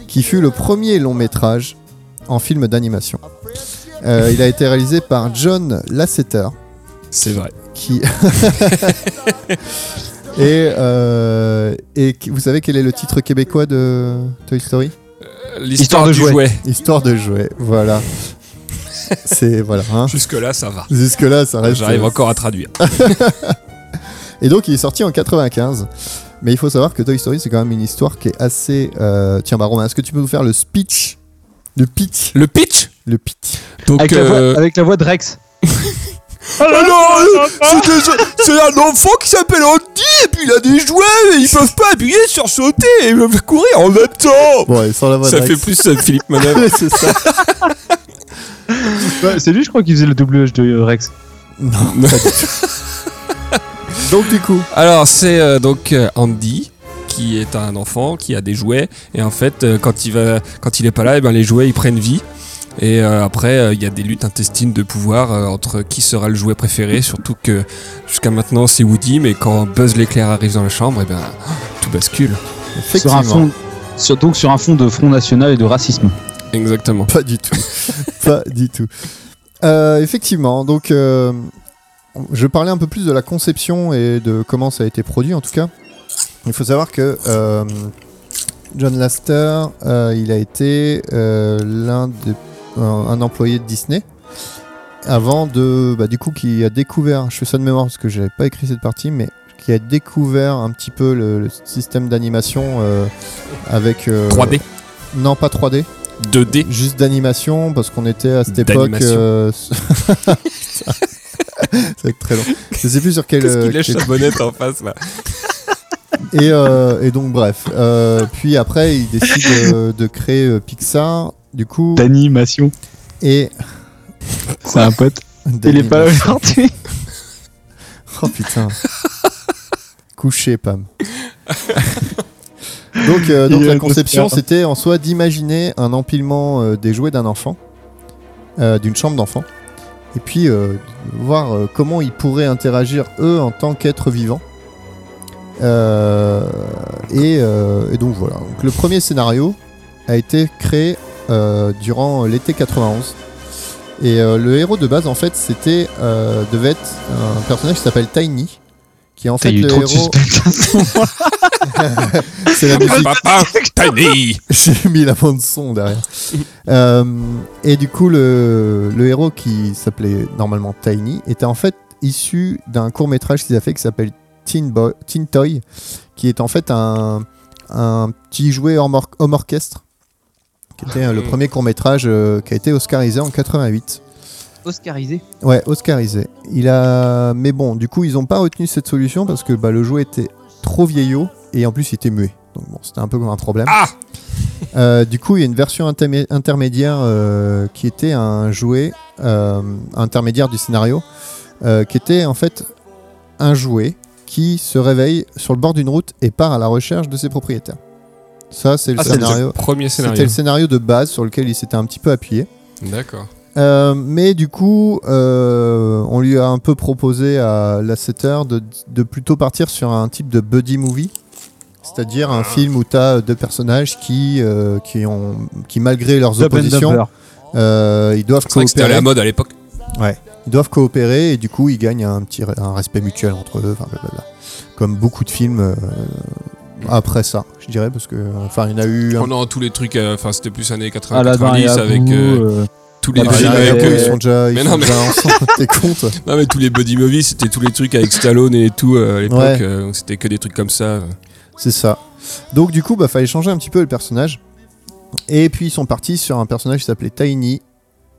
[SPEAKER 4] qui fut le premier long métrage en film d'animation. Euh, il a été réalisé par John Lasseter,
[SPEAKER 5] C'est vrai.
[SPEAKER 4] qui et euh, et qui- vous savez quel est le titre québécois de Toy Story
[SPEAKER 5] L'histoire
[SPEAKER 6] de
[SPEAKER 5] du
[SPEAKER 6] jouet.
[SPEAKER 5] jouet.
[SPEAKER 4] Histoire de jouets, voilà. C'est voilà. hein.
[SPEAKER 5] Jusque-là, ça va.
[SPEAKER 4] Jusque là, ça reste. euh,
[SPEAKER 5] J'arrive encore à traduire.
[SPEAKER 4] Et donc il est sorti en 95. Mais il faut savoir que Toy Story c'est quand même une histoire qui est assez. euh, Tiens bah Romain, est-ce que tu peux nous faire le speech Le pitch
[SPEAKER 5] Le pitch
[SPEAKER 4] Le pitch.
[SPEAKER 5] Donc,
[SPEAKER 6] Avec, la
[SPEAKER 5] euh,
[SPEAKER 6] voix, avec la voix de Rex.
[SPEAKER 5] Ah non, euh, c'est des- c'est un enfant qui s'appelle Andy, et puis il a des jouets, et ils peuvent pas appuyer sur sauter, et ils peuvent courir en même temps.
[SPEAKER 4] Bon, et sans la voix
[SPEAKER 5] Ça
[SPEAKER 4] de
[SPEAKER 5] fait
[SPEAKER 4] Rex.
[SPEAKER 5] plus euh, Philippe Manœuvre.
[SPEAKER 4] Ouais, c'est ça.
[SPEAKER 6] Ouais, c'est lui je crois qui faisait le doublage de euh, Rex.
[SPEAKER 4] Donc du coup,
[SPEAKER 5] Alors, c'est euh, donc euh, Andy qui est un enfant qui a des jouets et en fait euh, quand il va quand il est pas là et ben les jouets ils prennent vie et euh, après euh, il y a des luttes intestines de pouvoir euh, entre qui sera le jouet préféré surtout que jusqu'à maintenant c'est Woody mais quand Buzz l'éclair arrive dans la chambre et ben tout bascule
[SPEAKER 6] sur
[SPEAKER 4] effectivement.
[SPEAKER 6] un fond, sur- donc sur un fond de Front National et de racisme.
[SPEAKER 5] exactement
[SPEAKER 4] Pas du tout. pas du tout. Euh, effectivement, donc euh, je parlais un peu plus de la conception et de comment ça a été produit en tout cas. Il faut savoir que euh, John Laster, euh, il a été euh, l'un des un, un employé de Disney avant de bah, du coup qui a découvert, je fais ça de mémoire parce que j'avais pas écrit cette partie, mais qui a découvert un petit peu le, le système d'animation euh, avec euh,
[SPEAKER 5] 3D
[SPEAKER 4] Non, pas 3D.
[SPEAKER 5] 2D.
[SPEAKER 4] Juste d'animation, parce qu'on était à cette époque.
[SPEAKER 5] D'animation.
[SPEAKER 4] euh, s- Ça va être très long. Je sais plus sur quel. euh,
[SPEAKER 5] Qu'est-ce qu'il lèche
[SPEAKER 4] quel-
[SPEAKER 5] sa bonnette en face là
[SPEAKER 4] et, euh, et donc, bref. Euh, puis après, il décide euh, de créer euh, Pixar. Du coup,
[SPEAKER 6] D'animation.
[SPEAKER 4] et.
[SPEAKER 6] C'est un pote. Il est pas là aujourd'hui.
[SPEAKER 4] Oh putain. Couché, Pam. donc, euh, donc
[SPEAKER 6] Il y a
[SPEAKER 4] la
[SPEAKER 6] un
[SPEAKER 4] conception,
[SPEAKER 6] Oscar.
[SPEAKER 4] c'était en soi d'imaginer un empilement euh, des jouets d'un enfant, euh, d'une chambre d'enfant, et puis euh, voir euh, comment ils pourraient interagir eux en tant qu'êtres vivants. Euh, et, euh, et donc voilà. Donc, le premier scénario a été créé euh, durant l'été 91. Et euh, le héros de base, en fait, c'était euh, devait être un personnage qui s'appelle Tiny, qui est en
[SPEAKER 6] T'as
[SPEAKER 4] fait
[SPEAKER 6] eu Ah,
[SPEAKER 4] le
[SPEAKER 6] trop de
[SPEAKER 4] héros.
[SPEAKER 6] suspense à ce moment.
[SPEAKER 4] C'est la musique.
[SPEAKER 5] Papa Tiny
[SPEAKER 4] J'ai mis la bande son derrière. Euh, et du coup, le, le héros qui s'appelait normalement Tiny était en fait issu d'un court métrage qu'ils a fait qui s'appelle Teen, Boy- Teen Toy, qui est en fait un, un petit jouet hors, mor- homme orchestre, qui était euh, le premier court métrage qui a été oscarisé en 88.
[SPEAKER 6] Oscarisé.
[SPEAKER 4] Ouais, oscarisé. Il a, mais bon, du coup, ils n'ont pas retenu cette solution parce que bah, le jeu était trop vieillot et en plus, il était muet. Donc bon, c'était un peu comme un problème.
[SPEAKER 5] Ah
[SPEAKER 4] Euh, du coup, il y a une version intermé- intermédiaire euh, qui était un jouet euh, intermédiaire du scénario, euh, qui était en fait un jouet qui se réveille sur le bord d'une route et part à la recherche de ses propriétaires. Ça, c'est le
[SPEAKER 5] Ah, c'est
[SPEAKER 4] scénario.
[SPEAKER 5] le premier
[SPEAKER 4] C'était
[SPEAKER 5] scénario.
[SPEAKER 4] le scénario de base sur lequel il s'était un petit peu appuyé.
[SPEAKER 5] D'accord.
[SPEAKER 4] Euh, mais du coup, euh, on lui a un peu proposé à l'asseteur de, de plutôt partir sur un type de buddy movie, c'est-à-dire
[SPEAKER 5] Ah.
[SPEAKER 4] un film où tu as deux personnages qui, euh, qui, ont, qui, malgré leurs
[SPEAKER 6] Top and
[SPEAKER 4] oppositions,
[SPEAKER 6] Dumper.
[SPEAKER 4] euh, ils, doivent
[SPEAKER 5] C'est vrai que c'était à
[SPEAKER 4] coopérer,
[SPEAKER 5] la mode à l'époque.
[SPEAKER 4] ils doivent coopérer et du coup, ils gagnent un petit un respect mutuel entre eux, enfin, blablabla. comme beaucoup de films euh, après ça, je dirais, parce que enfin, il y en a eu un
[SPEAKER 5] Pendant tous les trucs, euh, enfin c'était plus années
[SPEAKER 6] Ah là, dans
[SPEAKER 5] 80
[SPEAKER 6] les
[SPEAKER 5] 90 avec euh,
[SPEAKER 6] euh,
[SPEAKER 5] tous les
[SPEAKER 6] Ah, bah,
[SPEAKER 5] films
[SPEAKER 6] il y a
[SPEAKER 5] avec,
[SPEAKER 6] eu-
[SPEAKER 5] euh,
[SPEAKER 4] ils sont déjà, ils
[SPEAKER 5] mais
[SPEAKER 4] sont
[SPEAKER 5] non, mais-
[SPEAKER 4] déjà ensemble, t'es con toi.
[SPEAKER 5] Non mais tous les buddy movies, c'était tous les trucs avec Stallone et tout euh, à l'époque.
[SPEAKER 4] Ouais.
[SPEAKER 5] euh, donc c'était que des trucs comme ça. euh.
[SPEAKER 4] C'est ça. Donc du coup, bah fallait changer un petit peu le personnage. Et puis ils sont partis sur un personnage qui s'appelait Tiny.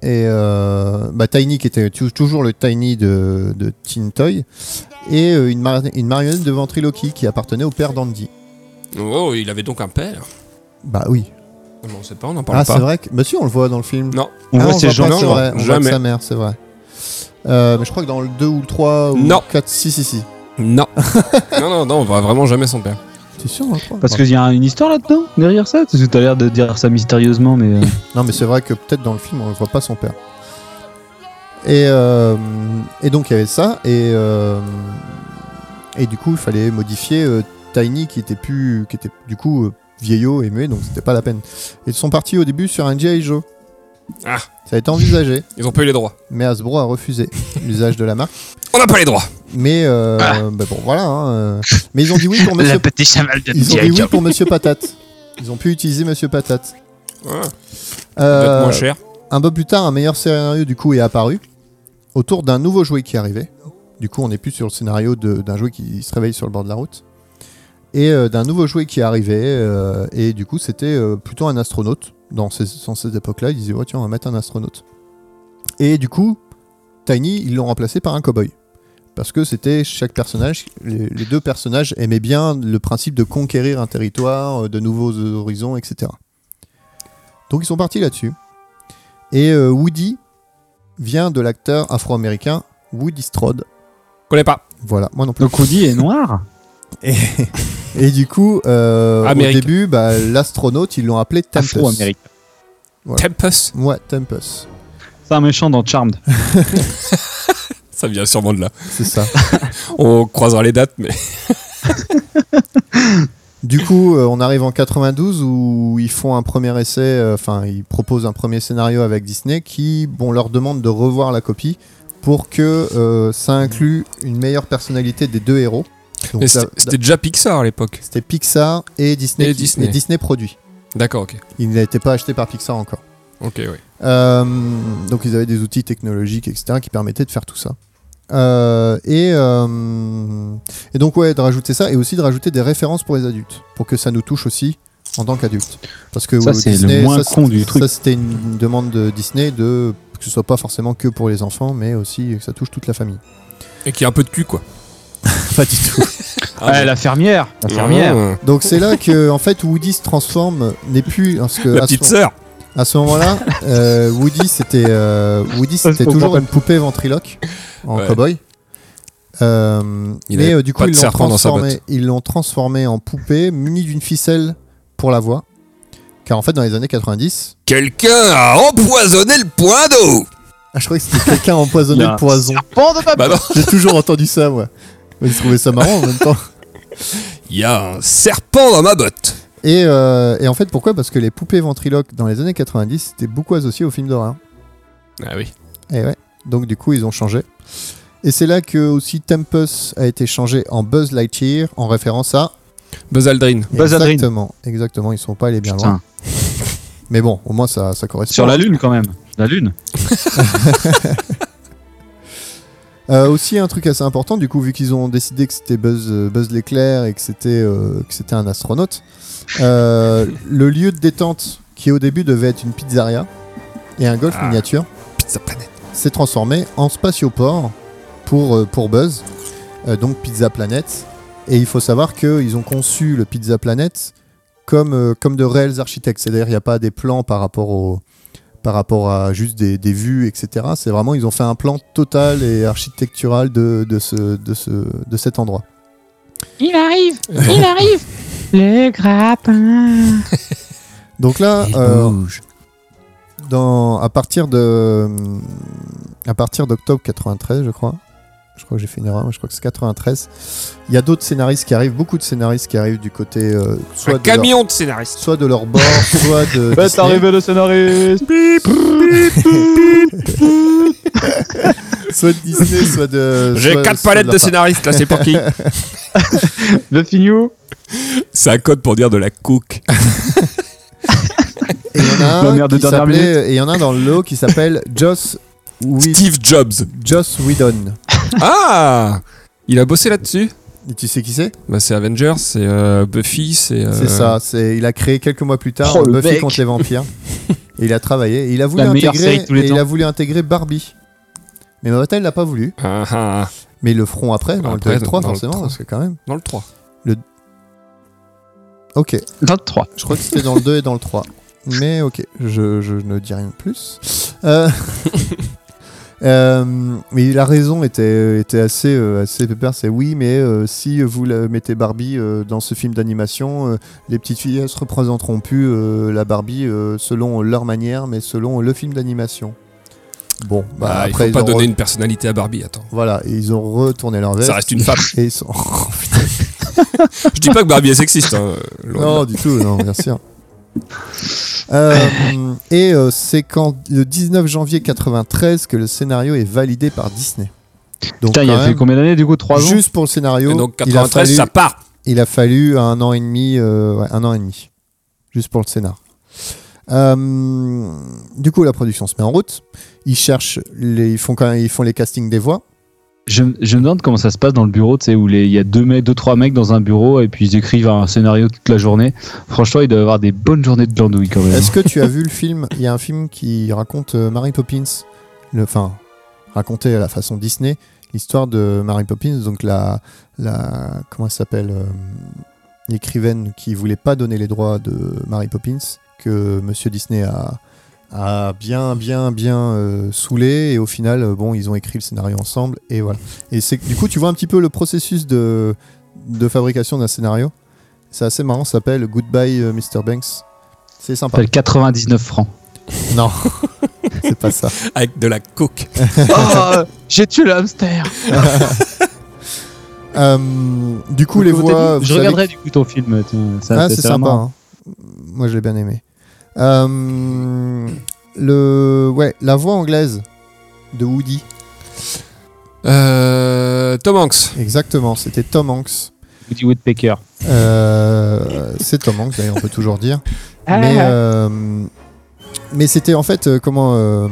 [SPEAKER 4] Et euh, bah, Tiny qui était tou- toujours le Tiny de, de Teen Toy. Et euh, une, mar- une marionnette de ventriloquie qui appartenait au père d'Andy.
[SPEAKER 5] Oh, il avait donc un père.
[SPEAKER 4] Bah oui.
[SPEAKER 5] Non, on sait pas, on n'en parle
[SPEAKER 4] Ah c'est
[SPEAKER 5] pas.
[SPEAKER 4] vrai que... Bah si, on le voit dans le film.
[SPEAKER 5] Non.
[SPEAKER 6] On
[SPEAKER 4] Ah,
[SPEAKER 6] voit ces
[SPEAKER 4] pas,
[SPEAKER 6] gens.
[SPEAKER 4] c'est
[SPEAKER 5] non,
[SPEAKER 4] vrai. On voit que
[SPEAKER 5] jamais.
[SPEAKER 4] sa mère, c'est vrai. Euh, mais je crois que dans le 2 ou le 3 ou
[SPEAKER 5] Non.
[SPEAKER 4] le 4, si si si.
[SPEAKER 5] Non. non, non, non, on voit vraiment jamais son père.
[SPEAKER 4] T'es sûr, hein, toi
[SPEAKER 6] Parce qu'il y a une histoire là-dedans, derrière ça. Tu as l'air de dire ça mystérieusement, mais. euh,
[SPEAKER 4] Non, mais c'est vrai que peut-être dans le film, on ne voit pas son père. Et, euh, et donc, il y avait ça. Et, euh, et du coup, il fallait modifier euh, Tiny, qui était, plus, qui était du coup euh, vieillot et muet, donc c'était pas la peine. Ils sont partis au début sur un G.I. Joe.
[SPEAKER 5] Ah.
[SPEAKER 4] Ça a été envisagé,
[SPEAKER 5] Ils ont pas eu les droits.
[SPEAKER 4] mais Hasbro a refusé l'usage de la marque.
[SPEAKER 5] On n'a pas les droits.
[SPEAKER 4] Mais euh, bah bon, voilà. hein, euh. Mais ils ont dit oui pour Monsieur,
[SPEAKER 6] petite chamelle de
[SPEAKER 4] ils ont dit oui pour Monsieur Patate. Ils ont pu utiliser Monsieur Patate.
[SPEAKER 5] Ouais,
[SPEAKER 4] Euh,
[SPEAKER 5] peut-être Hein, moins cher.
[SPEAKER 4] Un peu plus tard, un meilleur scénario du coup est apparu autour d'un nouveau jouet qui arrivait. Du coup, on n'est plus sur le scénario de- d'un jouet qui se réveille sur le bord de la route. Et euh, d'un nouveau jouet qui arrivait. euh, et du coup, c'était euh, plutôt un astronaute. Dans ces, dans ces époques-là, ils disaient Ouais, tiens, on va mettre un astronaute. Et du coup, Tiny, ils l'ont remplacé par un cowboy. Parce que c'était chaque personnage, les, les deux personnages aimaient bien le principe de conquérir un territoire, euh, de nouveaux horizons, etc. Donc ils sont partis là-dessus. Et euh, Woody vient de l'acteur afro-américain Woody Strode.
[SPEAKER 5] On connaît pas.
[SPEAKER 4] Voilà, moi non plus.
[SPEAKER 6] Le Cody est noir.
[SPEAKER 4] Et, et du coup, euh, au
[SPEAKER 5] Amérique.
[SPEAKER 4] début, bah, l'astronaute, ils l'ont appelé
[SPEAKER 6] Ah,
[SPEAKER 4] Tempest.
[SPEAKER 6] Afro-américain.
[SPEAKER 5] Tempest.
[SPEAKER 4] Ouais, Tempest,
[SPEAKER 6] C'est un méchant dans Charmed.
[SPEAKER 5] Ça vient sûrement de là.
[SPEAKER 4] c'est ça.
[SPEAKER 5] On croisera les dates, mais.
[SPEAKER 4] Du coup, euh, on arrive en 92 où ils font un premier essai, euh, enfin, ils proposent un premier scénario avec Disney qui, bon, leur demande de revoir la copie pour que euh, ça inclue une meilleure personnalité des deux héros. Donc,
[SPEAKER 5] mais
[SPEAKER 4] ça-
[SPEAKER 5] c'était c'était déjà Pixar à l'époque.
[SPEAKER 4] c'était Pixar et Disney,
[SPEAKER 5] Et
[SPEAKER 4] qui-
[SPEAKER 5] Disney.
[SPEAKER 4] et Disney produit.
[SPEAKER 5] D'accord, ok.
[SPEAKER 4] Il n'était pas acheté par Pixar encore.
[SPEAKER 5] Ok, oui.
[SPEAKER 4] Euh, donc ils avaient des outils technologiques, etc., qui permettaient de faire tout ça. Euh, et, euh, et donc ouais, de rajouter ça, et aussi de rajouter des références pour les adultes, pour que ça nous touche aussi en tant qu'adulte. Parce que
[SPEAKER 6] Ça,
[SPEAKER 4] Walt
[SPEAKER 6] c'est le
[SPEAKER 4] Disney,
[SPEAKER 6] moins
[SPEAKER 4] ça, c'est-
[SPEAKER 6] con du truc.
[SPEAKER 4] Ça, c'était une demande de Disney de que ce soit pas forcément que pour les enfants, mais aussi que ça touche toute la famille.
[SPEAKER 5] Et qui a un peu de cul, quoi.
[SPEAKER 4] Pas du tout.
[SPEAKER 5] Ah,
[SPEAKER 6] Ouais, la fermière. La fermière.
[SPEAKER 5] Ah,
[SPEAKER 4] Donc c'est là que en fait Woody se transforme, n'est plus parce que
[SPEAKER 5] La
[SPEAKER 4] à
[SPEAKER 5] petite
[SPEAKER 4] ce,
[SPEAKER 5] sœur.
[SPEAKER 4] à ce moment-là, euh, Woody c'était euh, Woody
[SPEAKER 6] Ça, je
[SPEAKER 4] c'était
[SPEAKER 6] comprends
[SPEAKER 4] toujours
[SPEAKER 6] pas.
[SPEAKER 4] une poupée ventriloque en
[SPEAKER 5] Ouais.
[SPEAKER 4] cow-boy. Euh,
[SPEAKER 5] Il
[SPEAKER 4] mais
[SPEAKER 5] avait
[SPEAKER 4] euh, du coup
[SPEAKER 5] pas de
[SPEAKER 4] ils l'ont
[SPEAKER 5] serpent dans sa
[SPEAKER 4] transformé,
[SPEAKER 5] botte.
[SPEAKER 4] ils l'ont transformé en poupée munie d'une ficelle pour la voix. Car en fait dans les années 90,
[SPEAKER 5] Quelqu'un a empoisonné le point d'eau.
[SPEAKER 4] Ah, je croyais que c'était quelqu'un empoisonné
[SPEAKER 6] Il y a
[SPEAKER 4] de poison.
[SPEAKER 5] Bah non,
[SPEAKER 4] J'ai toujours entendu ça, moi. Mais je trouvais ça marrant en même temps.
[SPEAKER 5] il y a un serpent dans ma botte.
[SPEAKER 4] Et, euh, et en fait, pourquoi Parce que les poupées ventriloques dans les années 90, c'était beaucoup associé aux films d'horreur.
[SPEAKER 5] Ah oui.
[SPEAKER 4] Et Eh ouais. Donc, du coup, ils ont changé. Et c'est là que aussi Tempest a été changé en Buzz Lightyear en référence à.
[SPEAKER 5] Buzz Aldrin.
[SPEAKER 6] Buzz Aldrin.
[SPEAKER 4] Exactement, exactement. Ils sont pas allés bien
[SPEAKER 6] Putain.
[SPEAKER 4] loin. Mais bon, au moins ça, ça correspond.
[SPEAKER 6] Sur la lune quand même. La lune.
[SPEAKER 4] Euh, aussi un truc assez important, du coup, vu qu'ils ont décidé que c'était Buzz, euh, Buzz l'éclair et que c'était euh, que c'était un astronaute, euh, le lieu de détente qui au début devait être une pizzeria et un golf
[SPEAKER 6] Ah.
[SPEAKER 4] miniature
[SPEAKER 5] Pizza Planet.
[SPEAKER 4] s'est transformé en spatioport pour, euh, pour Buzz, euh, donc Pizza Planet. Et il faut savoir qu'ils ont conçu le Pizza Planet comme, euh, comme de réels architectes. C'est-à-dire il n'y a pas des plans par rapport, au, par rapport à juste des, des vues, etc. C'est vraiment, ils ont fait un plan total et architectural de, de, ce, de, ce, de cet endroit.
[SPEAKER 7] Il arrive Il arrive Le grappin
[SPEAKER 4] Donc là, euh, dans, à partir de à partir d'octobre 93, je crois. Je crois que j'ai fait une erreur, mais je crois que c'est 93. Il y a d'autres scénaristes qui arrivent, beaucoup de scénaristes qui arrivent du côté euh, soit
[SPEAKER 5] Un
[SPEAKER 4] de leur,
[SPEAKER 5] camion de scénariste.
[SPEAKER 4] soit de leur bord, soit de Disney.
[SPEAKER 6] le scénariste.
[SPEAKER 4] soit de Disney, soit de
[SPEAKER 5] J'ai
[SPEAKER 4] Euh, soit-
[SPEAKER 5] quatre
[SPEAKER 4] soit
[SPEAKER 5] palettes
[SPEAKER 4] leur
[SPEAKER 5] de
[SPEAKER 4] part.
[SPEAKER 5] scénaristes, là c'est pour qui
[SPEAKER 6] Le fignou.
[SPEAKER 5] C'est un code pour dire de la cook.
[SPEAKER 4] Ah Et il y en a
[SPEAKER 6] La
[SPEAKER 4] un
[SPEAKER 6] merde de
[SPEAKER 4] qui
[SPEAKER 6] dernière
[SPEAKER 4] s'appelait- et il y en a un dans le lot qui s'appelle Joss Whedon.
[SPEAKER 5] Steve Jobs.
[SPEAKER 4] Joss Whedon.
[SPEAKER 5] Ah Il a bossé là-dessus
[SPEAKER 4] Et tu sais qui c'est
[SPEAKER 5] Bah c'est Avengers, c'est euh, Buffy, c'est... euh,
[SPEAKER 4] C'est ça, c'est il a créé quelques mois plus tard
[SPEAKER 6] Oh, le
[SPEAKER 4] Buffy
[SPEAKER 6] mec.
[SPEAKER 4] contre les vampires. et il a travaillé et il a voulu
[SPEAKER 6] La meilleure
[SPEAKER 4] intégrer
[SPEAKER 6] série de tous les
[SPEAKER 4] et il
[SPEAKER 6] temps.
[SPEAKER 4] a voulu intégrer Barbie. Mais Mattel l'a pas voulu,
[SPEAKER 5] Ah, ah, ah.
[SPEAKER 4] mais ils le feront après dans
[SPEAKER 5] Après,
[SPEAKER 4] le 3
[SPEAKER 5] dans le
[SPEAKER 4] forcément
[SPEAKER 5] 3.
[SPEAKER 4] parce que quand même.
[SPEAKER 5] Dans le 3.
[SPEAKER 4] OK,
[SPEAKER 6] 23.
[SPEAKER 4] je crois que c'était dans le 2 et dans le 3. Mais OK, je, je ne dis rien de plus. Euh, euh, mais la raison était, était assez, euh, assez pépère, c'est oui, mais euh, si vous la mettez Barbie euh, dans ce film d'animation, euh, les petites filles elles se représenteront plus euh, la Barbie euh, selon leur manière, mais selon le film d'animation. Bon, bah,
[SPEAKER 5] Bah,
[SPEAKER 4] après
[SPEAKER 5] il faut pas
[SPEAKER 4] ils ont
[SPEAKER 5] donner
[SPEAKER 4] re-
[SPEAKER 5] une personnalité à Barbie, attends.
[SPEAKER 4] voilà, ils ont retourné leur veste
[SPEAKER 5] Ça reste une femme.
[SPEAKER 4] et ils sont
[SPEAKER 5] Je dis pas que Barbie est sexiste. Hein, euh, loin de là.
[SPEAKER 4] Non, du tout, non, bien sûr. Euh, et euh, c'est quand le 19 janvier 93 que le scénario est validé par Disney. Donc
[SPEAKER 6] Putain, il y
[SPEAKER 4] quand
[SPEAKER 6] a fait
[SPEAKER 4] même,
[SPEAKER 6] combien d'années du coup 3 ans
[SPEAKER 4] juste pour le scénario,
[SPEAKER 5] Et donc
[SPEAKER 4] il, a
[SPEAKER 5] 93,
[SPEAKER 4] fallu,
[SPEAKER 5] ça part.
[SPEAKER 4] il a fallu un an et demi, euh, ouais, un an et demi, juste pour le scénar. Euh, du coup, la production se met en route. Ils cherchent, les, ils font quand même- ils font les castings des voix.
[SPEAKER 6] Je, je me demande comment ça se passe dans le bureau, tu sais, où les- il y a deux, mecs, deux, trois mecs dans un bureau et puis ils écrivent un scénario toute la journée. Franchement, il doit y avoir des bonnes journées de glandouille quand même.
[SPEAKER 4] Est-ce que tu as vu le film Il y a un film qui raconte euh, Mary Poppins, le, enfin, raconté à la façon Disney, l'histoire de Mary Poppins, donc la, la comment elle s'appelle euh, L'écrivaine qui voulait pas donner les droits de Mary Poppins, que Monsieur Disney a, a bien, bien, bien euh, saoulé, et au final, euh, bon, ils ont écrit le scénario ensemble, et voilà. Et c'est du coup, tu vois un petit peu le processus de, de fabrication d'un scénario. C'est assez marrant, ça s'appelle Goodbye euh, Mr. Banks. C'est
[SPEAKER 6] Ça
[SPEAKER 4] sympa.
[SPEAKER 6] s'appelle 99 francs.
[SPEAKER 4] Non, c'est pas ça.
[SPEAKER 5] Avec de la coke.
[SPEAKER 6] oh, j'ai tué le hamster.
[SPEAKER 4] Euh, du coup, les voix. vous
[SPEAKER 6] Je
[SPEAKER 4] savez-
[SPEAKER 6] regarderai du coup ton film. tu vois, ça-
[SPEAKER 4] Ah,
[SPEAKER 6] ça-
[SPEAKER 4] c'est
[SPEAKER 6] vraiment-
[SPEAKER 4] sympa. hein. Moi, je l'ai bien aimé. Euh, le... ouais, la voix anglaise de Woody.
[SPEAKER 5] Euh, Tom Hanks.
[SPEAKER 4] Exactement, c'était Tom Hanks.
[SPEAKER 6] Woody Woodpecker.
[SPEAKER 4] Euh, c'est Tom Hanks, d'ailleurs, on peut toujours dire.
[SPEAKER 7] Ah.
[SPEAKER 4] Mais, euh, mais c'était en fait euh, comment euh,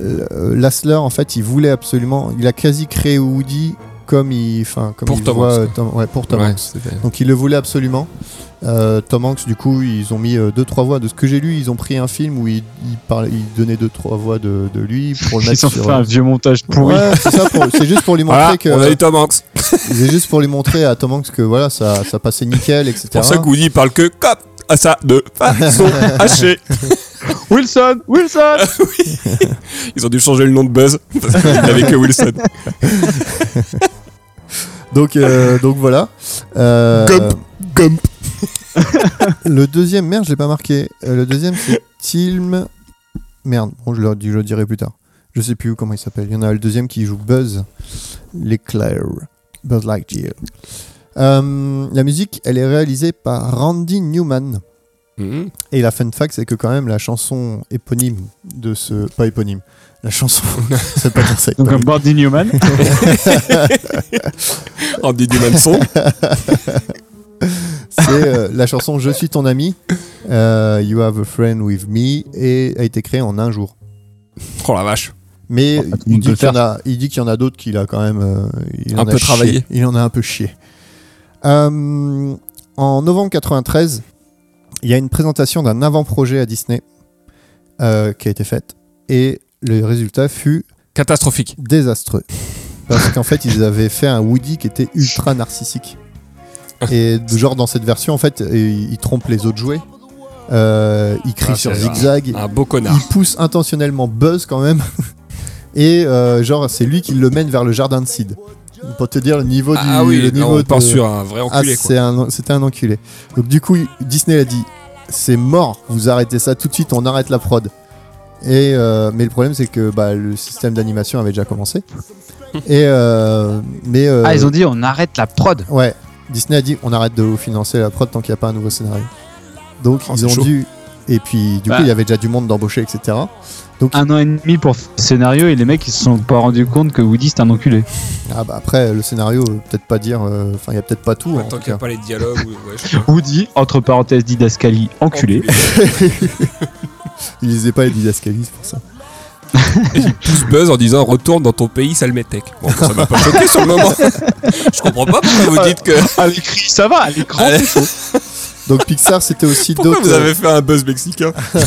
[SPEAKER 4] euh, Lassler en fait il voulait absolument il a quasi créé Woody comme il, enfin, comme
[SPEAKER 5] Pour
[SPEAKER 4] il
[SPEAKER 5] Tom
[SPEAKER 4] voit,
[SPEAKER 5] Hanks,
[SPEAKER 4] euh, Tom- ouais, pour Tom
[SPEAKER 5] Ouais,
[SPEAKER 4] Hanks.
[SPEAKER 5] c'était-
[SPEAKER 4] Donc il le voulait absolument. Euh, Tom Hanks, du coup, ils ont mis euh, deux trois voix. De ce que j'ai lu, ils ont pris un film où ils il parlaient- ils donnaient deux trois voix de, de lui pour le
[SPEAKER 6] Ils
[SPEAKER 4] mettre
[SPEAKER 6] ont fait
[SPEAKER 4] sur. euh,
[SPEAKER 6] un vieux montage pourri.
[SPEAKER 4] Ouais, c'est ça. pour- C'est juste pour lui montrer
[SPEAKER 5] Voilà,
[SPEAKER 4] que.
[SPEAKER 5] on a eu Tom Hanks.
[SPEAKER 4] C'est juste pour lui montrer à Tom Hanks que voilà, ça, ça passait nickel, etc.
[SPEAKER 5] C'est pour ça que Woody parle que comme à ça de façon hachée.
[SPEAKER 6] Wilson, Wilson.
[SPEAKER 5] Ils ont dû changer le nom de Buzz parce qu'il n'avait que Wilson.
[SPEAKER 4] Donc, euh, donc voilà. Euh,
[SPEAKER 5] Gump, Gump.
[SPEAKER 4] Le deuxième, merde, je l'ai pas marqué. Euh, le deuxième, c'est Tilm. Merde, bon, je, le, je le dirai plus tard. Je sais plus comment il s'appelle. Il y en a le deuxième qui joue Buzz l'éclair. Buzz Lightyear. Euh, la musique, elle est réalisée par Randy Newman. Et la fun fact, c'est que quand même la chanson éponyme de ce. Pas éponyme. La chanson. c'est pas dire ça.
[SPEAKER 6] Donc un
[SPEAKER 4] éponyme.
[SPEAKER 6] Bordy Newman.
[SPEAKER 5] Andy Dumanson.
[SPEAKER 4] C'est euh, la chanson Je suis ton ami, euh, You have a friend with me, et a été créée en un jour.
[SPEAKER 5] Oh la vache.
[SPEAKER 4] Mais
[SPEAKER 5] Ah,
[SPEAKER 6] Bon, pas tout le
[SPEAKER 4] il
[SPEAKER 6] monde peut
[SPEAKER 4] dit
[SPEAKER 6] le
[SPEAKER 4] qu'il y en a, il dit qu'il y en a d'autres qu'il a quand même euh, il en
[SPEAKER 5] Un
[SPEAKER 4] a
[SPEAKER 5] peu
[SPEAKER 4] chié.
[SPEAKER 5] travaillé.
[SPEAKER 4] Il en a un peu chié. Euh, en novembre 93, il y a une présentation d'un avant-projet à Disney euh, qui a été faite et le résultat fut
[SPEAKER 5] Catastrophique.
[SPEAKER 4] désastreux parce qu'en fait ils avaient fait un Woody qui était ultra narcissique et genre dans cette version en fait il, il trompe les autres jouets, Euh, il crie
[SPEAKER 5] Ah,
[SPEAKER 4] sur
[SPEAKER 5] c'est-
[SPEAKER 4] zigzag,
[SPEAKER 5] Un beau connard.
[SPEAKER 4] il pousse intentionnellement Buzz quand même. Et euh, genre, c'est lui qui le mène vers le jardin de Sid. Pour te dire le niveau du.
[SPEAKER 5] Ah oui,
[SPEAKER 4] le
[SPEAKER 5] là,
[SPEAKER 4] niveau
[SPEAKER 5] on part
[SPEAKER 4] de-
[SPEAKER 5] sur un vrai
[SPEAKER 4] Ah,
[SPEAKER 5] enculé. quoi.
[SPEAKER 4] c'est un- c'était un enculé. Donc, du coup, il- Disney a dit c'est mort, vous arrêtez ça tout de suite, on arrête la prod. Et, euh, mais le problème, c'est que bah, le système d'animation avait déjà commencé. Et, euh, mais, euh,
[SPEAKER 6] Ah, ils ont dit on arrête la prod.
[SPEAKER 4] Ouais, Disney a dit on arrête de financer la prod tant qu'il n'y a pas un nouveau scénario. Donc
[SPEAKER 5] Oh,
[SPEAKER 4] ils
[SPEAKER 5] c'est
[SPEAKER 4] ont
[SPEAKER 5] chaud.
[SPEAKER 4] dû. Et puis du
[SPEAKER 6] Bah.
[SPEAKER 4] coup, il y avait déjà du monde d'embaucher, etc. Donc
[SPEAKER 6] Un an et demi pour le scénario et les mecs ils se sont pas rendus compte que Woody c'est un enculé.
[SPEAKER 4] ah bah, après, le scénario, euh, peut-être pas dire. euh, Enfin, il n'y a peut-être pas tout. en
[SPEAKER 5] Tant
[SPEAKER 4] tout
[SPEAKER 5] qu'il n'y a
[SPEAKER 4] cas.
[SPEAKER 5] pas les dialogues. ou- ouais, je sais pas.
[SPEAKER 6] Woody entre parenthèses didascalie enculé.
[SPEAKER 4] Ils lisaient pas les didascalies c'est pour ça.
[SPEAKER 5] pousse Buzz en disant retourne dans ton pays sale métèque. Bon, ça m'a pas choqué sur le moment. Je comprends pas pourquoi vous dites que.
[SPEAKER 6] À l'écrit ça va, à l'écran
[SPEAKER 4] Ah,
[SPEAKER 5] Allez.
[SPEAKER 6] c'est chaud.
[SPEAKER 4] Donc Pixar, c'était aussi
[SPEAKER 5] Pourquoi
[SPEAKER 4] d'autres.
[SPEAKER 5] vous avez fait un Buzz mexicain
[SPEAKER 4] Ah,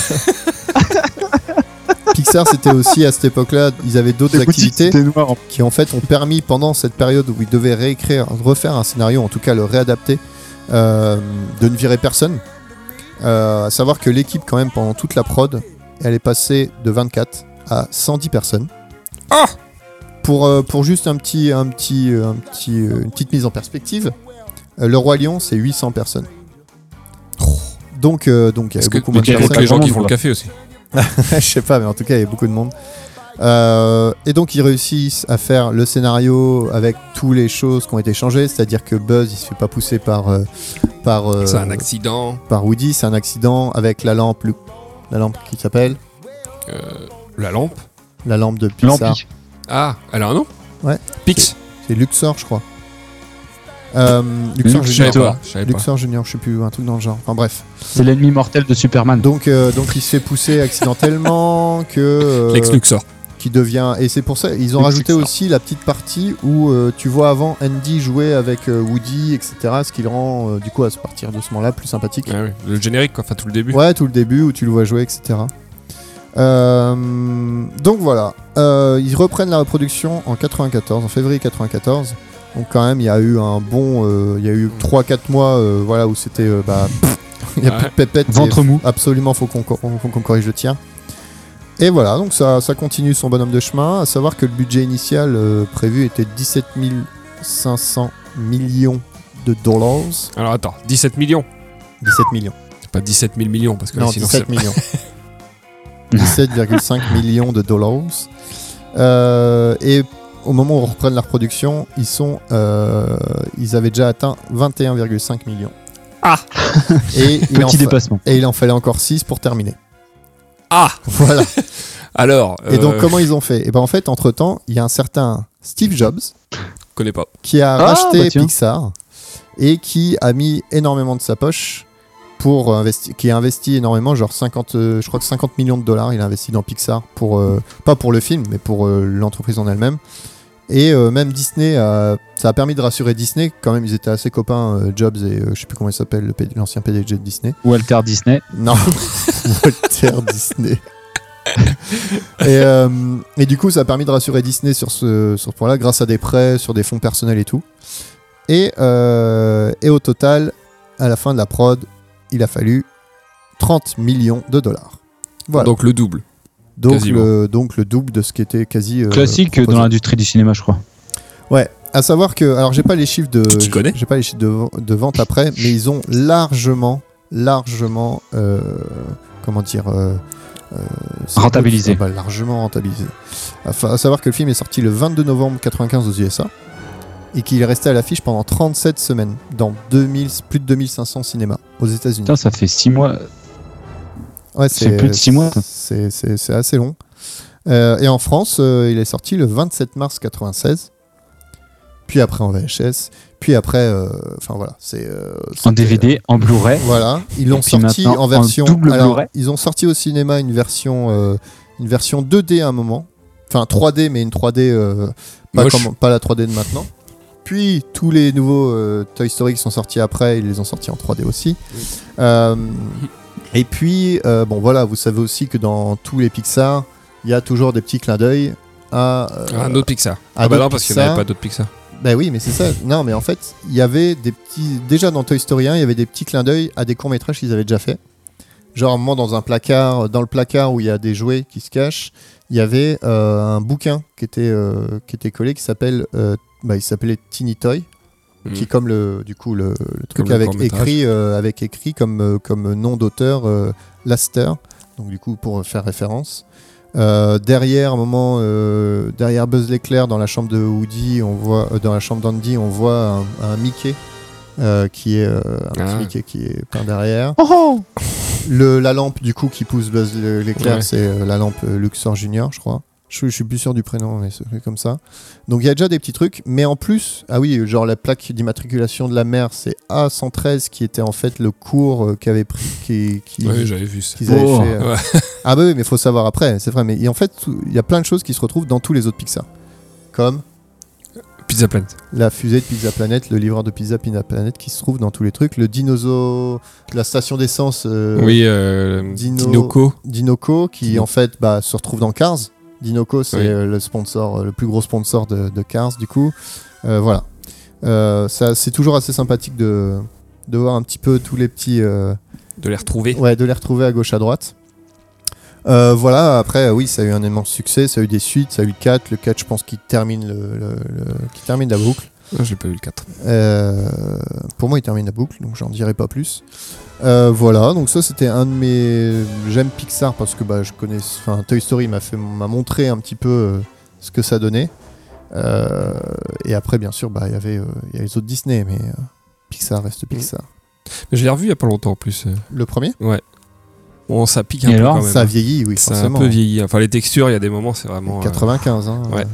[SPEAKER 4] Pixar, c'était aussi à cette époque-là, ils avaient d'autres
[SPEAKER 6] Les boutiques,
[SPEAKER 4] activités
[SPEAKER 6] c'était noir.
[SPEAKER 4] qui en fait ont permis pendant cette période où ils devaient réécrire, refaire un scénario, en tout cas le réadapter, euh, de ne virer personne. Euh, à savoir que l'équipe quand même pendant toute la prod, elle est passée de 24 à 110 personnes.
[SPEAKER 5] Ah
[SPEAKER 4] pour, euh, pour juste un petit, un petit, euh, un petit, euh, une petite mise en perspective, euh, le roi lion c'est 800 personnes. Donc euh, donc il y avait
[SPEAKER 5] Oh. Parce que
[SPEAKER 4] beaucoup moins de
[SPEAKER 6] mais
[SPEAKER 4] personnes.
[SPEAKER 5] avec les gens qui font le
[SPEAKER 6] voilà.
[SPEAKER 5] café aussi.
[SPEAKER 4] Je sais pas, mais en tout cas, il y a beaucoup de monde. Euh, et donc, ils réussissent à faire le scénario avec toutes les choses qui ont été changées, c'est-à-dire que Buzz, il se fait pas pousser par euh, par euh,
[SPEAKER 5] C'est un accident.
[SPEAKER 4] par Woody, c'est un accident avec la lampe, le- la lampe qui s'appelle
[SPEAKER 5] Euh, la lampe.
[SPEAKER 4] la lampe de Pixar.
[SPEAKER 6] Lampi.
[SPEAKER 5] Ah, elle a un nom
[SPEAKER 4] Ouais.
[SPEAKER 5] Pix.
[SPEAKER 4] C'est Luxor, je crois. Euh, Luxor
[SPEAKER 6] Luxor.
[SPEAKER 5] Je savais
[SPEAKER 4] Junior.
[SPEAKER 5] pas. Je savais pas.
[SPEAKER 4] Luxor Junior, je sais plus, un truc dans le genre. Enfin bref.
[SPEAKER 6] C'est l'ennemi mortel de Superman.
[SPEAKER 4] Donc, euh, donc il se fait pousser accidentellement, que euh,
[SPEAKER 5] Lex Luxor.
[SPEAKER 4] qui devient et c'est pour ça ils ont
[SPEAKER 6] Le
[SPEAKER 4] rajouté
[SPEAKER 6] successeur.
[SPEAKER 4] aussi la petite partie où euh, tu vois avant Andy jouer avec euh, Woody etc ce qui le rend euh, du coup à partir de ce moment là plus sympathique
[SPEAKER 5] Ouais, ouais. Ah Le générique, quoi. Enfin, tout le début.
[SPEAKER 4] ouais tout le début où tu le vois jouer etc Euh, donc voilà Euh, ils reprennent la reproduction en 94 en février 94 donc quand même il y a eu un bon euh, il y a eu 3-4 mois euh, voilà où c'était euh, bah pff, il y a
[SPEAKER 5] Ouais.
[SPEAKER 4] plus de pépette
[SPEAKER 6] Ventre mou.
[SPEAKER 4] Absolument, faut qu'on cor- faut qu'on corrige le tir. Et voilà, donc ça, ça continue son bonhomme de chemin. À savoir que le budget initial euh, prévu était 17 500 millions de dollars.
[SPEAKER 5] Alors attends, 17 millions.
[SPEAKER 4] 17 millions.
[SPEAKER 5] C'est Pas 17 000 millions parce que
[SPEAKER 4] Non,
[SPEAKER 5] Ah sinon
[SPEAKER 4] 17
[SPEAKER 5] c'est.
[SPEAKER 4] millions. 17,5 millions de dollars. Euh, et au moment où on reprenne la reproduction, ils, sont, euh, ils avaient déjà atteint 21,5 millions.
[SPEAKER 5] Ah
[SPEAKER 4] et il, en
[SPEAKER 6] Petit
[SPEAKER 4] fa-
[SPEAKER 6] dépassement.
[SPEAKER 4] et il en fallait encore 6 pour terminer.
[SPEAKER 5] Ah
[SPEAKER 4] Voilà.
[SPEAKER 5] Alors.
[SPEAKER 4] Et donc,
[SPEAKER 5] euh,
[SPEAKER 4] comment ils ont fait Et ben, en fait, entre temps, il y a un certain Steve Jobs
[SPEAKER 5] Je connais pas.
[SPEAKER 4] qui a
[SPEAKER 6] Ah,
[SPEAKER 4] racheté
[SPEAKER 6] bah tiens.
[SPEAKER 4] Pixar et qui a mis énormément de sa poche pour investi- qui a investi énormément, genre 50, euh, je crois que 50 millions de dollars, il a investi dans Pixar pour euh, pas pour le film, mais pour euh, l'entreprise en elle-même. Et euh, même Disney, a- ça a permis de rassurer Disney. Quand même, ils étaient assez copains, euh, Jobs et euh, je sais plus comment il s'appelle, le P- l'ancien PDG de Disney.
[SPEAKER 6] Walter Disney.
[SPEAKER 4] Non, Walter Disney. et, euh, et du coup, ça a permis de rassurer Disney sur ce, sur ce point-là, grâce à des prêts, sur des fonds personnels et tout. Et, euh, et au total, à la fin de la prod, il a fallu 30 millions de dollars. Voilà. Donc,
[SPEAKER 5] Donc le double. quasiment.
[SPEAKER 4] le, donc le double de ce qui était quasi. euh,
[SPEAKER 6] Classique
[SPEAKER 4] proposé.
[SPEAKER 6] dans l'industrie du cinéma, je crois.
[SPEAKER 4] À savoir que, alors j'ai pas les chiffres de,
[SPEAKER 5] t'y connais
[SPEAKER 4] j'ai pas les chiffres de, de vente après, mais ils ont largement, largement, euh, comment dire, euh, euh, sans
[SPEAKER 6] Rentabilisé.
[SPEAKER 4] doute- ah bah, largement rentabilisé. Enfin, à savoir que le film est sorti le 22 novembre 95 aux USA et qu'il est resté à l'affiche pendant 37 semaines dans 2000, plus de 2500 cinémas aux États-Unis.
[SPEAKER 6] Putain, ça fait 6 mois.
[SPEAKER 4] Ouais,
[SPEAKER 6] c'est plus de six mois, ça.
[SPEAKER 4] C'est c'est- c'est assez long. Euh, et en France, euh, il est sorti le 27 mars 96. Puis après en VHS. Puis après, euh, enfin voilà, c'est euh,
[SPEAKER 6] En
[SPEAKER 4] c'était-
[SPEAKER 6] DVD, en Blu-ray.
[SPEAKER 4] Voilà, ils
[SPEAKER 6] Et
[SPEAKER 4] l'ont
[SPEAKER 6] puis
[SPEAKER 4] sorti
[SPEAKER 6] maintenant,
[SPEAKER 4] en
[SPEAKER 6] en
[SPEAKER 4] version.
[SPEAKER 6] double
[SPEAKER 4] alors,
[SPEAKER 6] Blu-ray.
[SPEAKER 4] ils ont sorti au cinéma une version, euh, une version 2D à un moment. Enfin 3D, mais une 3D euh, pas,
[SPEAKER 5] Moche.
[SPEAKER 4] comme- pas la 3D de maintenant. Puis tous les nouveaux euh, Toy Story qui sont sortis après, ils les ont sortis en 3D aussi. Euh, et puis, euh, bon voilà, vous savez aussi que dans tous les Pixar, il y a toujours des petits clins d'œil à, euh,
[SPEAKER 5] un autre Pixar.
[SPEAKER 4] à
[SPEAKER 5] Ah bah
[SPEAKER 4] d'autres
[SPEAKER 5] non, parce qu'il n'y
[SPEAKER 4] Pixar.
[SPEAKER 5] avait pas d'autres Pixar.
[SPEAKER 4] Bah oui, mais c'est ça. Non, mais en fait, il y avait des petits. Déjà dans Toy Story 1, il y avait des petits clins d'œil à des courts-métrages qu'ils avaient déjà fait. Genre, à un moment, dans un placard, euh, dans le placard où il y a des jouets qui se cachent, il y avait euh, un bouquin qui était, euh, qui était collé qui s'appelle. euh, bah, il s'appelait Teeny Toy.
[SPEAKER 5] Mhm.
[SPEAKER 4] Qui est comme le du coup le, le truc
[SPEAKER 5] Comme le
[SPEAKER 4] avec
[SPEAKER 5] court-métrage.
[SPEAKER 4] écrit euh, avec écrit comme euh, comme nom d'auteur euh, Laster donc du coup pour faire référence Euh, derrière, un moment, euh, derrière Buzz l'éclair, dans la chambre de Woody, on voit, euh, dans la chambre d'Andy, on voit un, un Mickey euh, qui est euh, un petit
[SPEAKER 5] Ah.
[SPEAKER 4] Mickey qui est peint derrière.
[SPEAKER 7] Oh, oh
[SPEAKER 4] Le, la lampe du coup qui pousse Buzz l- l'éclair,
[SPEAKER 5] Ouais.
[SPEAKER 4] c'est euh, la lampe euh, Luxor Junior, je crois. Je, je suis plus sûr du prénom, mais c'est comme ça. Donc il y a déjà des petits trucs, mais en plus, ah oui, genre la plaque d'immatriculation de la mère, c'est A113 qui était en fait le cours euh, qu'avait pris, qui, qui-
[SPEAKER 5] Oui, j'avais vu ça.
[SPEAKER 4] qu'ils avaient
[SPEAKER 6] Oh.
[SPEAKER 4] fait, euh.
[SPEAKER 5] Ouais.
[SPEAKER 4] Ah bah oui, mais faut savoir après, c'est vrai. Mais et en fait, tout- il y a plein de choses qui se retrouvent dans tous les autres Pixar. Comme
[SPEAKER 5] Pizza Planet.
[SPEAKER 4] la fusée de Pizza Planet, le livreur de Pizza Pizza Planet qui se trouve dans tous les trucs, le dinosaure, la station d'essence euh,
[SPEAKER 5] oui, euh,
[SPEAKER 4] Dino-
[SPEAKER 5] Dinoco.
[SPEAKER 4] Dinoco qui
[SPEAKER 5] Dino-
[SPEAKER 4] en fait bah, se retrouve dans Cars. Dinoco, c'est
[SPEAKER 5] Oui.
[SPEAKER 4] euh, le sponsor, euh, le plus gros sponsor de, de Cars du coup. Euh, voilà. Euh, ça, c'est toujours assez sympathique de, de voir un petit peu tous les petits. euh,
[SPEAKER 5] de les retrouver.
[SPEAKER 4] Ouais, de les retrouver à gauche à droite. Euh, voilà, après, euh, oui, ça a eu un immense succès, ça a eu des suites, ça a eu le 4. Le 4, je pense qu'il termine, le, le- le- qu'il termine la boucle.
[SPEAKER 5] Ah, J'ai pas vu le 4.
[SPEAKER 4] Euh, pour moi, il termine la boucle, donc j'en dirai pas plus. Euh, voilà, donc ça, c'était un de mes. J'aime Pixar parce que bah, je connais. Enfin, Toy Story m'a, fait, m'a montré un petit peu euh, ce que ça donnait. Euh, et après, bien sûr, bah, il y avait euh, il y a les autres Disney, mais euh, Pixar reste Pixar.
[SPEAKER 5] Mais je l'ai revu il y a pas longtemps en plus.
[SPEAKER 4] Le premier
[SPEAKER 5] Bon, ça pique un
[SPEAKER 6] Et
[SPEAKER 5] peu
[SPEAKER 6] alors
[SPEAKER 5] quand même.
[SPEAKER 4] Ça vieillit, oui,
[SPEAKER 5] bah, Ça a un
[SPEAKER 4] forcément. hein.
[SPEAKER 5] peu vieilli. Enfin, les textures, il y a des moments, c'est vraiment. euh,
[SPEAKER 4] 95, hein.
[SPEAKER 5] Ouais.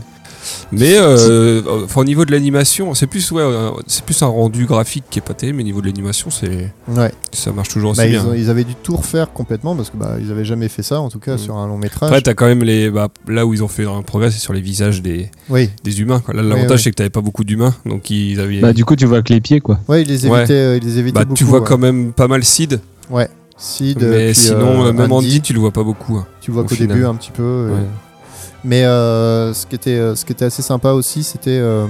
[SPEAKER 5] Mais euh, enfin, au niveau de l'animation, c'est plus ouais, euh, c'est plus un rendu graphique qui est pas terrible, mais au niveau de l'animation, c'est
[SPEAKER 4] Ouais.
[SPEAKER 5] ça marche toujours aussi
[SPEAKER 4] Bah, ils,
[SPEAKER 5] bien.
[SPEAKER 4] ont- ils avaient dû tout refaire complètement parce que bah, ils avaient jamais fait ça en tout cas
[SPEAKER 5] Mm.
[SPEAKER 4] sur un long métrage.
[SPEAKER 5] Après, t'as quand même les bah, là où ils ont fait un progrès, c'est sur les visages des,
[SPEAKER 4] oui,
[SPEAKER 5] des humains. quoi. Là,
[SPEAKER 4] Oui,
[SPEAKER 5] l'avantage
[SPEAKER 4] oui.
[SPEAKER 5] c'est que t'avais pas beaucoup d'humains, donc ils avaient.
[SPEAKER 6] Bah, du coup, tu vois que les pieds, quoi.
[SPEAKER 4] ouais, ils les évitaient,
[SPEAKER 5] Ouais.
[SPEAKER 4] euh, ils les évitaient
[SPEAKER 5] Bah,
[SPEAKER 4] beaucoup.
[SPEAKER 5] tu vois
[SPEAKER 4] ouais.
[SPEAKER 5] quand même pas mal Sid,
[SPEAKER 4] Sid, euh,
[SPEAKER 5] mais
[SPEAKER 4] puis,
[SPEAKER 5] sinon
[SPEAKER 4] euh,
[SPEAKER 5] euh, même
[SPEAKER 4] Andy,
[SPEAKER 5] Andy, tu le vois pas beaucoup. hein.
[SPEAKER 4] tu vois
[SPEAKER 5] au
[SPEAKER 4] qu'au
[SPEAKER 5] final.
[SPEAKER 4] début un petit peu. euh,
[SPEAKER 5] Ouais.
[SPEAKER 4] Mais euh, ce qui était euh, ce qui était assez sympa aussi, c'était euh,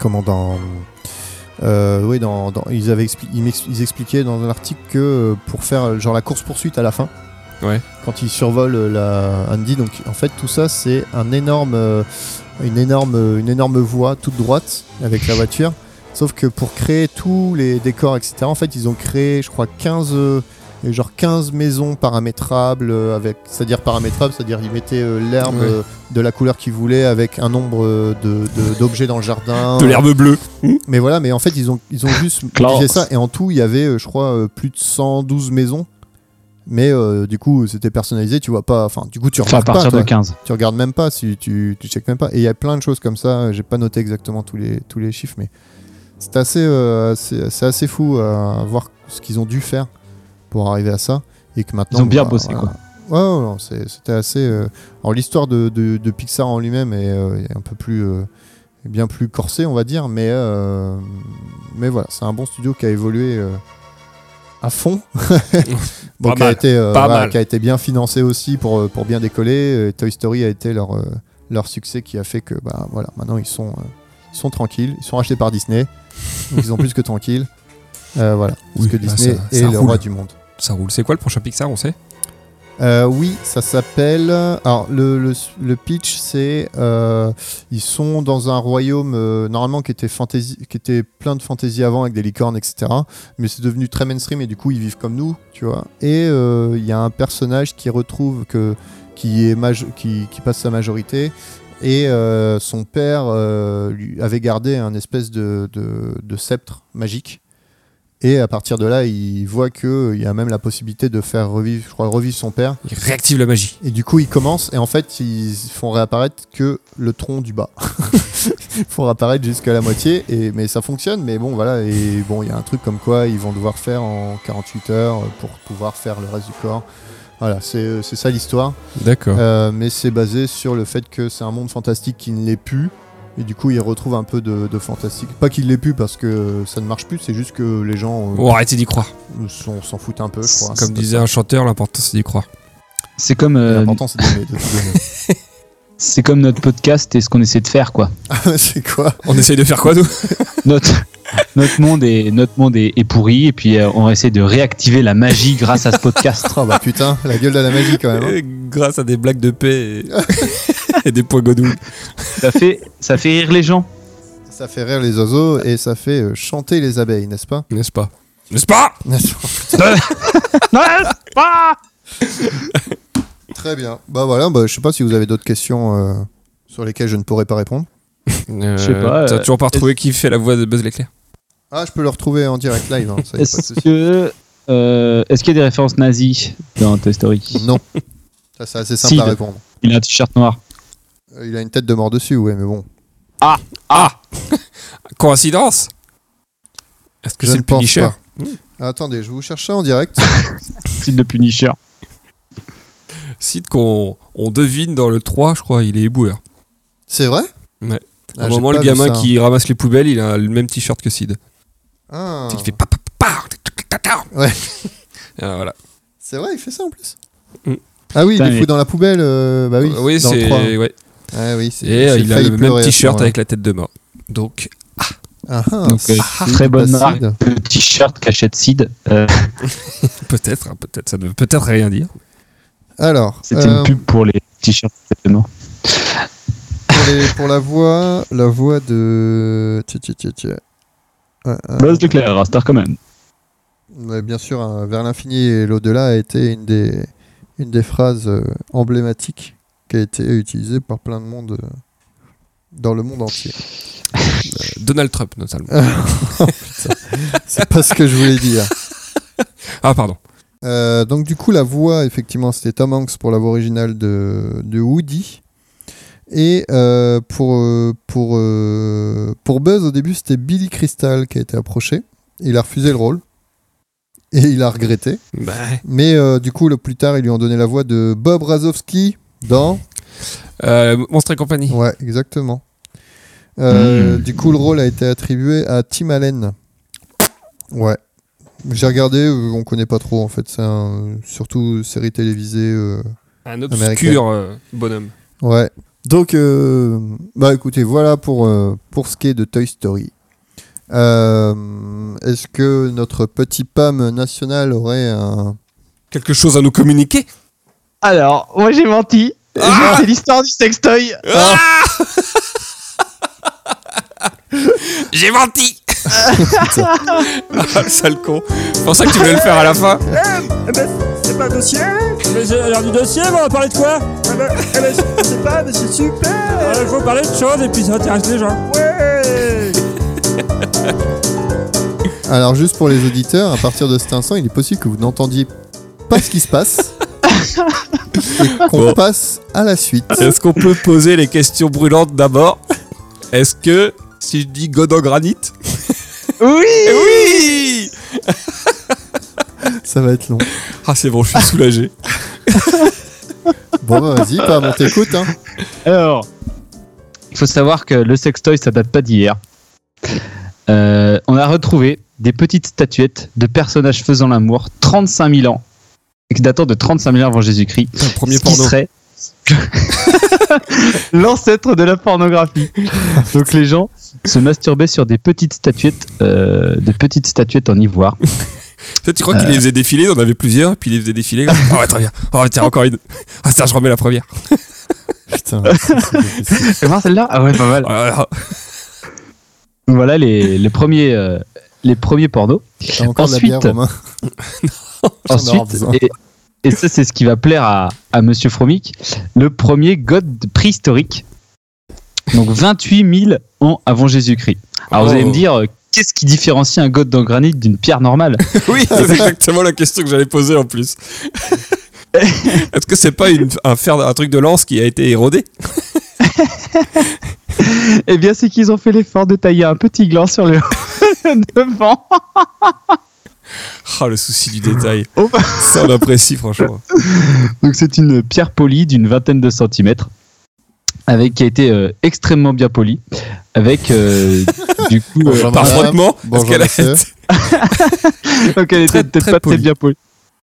[SPEAKER 4] comment dans euh, oui, dans, dans- ils, avaient expli- ils, m'ex- ils expliquaient dans l'article que euh, pour faire euh, genre la course poursuite à la fin,
[SPEAKER 5] Ouais.
[SPEAKER 4] quand ils survolent euh, la Andy, donc en fait tout ça c'est un énorme, euh, une énorme, euh, une énorme voie toute droite avec la voiture. Sauf que pour créer tous les décors, etc. En fait, ils ont créé, je crois, 15 euh, il y avait genre 15 maisons paramétrables euh, avec c'est-à-dire paramétrables c'est-à-dire ils mettaient euh, l'herbe
[SPEAKER 5] Ouais.
[SPEAKER 4] euh, de la couleur qu'ils voulaient avec un nombre euh, de- de- d'objets dans le jardin
[SPEAKER 5] De l'herbe bleue.
[SPEAKER 4] mais voilà mais en fait ils ont ils ont juste
[SPEAKER 6] Classe.
[SPEAKER 4] modifié ça et en tout il y avait euh, je crois euh, plus de 112 maisons mais euh, du coup c'était personnalisé tu vois pas enfin du coup tu
[SPEAKER 6] Enfin, à
[SPEAKER 4] regardes pas
[SPEAKER 6] partir
[SPEAKER 4] toi.
[SPEAKER 6] de 15.
[SPEAKER 4] tu regardes même pas si tu tu checkes même pas et il y a plein de choses comme ça j'ai pas noté exactement tous les tous les chiffres mais c'est assez, euh, assez- c'est assez euh, fou à voir ce qu'ils ont dû faire pour arriver à ça et que maintenant
[SPEAKER 6] Ils ont bien
[SPEAKER 4] bah,
[SPEAKER 6] bossé,
[SPEAKER 4] voilà.
[SPEAKER 6] quoi.
[SPEAKER 4] Ouais, ouais, non, c'est- c'était assez. euh, Alors l'histoire de, de- de Pixar en lui-même est, euh, est un peu plus, euh, bien plus corsée, on va dire, mais euh, mais voilà, c'est un bon studio qui a évolué euh, à fond, bon,
[SPEAKER 5] Pas
[SPEAKER 4] qui a
[SPEAKER 5] mal,
[SPEAKER 4] été, euh,
[SPEAKER 5] pas
[SPEAKER 4] voilà,
[SPEAKER 5] mal.
[SPEAKER 4] qui a été bien financé aussi pour euh, pour bien décoller. Et Toy Story a été leur euh, leur succès qui a fait que bah voilà, maintenant ils sont euh, ils sont tranquilles, ils sont rachetés par Disney, donc ils ont plus que tranquilles. Euh, voilà, parce
[SPEAKER 5] Oui,
[SPEAKER 4] que
[SPEAKER 5] bah,
[SPEAKER 4] Disney
[SPEAKER 5] ça-
[SPEAKER 4] est
[SPEAKER 5] ça
[SPEAKER 4] le
[SPEAKER 5] roule.
[SPEAKER 4] roi du monde.
[SPEAKER 5] Ça roule. C'est quoi le prochain Pixar, on sait
[SPEAKER 4] Euh, oui, ça s'appelle. Alors, le, le- le pitch, c'est. euh, ils sont dans un royaume, euh, normalement, qui était, fantasy, qui était plein de fantaisie avant, avec des licornes, etc. Mais c'est devenu très mainstream, et du coup, ils vivent comme nous, tu vois. Et euh, il y a un personnage qui retrouve que. qui, est maje- qui, qui passe sa majorité. Et euh, son père euh, lui avait gardé un espèce de, de- de sceptre magique. Et à partir de là, il voit qu'il y a même la possibilité de faire revivre, je crois, revivre son père.
[SPEAKER 5] Il réactive la magie.
[SPEAKER 4] Et du coup, ils commencent et en fait, ils font réapparaître que le tronc du bas. ils font réapparaître jusqu'à la moitié, et, mais ça fonctionne. Mais bon, voilà. Et bon, il y a un truc comme quoi ils vont devoir faire en 48 heures pour pouvoir faire le reste du corps. Voilà, c'est c'est ça l'histoire.
[SPEAKER 5] D'accord.
[SPEAKER 4] Euh, mais c'est basé sur le fait que c'est un monde fantastique qui ne l'est plus. Et du coup, ils retrouvent un peu de, de fantastique. Pas qu'il l'est plus parce que ça ne marche plus, c'est juste que les gens euh,
[SPEAKER 5] Oh, arrêtez d'y croire.
[SPEAKER 4] sont- s'en foutent un peu, je crois.
[SPEAKER 5] Comme disait un chanteur, l'important c'est d'y croire.
[SPEAKER 6] C'est comme, euh,
[SPEAKER 4] L'important, c'est de- de- de-
[SPEAKER 6] c'est comme notre podcast et ce qu'on essaie de faire, quoi.
[SPEAKER 4] de- c'est quoi
[SPEAKER 5] On essaye de faire quoi, nous
[SPEAKER 6] Notre, notre monde est, notre monde est, est pourri et puis euh, on essaie de réactiver la magie grâce à ce podcast.
[SPEAKER 4] Oh bah putain, la gueule de la magie quand même. hein.
[SPEAKER 5] Euh, Grâce à des blagues de paix et, et des points godouilles.
[SPEAKER 6] Ça fait, ça fait rire les gens.
[SPEAKER 4] Ça fait rire les oiseaux et ça fait euh, chanter les abeilles, n'est-ce pas
[SPEAKER 5] N'est-ce pas N'est-ce pas
[SPEAKER 4] Très bien. Bah voilà, bah, je sais pas si vous avez d'autres questions euh, sur lesquelles je ne pourrais pas répondre.
[SPEAKER 5] Je
[SPEAKER 6] sais pas,
[SPEAKER 5] T'as
[SPEAKER 6] euh,
[SPEAKER 5] toujours pas retrouvé qui fait la voix de Buzz l'éclair
[SPEAKER 4] Ah, je peux le retrouver en direct live. hein, ça y est, pas de
[SPEAKER 6] Est-ce
[SPEAKER 4] souci.
[SPEAKER 6] que, euh, est-ce qu'il y a des références nazies dans Toy Story
[SPEAKER 4] Non. Ça, c'est assez simple
[SPEAKER 6] Si,
[SPEAKER 4] à
[SPEAKER 6] le-
[SPEAKER 4] répondre.
[SPEAKER 6] Il a un t-shirt noir.
[SPEAKER 4] Euh, Il a une tête de mort dessus, ouais, mais bon.
[SPEAKER 5] Ah Coïncidence Est-ce que
[SPEAKER 4] je
[SPEAKER 5] c'est
[SPEAKER 4] ne
[SPEAKER 5] le
[SPEAKER 4] pense
[SPEAKER 5] Punisher Mmh.
[SPEAKER 4] pas. Attendez, je vous cherche ça en direct.
[SPEAKER 6] Style de Punisher.
[SPEAKER 5] Site qu'on on devine dans le 3, je crois, il est éboueur.
[SPEAKER 4] C'est vrai
[SPEAKER 5] Ouais.
[SPEAKER 4] Ah,
[SPEAKER 5] Au
[SPEAKER 4] j'ai
[SPEAKER 5] moment,
[SPEAKER 4] pas
[SPEAKER 5] le
[SPEAKER 4] vu
[SPEAKER 5] gamin
[SPEAKER 4] ça.
[SPEAKER 5] qui ramasse les poubelles, il a le même t-shirt que Sid.
[SPEAKER 4] Ah.
[SPEAKER 5] C'est qu'il fait pa pa pa pa, ta, ta, ta, ta.
[SPEAKER 4] Ouais.
[SPEAKER 5] Ah, voilà.
[SPEAKER 4] C'est vrai, il fait ça en plus.
[SPEAKER 5] Mm.
[SPEAKER 4] Ah oui,
[SPEAKER 6] Putain,
[SPEAKER 4] il est
[SPEAKER 6] mais-
[SPEAKER 4] fou dans la poubelle. euh, bah oui,
[SPEAKER 5] Euh, oui,
[SPEAKER 4] dans le 3.
[SPEAKER 5] c'est. ouais.
[SPEAKER 4] Ah oui, c'est-
[SPEAKER 5] Et euh,
[SPEAKER 4] j'ai
[SPEAKER 5] il a
[SPEAKER 4] failli
[SPEAKER 5] le même
[SPEAKER 4] pleurer à ce
[SPEAKER 5] t-shirt
[SPEAKER 4] moment-là.
[SPEAKER 5] avec la tête de mort. Donc,
[SPEAKER 4] Ah, ah,
[SPEAKER 6] Donc, euh,
[SPEAKER 4] c'est
[SPEAKER 6] très bonne
[SPEAKER 4] pas
[SPEAKER 6] marque.
[SPEAKER 4] Sid.
[SPEAKER 6] Le t-shirt qu'achète Sid. euh,
[SPEAKER 5] peut-être, hein, peut-être, ça ne veut peut-être rien dire.
[SPEAKER 4] Alors,
[SPEAKER 6] C'était
[SPEAKER 4] euh,
[SPEAKER 6] une pub pour les t-shirts évidemment.
[SPEAKER 4] pour, les- pour la voix, la voix de. Tiens, tiens, tiens, tiens. Ah, ah.
[SPEAKER 6] Buzz l'éclair, à Star Command.
[SPEAKER 4] Mais bien sûr, hein, Vers l'infini et l'au-delà a été une des, une des phrases euh, emblématiques qui a été utilisée par plein de monde euh, dans le monde entier.
[SPEAKER 5] Euh, Donald Trump, notamment.
[SPEAKER 4] C'est pas ce que je voulais dire.
[SPEAKER 5] Ah, pardon.
[SPEAKER 4] Euh, donc du coup, la voix, effectivement, c'était Tom Hanks pour la voix originale de, de Woody. Et euh, pour, euh, pour, euh, pour Buzz, au début, c'était Billy Crystal qui a été approché. Il a refusé le rôle. Et il a regretté.
[SPEAKER 5] Bah,
[SPEAKER 4] Mais euh, du coup, le plus tard, ils lui ont donné la voix de Bob Razowski dans...
[SPEAKER 5] euh, Monstre et compagnie.
[SPEAKER 4] Ouais, exactement. Euh,
[SPEAKER 6] Mm.
[SPEAKER 4] Du coup, le rôle a été attribué à Tim Allen. Ouais. J'ai regardé, euh, on connaît pas trop en fait. C'est un- surtout série télévisée. euh,
[SPEAKER 5] Un
[SPEAKER 4] Américain.
[SPEAKER 5] obscur euh, bonhomme.
[SPEAKER 4] Ouais. Donc, euh, bah écoutez, voilà pour, euh, pour ce qui est de Toy Story. Euh, Est-ce que notre petit PAM national aurait un.
[SPEAKER 5] Quelque chose à nous communiquer
[SPEAKER 7] Alors, moi j'ai menti.
[SPEAKER 4] Ah
[SPEAKER 7] C'est l'histoire du sextoy.
[SPEAKER 5] J'ai menti Ah, le sale con. C'est pour ça que tu voulais le faire à la fin.
[SPEAKER 8] C'est pas un dossier Mais j'ai l'air du dossier, mais on va parler de quoi ah bah, Je sais pas, mais c'est super Il faut parler de choses et puis ça intéresse les gens. Ouais
[SPEAKER 4] Alors, juste pour les auditeurs, à partir de cet instant, il est possible que vous n'entendiez pas ce qui se passe. et qu'on
[SPEAKER 5] Bon.
[SPEAKER 4] passe à la suite.
[SPEAKER 5] Est-ce qu'on peut poser les questions brûlantes d'abord Est-ce que si je dis Godin Granit
[SPEAKER 7] Oui
[SPEAKER 5] Eh Oui
[SPEAKER 4] Ça va être long.
[SPEAKER 5] Ah c'est bon, je suis soulagé.
[SPEAKER 4] Bon, bah, vas-y, pas mon t'écoute. Hein.
[SPEAKER 6] Alors, il faut savoir que le sextoy, ça date pas d'hier. Euh, on a retrouvé des petites statuettes de personnages faisant l'amour 35 000 ans, et qui datant de 35 000 ans avant Jésus-Christ,
[SPEAKER 5] Putain, premier
[SPEAKER 6] ce qui
[SPEAKER 5] porno.
[SPEAKER 6] serait l'ancêtre de la pornographie. Donc les gens se masturbaient sur des petites statuettes, euh, des petites statuettes en ivoire.
[SPEAKER 5] Toi, tu crois
[SPEAKER 6] Euh.
[SPEAKER 5] qu'il les faisait défiler, on en avait plusieurs, puis il les faisait défiler. comme ça. Ah ouais, très bien. Oh, tiens, encore une. Ah, ça, je remets la première.
[SPEAKER 4] Putain. c'est- c'est-
[SPEAKER 6] C'est voir celle-là Ah ouais, pas mal.
[SPEAKER 5] Ah,
[SPEAKER 6] Voilà les, les premiers, euh, les premiers pornos.
[SPEAKER 4] T'as encore de la
[SPEAKER 6] Ensuite-
[SPEAKER 4] bière, Romain J'en ai
[SPEAKER 6] Ensuite,
[SPEAKER 4] besoin.
[SPEAKER 6] et, et ça c'est ce qui va plaire à, à Monsieur Fromic, le premier god préhistorique. Donc 28 000 ans avant Jésus-Christ. Alors vous allez
[SPEAKER 5] Oh.
[SPEAKER 6] me dire, euh, qu'est-ce qui différencie un god dans le granit d'une pierre normale Eh
[SPEAKER 5] oui, c'est exactement la question que j'allais poser en plus. Est-ce que c'est pas une- un, fer, un truc de lance qui a été érodé
[SPEAKER 6] Eh bien c'est qu'ils ont fait l'effort de tailler un petit gland sur le devant.
[SPEAKER 5] Ah, le souci du détail.
[SPEAKER 6] Oh, bah.
[SPEAKER 5] Ça, on apprécie, franchement.
[SPEAKER 6] Donc c'est une pierre polie d'une vingtaine de centimètres, avec qui a été euh, extrêmement bien polie, avec euh, du coup euh,
[SPEAKER 4] Bonjour,
[SPEAKER 5] Par
[SPEAKER 4] madame.
[SPEAKER 5] frottement, parce
[SPEAKER 4] Bonjour,
[SPEAKER 5] qu'elle a
[SPEAKER 4] monsieur.
[SPEAKER 5] été-
[SPEAKER 6] Donc elle
[SPEAKER 5] Très,
[SPEAKER 6] était peut-être
[SPEAKER 5] très
[SPEAKER 6] pas
[SPEAKER 5] polie.
[SPEAKER 6] très bien polie.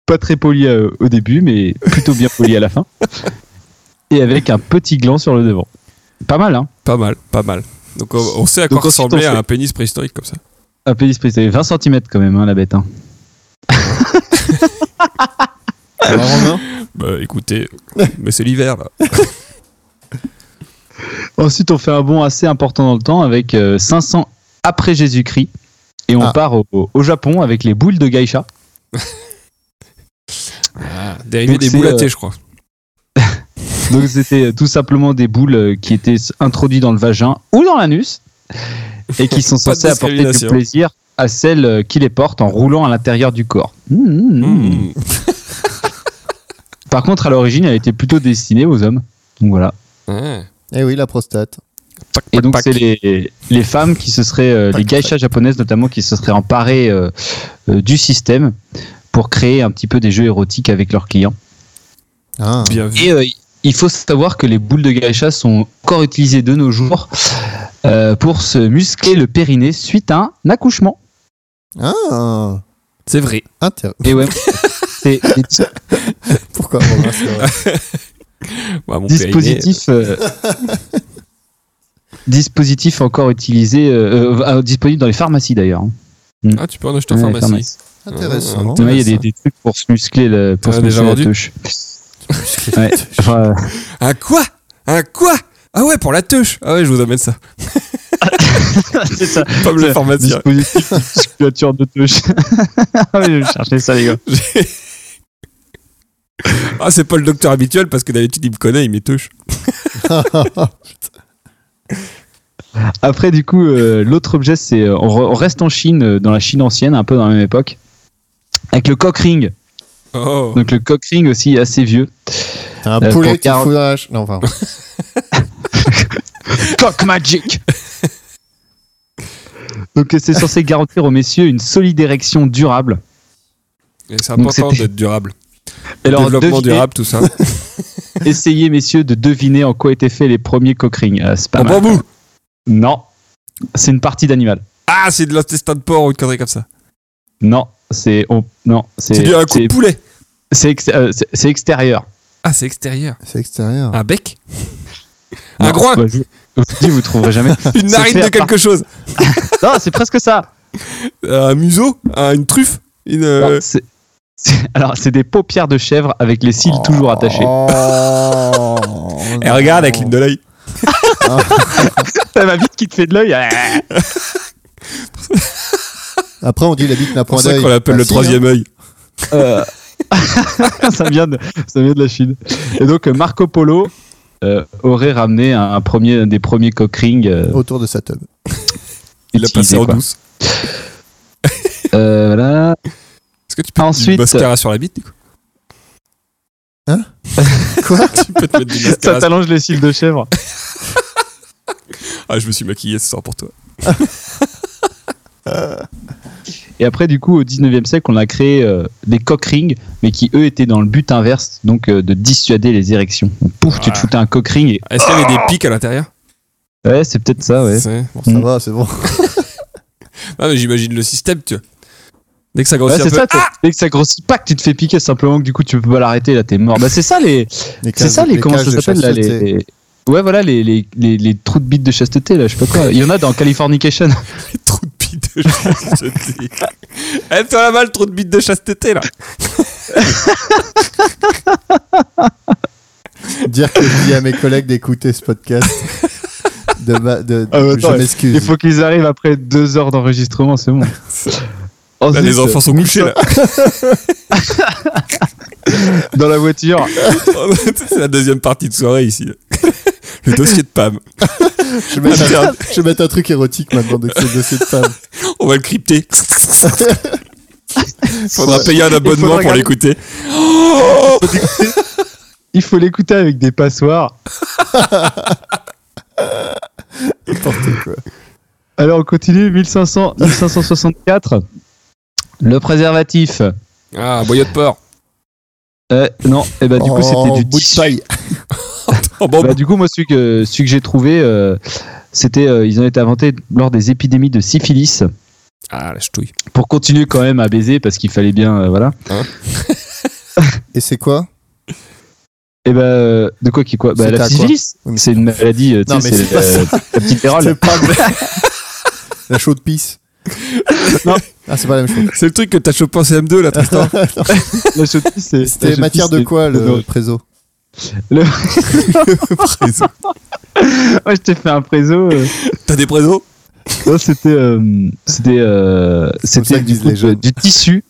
[SPEAKER 6] Pas très polie euh, au début, mais plutôt bien polie à la fin. Et avec un petit gland sur le devant. Pas mal, hein
[SPEAKER 5] Pas mal, pas mal. Donc, on, on sait à
[SPEAKER 6] Donc,
[SPEAKER 5] quoi
[SPEAKER 6] ensuite, on
[SPEAKER 5] ressemblait
[SPEAKER 6] fait-
[SPEAKER 5] un pénis préhistorique comme ça.
[SPEAKER 6] Un pénis préhistorique. 20 cm quand même, hein, la bête. hein.
[SPEAKER 4] Alors, Romain
[SPEAKER 5] Bah, écoutez, mais c'est l'hiver, là.
[SPEAKER 6] Ensuite, on fait un bond assez important dans le temps avec euh, 500 après Jésus-Christ. Et on
[SPEAKER 4] Ah.
[SPEAKER 6] part au, au Japon avec les boules de geisha.
[SPEAKER 5] Dérivé
[SPEAKER 6] Donc,
[SPEAKER 5] des
[SPEAKER 6] c'est,
[SPEAKER 5] boules à
[SPEAKER 6] euh,
[SPEAKER 5] thé, je crois.
[SPEAKER 6] Donc c'était euh, tout simplement des boules euh, qui étaient s- introduites dans le vagin ou dans l'anus et qui sont
[SPEAKER 5] Pas de
[SPEAKER 6] censées apporter du
[SPEAKER 5] discrimination.
[SPEAKER 6] plaisir à celles euh, qui les portent en roulant à l'intérieur du corps. Mmh, mmh, mmh.
[SPEAKER 5] Mmh.
[SPEAKER 6] Par contre, à l'origine, elle était plutôt destinée aux hommes. Donc voilà.
[SPEAKER 5] Ouais.
[SPEAKER 4] Eh oui, la prostate.
[SPEAKER 6] Et donc,
[SPEAKER 5] Pac,
[SPEAKER 6] c'est
[SPEAKER 5] pac.
[SPEAKER 6] les, les femmes qui se seraient, euh, les geishas japonaises notamment, qui se seraient emparées euh, euh, du système pour créer un petit peu des jeux érotiques avec leurs clients.
[SPEAKER 4] Ah.
[SPEAKER 5] Bien vu.
[SPEAKER 6] Et euh, il faut savoir que les boules de geisha sont encore utilisées de nos jours euh, pour se muscler le périnée suite à un accouchement.
[SPEAKER 4] Ah.
[SPEAKER 5] C'est vrai.
[SPEAKER 4] Inter-
[SPEAKER 6] Et ouais. C'est des petits
[SPEAKER 4] Pourquoi Romain c'est vrai
[SPEAKER 5] Bah, mon périnée,
[SPEAKER 6] dispositifs euh, dispositifs encore utilisés euh, euh, euh, disponibles dans les pharmacies d'ailleurs. hein.
[SPEAKER 5] Ah, tu peux en acheter en
[SPEAKER 6] Ouais, les
[SPEAKER 5] pharmacie.
[SPEAKER 6] pharmacies. Oh,
[SPEAKER 4] Intéressant.
[SPEAKER 5] Ah,
[SPEAKER 6] Ouais, Il y a des, des trucs pour se muscler, le, pour
[SPEAKER 5] T'en
[SPEAKER 6] se
[SPEAKER 5] as déjà
[SPEAKER 6] muscler la
[SPEAKER 5] vendu
[SPEAKER 6] touche. Ouais. Enfin, euh,
[SPEAKER 5] Un quoi Un quoi Ah ouais, pour la touche Ah ouais, je vous amène ça.
[SPEAKER 6] c'est ça.
[SPEAKER 5] Comme le
[SPEAKER 6] C'est-
[SPEAKER 5] pharmacien.
[SPEAKER 6] Dispositif de musculature de touche. Ah ouais, je vais chercher ça, les gars.
[SPEAKER 5] Ah, c'est pas le docteur habituel parce que d'habitude, il me connaît, il met touche.
[SPEAKER 6] Après, du coup, euh, l'autre objet, c'est. euh, On, re- on reste en Chine, euh, dans la Chine ancienne, un peu dans la même époque. Avec le cock ring.
[SPEAKER 5] Oh.
[SPEAKER 6] Donc, le cock ring aussi est assez vieux.
[SPEAKER 4] T'as un
[SPEAKER 6] Euh,
[SPEAKER 4] poulet
[SPEAKER 6] pour
[SPEAKER 4] qui
[SPEAKER 6] quarante-
[SPEAKER 4] fout dans la ch- Non, enfin.
[SPEAKER 6] Cock Magic Donc euh, c'est censé garantir aux messieurs une solide érection durable.
[SPEAKER 5] Et c'est
[SPEAKER 6] Donc,
[SPEAKER 5] important
[SPEAKER 6] c'était-
[SPEAKER 5] d'être durable.
[SPEAKER 6] Et alors,
[SPEAKER 5] Développement
[SPEAKER 6] devinez-
[SPEAKER 5] durable, tout ça.
[SPEAKER 6] Essayez messieurs de deviner en quoi étaient faits les premiers cock rings. Euh, c'est pas
[SPEAKER 5] En
[SPEAKER 6] mal.
[SPEAKER 5] bambou
[SPEAKER 6] Non, c'est une partie d'animal.
[SPEAKER 5] Ah, c'est de l'intestin de porc ou une connerie comme ça.
[SPEAKER 6] Non, c'est on- non,
[SPEAKER 5] C'est
[SPEAKER 6] c'est
[SPEAKER 5] du un coup de
[SPEAKER 6] c'est-
[SPEAKER 5] poulet.
[SPEAKER 6] c'est ex- euh, c'est- c'est extérieur.
[SPEAKER 5] Ah, c'est extérieur.
[SPEAKER 4] C'est extérieur.
[SPEAKER 5] Un bec Un
[SPEAKER 6] Ah. Non,
[SPEAKER 5] groin
[SPEAKER 6] bah, je- je vous dis, vous trouverez jamais.
[SPEAKER 5] Une
[SPEAKER 6] c'est
[SPEAKER 5] narine
[SPEAKER 6] fait
[SPEAKER 5] de
[SPEAKER 6] à
[SPEAKER 5] quelque chose Euh,
[SPEAKER 6] non, c'est presque ça.
[SPEAKER 5] Un museau Un- Une truffe Une. euh,
[SPEAKER 6] Non, Bah, c'est- c'est- alors c'est des paupières de chèvre avec les cils toujours attachés.
[SPEAKER 4] Oh.
[SPEAKER 5] Et Eh, regarde, avec cligne de l'œil.
[SPEAKER 6] Ça va vite qui te fait de l'œil.
[SPEAKER 4] Après, on dit la bite
[SPEAKER 5] C'est
[SPEAKER 4] n'a
[SPEAKER 5] pour
[SPEAKER 4] point
[SPEAKER 5] ça
[SPEAKER 4] d'œil.
[SPEAKER 5] qu'on l'appelle
[SPEAKER 4] Bah,
[SPEAKER 5] le
[SPEAKER 4] si,
[SPEAKER 6] hein.
[SPEAKER 5] troisième œil.
[SPEAKER 6] Euh, ça, vient de, ça vient de la Chine. Et donc euh, Marco Polo euh, aurait ramené un, un premier, un des premiers cock rings. euh,
[SPEAKER 4] hein, Autour de sa teub.
[SPEAKER 5] Oh, Il l'a passé
[SPEAKER 6] utilisés,
[SPEAKER 5] en
[SPEAKER 6] quoi.
[SPEAKER 5] douce.
[SPEAKER 6] Euh, voilà.
[SPEAKER 5] Est-ce que tu peux
[SPEAKER 6] Ensuite- euh,
[SPEAKER 5] mettre du mascara sur la bite du coup
[SPEAKER 4] Hein
[SPEAKER 5] Quoi Tu peux te mettre du
[SPEAKER 6] Ça
[SPEAKER 5] mascara. sur-
[SPEAKER 6] t'allonge les cils de chèvre.
[SPEAKER 5] Ah, je me suis maquillé ce soir pour toi.
[SPEAKER 6] Et après, du coup, au 19e siècle, on a créé euh, des cock rings, mais qui eux étaient dans le but inverse, donc euh, de dissuader les érections. Donc, pouf, tu te foutais un cock ring et.
[SPEAKER 5] Est-ce qu'il y avait des pics à l'intérieur
[SPEAKER 6] Ouais, c'est peut-être ça, Ah. ouais.
[SPEAKER 5] C'est-
[SPEAKER 4] Bon, ça
[SPEAKER 6] Mm.
[SPEAKER 4] va, c'est bon.
[SPEAKER 5] Ah, mais j'imagine le système, tu vois. Dès que ça grossit
[SPEAKER 6] Ouais,
[SPEAKER 5] un
[SPEAKER 6] c'est
[SPEAKER 5] peu.
[SPEAKER 6] ça, t'as- dès que ça grossit pas, que tu te fais piquer simplement, que du coup tu peux pas l'arrêter, là t'es mort. Bah c'est ça les,
[SPEAKER 4] Les
[SPEAKER 6] c'est
[SPEAKER 4] cages-
[SPEAKER 6] ça les, comment
[SPEAKER 4] cages
[SPEAKER 6] ça
[SPEAKER 4] de
[SPEAKER 6] s'appelle là les,
[SPEAKER 4] chasteté.
[SPEAKER 6] les- ouais voilà les, les, les, les trous de bite de chasteté là, je sais pas quoi. Il y en a dans Californication.
[SPEAKER 5] trou de bite de chasteté. Eh, toi là-bas, le trou de bite de chasteté, là.
[SPEAKER 4] Dire que je dis à mes collègues d'écouter ce podcast. De ma- de,
[SPEAKER 6] Ah, mais
[SPEAKER 4] je
[SPEAKER 6] attends,
[SPEAKER 4] m'excuse.
[SPEAKER 6] Il faut qu'ils arrivent après deux heures d'enregistrement, c'est bon.
[SPEAKER 5] Là,
[SPEAKER 6] Ensuite,
[SPEAKER 5] les enfants sont couchés, là.
[SPEAKER 6] dans la voiture,
[SPEAKER 5] c'est la deuxième partie de soirée, ici. Le dossier de Pam.
[SPEAKER 4] Je vais, mettre un, je vais mettre un truc érotique maintenant de ce dossier de femme.
[SPEAKER 5] On va le crypter. Faudra payer un abonnement pour
[SPEAKER 6] regarder.
[SPEAKER 5] l'écouter.
[SPEAKER 6] il faut l'écouter avec des passoires.
[SPEAKER 4] N'importe quoi.
[SPEAKER 6] Alors on continue, 1500, 1564. Le préservatif.
[SPEAKER 5] Ah, boyau de porc.
[SPEAKER 6] Euh, non, et bah du coup
[SPEAKER 4] En
[SPEAKER 6] c'était du
[SPEAKER 4] Oh, bout de
[SPEAKER 6] tissu.
[SPEAKER 4] paille.
[SPEAKER 5] Oh, bon,
[SPEAKER 6] Bah, du coup, moi, celui que, celui que j'ai trouvé, euh, c'était, euh, ils ont été inventés lors des épidémies de syphilis
[SPEAKER 5] Ah, la ch'touille.
[SPEAKER 6] pour continuer quand même à baiser parce qu'il fallait bien, euh, voilà.
[SPEAKER 4] Et c'est quoi
[SPEAKER 6] Et ben, euh, de quoi qui quoi Bah,
[SPEAKER 4] C'était
[SPEAKER 6] la
[SPEAKER 4] à quoi
[SPEAKER 6] syphilis,
[SPEAKER 4] Oui, mais-
[SPEAKER 6] c'est une maladie, euh, tu
[SPEAKER 4] Non,
[SPEAKER 6] sais,
[SPEAKER 4] mais c'est
[SPEAKER 6] c'est
[SPEAKER 4] pas
[SPEAKER 6] euh, la petite vérole.
[SPEAKER 4] C'est pas la chaude pisse.
[SPEAKER 6] Non.
[SPEAKER 4] Ah, c'est pas la même chose.
[SPEAKER 5] C'est le truc que t'as chopé en CM2, là, Tristan.
[SPEAKER 6] La chaude-pisse, c'est- la
[SPEAKER 4] C'était
[SPEAKER 6] chaude-pisse,
[SPEAKER 4] matière de
[SPEAKER 6] c'est-
[SPEAKER 4] quoi le
[SPEAKER 6] Ouais,
[SPEAKER 4] préso
[SPEAKER 6] Oh, je t'ai fait un préso. euh,
[SPEAKER 5] T'as des présos
[SPEAKER 6] non, c'était, euh, c'était, euh,
[SPEAKER 4] ça
[SPEAKER 6] c'était
[SPEAKER 4] que
[SPEAKER 6] du,
[SPEAKER 4] disent
[SPEAKER 6] coup
[SPEAKER 4] les
[SPEAKER 6] de-
[SPEAKER 4] jeunes.
[SPEAKER 6] du tissu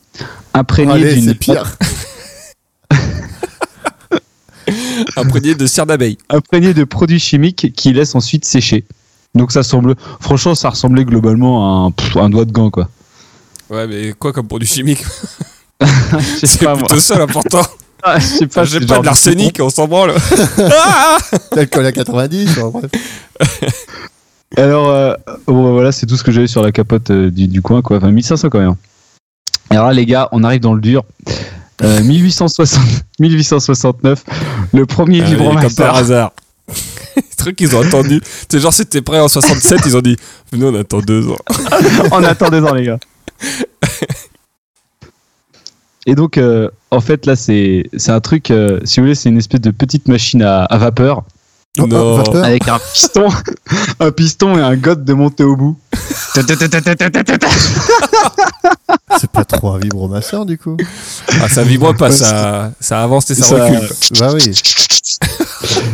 [SPEAKER 6] imprégné
[SPEAKER 4] Allez,
[SPEAKER 6] d'une
[SPEAKER 4] c'est pire.
[SPEAKER 5] Imprégné de cire d'abeille.
[SPEAKER 6] imprégné de produits chimiques qui laissent ensuite sécher. Donc ça semble, franchement, ça ressemblait globalement à un, pff, un doigt de gant, quoi.
[SPEAKER 5] Ouais, mais quoi comme produit chimique
[SPEAKER 6] Je sais
[SPEAKER 5] C'est
[SPEAKER 6] pas, moi.
[SPEAKER 5] plutôt ça l'important.
[SPEAKER 6] Ah, Je sais pas,
[SPEAKER 5] J'ai
[SPEAKER 6] c'est
[SPEAKER 5] pas
[SPEAKER 6] genre
[SPEAKER 5] de l'arsenic, on s'en branle. Ah
[SPEAKER 4] L'alcool à 90, enfin, bref.
[SPEAKER 6] citron. Alors, euh, bon, bah, voilà, c'est tout ce que j'avais sur la capote euh, du, du coin, quoi. Enfin, 1500 quand même. Et alors là, les gars, on arrive dans le dur. Euh, 1860, 1869, le premier
[SPEAKER 5] Ah oui, comme par
[SPEAKER 6] vibromasseur.
[SPEAKER 5] hasard. Ce truc qu'ils ont attendu. C'est genre c'était prêt en 67, ils ont dit nous on attend deux ans.
[SPEAKER 6] On attend deux ans, les gars. Et donc, euh, en fait, là, c'est c'est un truc, euh, si vous voulez, c'est une espèce de petite machine à, à vapeur
[SPEAKER 4] Oh,
[SPEAKER 5] non.
[SPEAKER 4] oh, vapeur.
[SPEAKER 6] avec un piston, un piston et un godet de montée au bout.
[SPEAKER 4] C'est pas trop un vibromasseur du coup.
[SPEAKER 5] Ah, ça vibre pas, ça, ça avance et ça,
[SPEAKER 6] Ça-
[SPEAKER 5] recule. quoi.
[SPEAKER 4] Bah oui,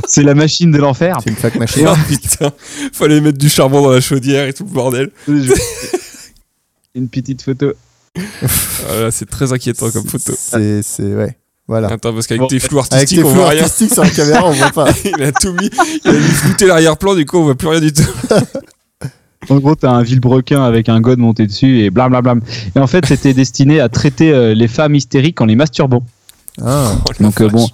[SPEAKER 6] C'est la machine de l'enfer.
[SPEAKER 4] c'est une fac machine.
[SPEAKER 5] Oh putain, fallait mettre du charbon dans la chaudière et tout le bordel.
[SPEAKER 6] Une petite photo.
[SPEAKER 5] Ah là, c'est très inquiétant comme photo.
[SPEAKER 4] C'est, c'est, ouais. Voilà.
[SPEAKER 5] Attends, parce qu'avec
[SPEAKER 6] Bon.
[SPEAKER 5] tes flous
[SPEAKER 4] Avec
[SPEAKER 5] artistiques,
[SPEAKER 4] tes
[SPEAKER 5] on
[SPEAKER 4] flous
[SPEAKER 5] voit rien.
[SPEAKER 4] artistiques sur la caméra, on voit pas.
[SPEAKER 5] Il a tout mis, il a mis flouté l'arrière-plan, du coup on voit plus rien du tout.
[SPEAKER 6] En gros, t'as un vilebrequin avec un god monté dessus et blablablam. Et en fait, c'était destiné à traiter euh, les femmes hystériques en les masturbant.
[SPEAKER 4] Ah,
[SPEAKER 5] Oh, la
[SPEAKER 6] Donc euh,
[SPEAKER 5] vache.
[SPEAKER 6] bon.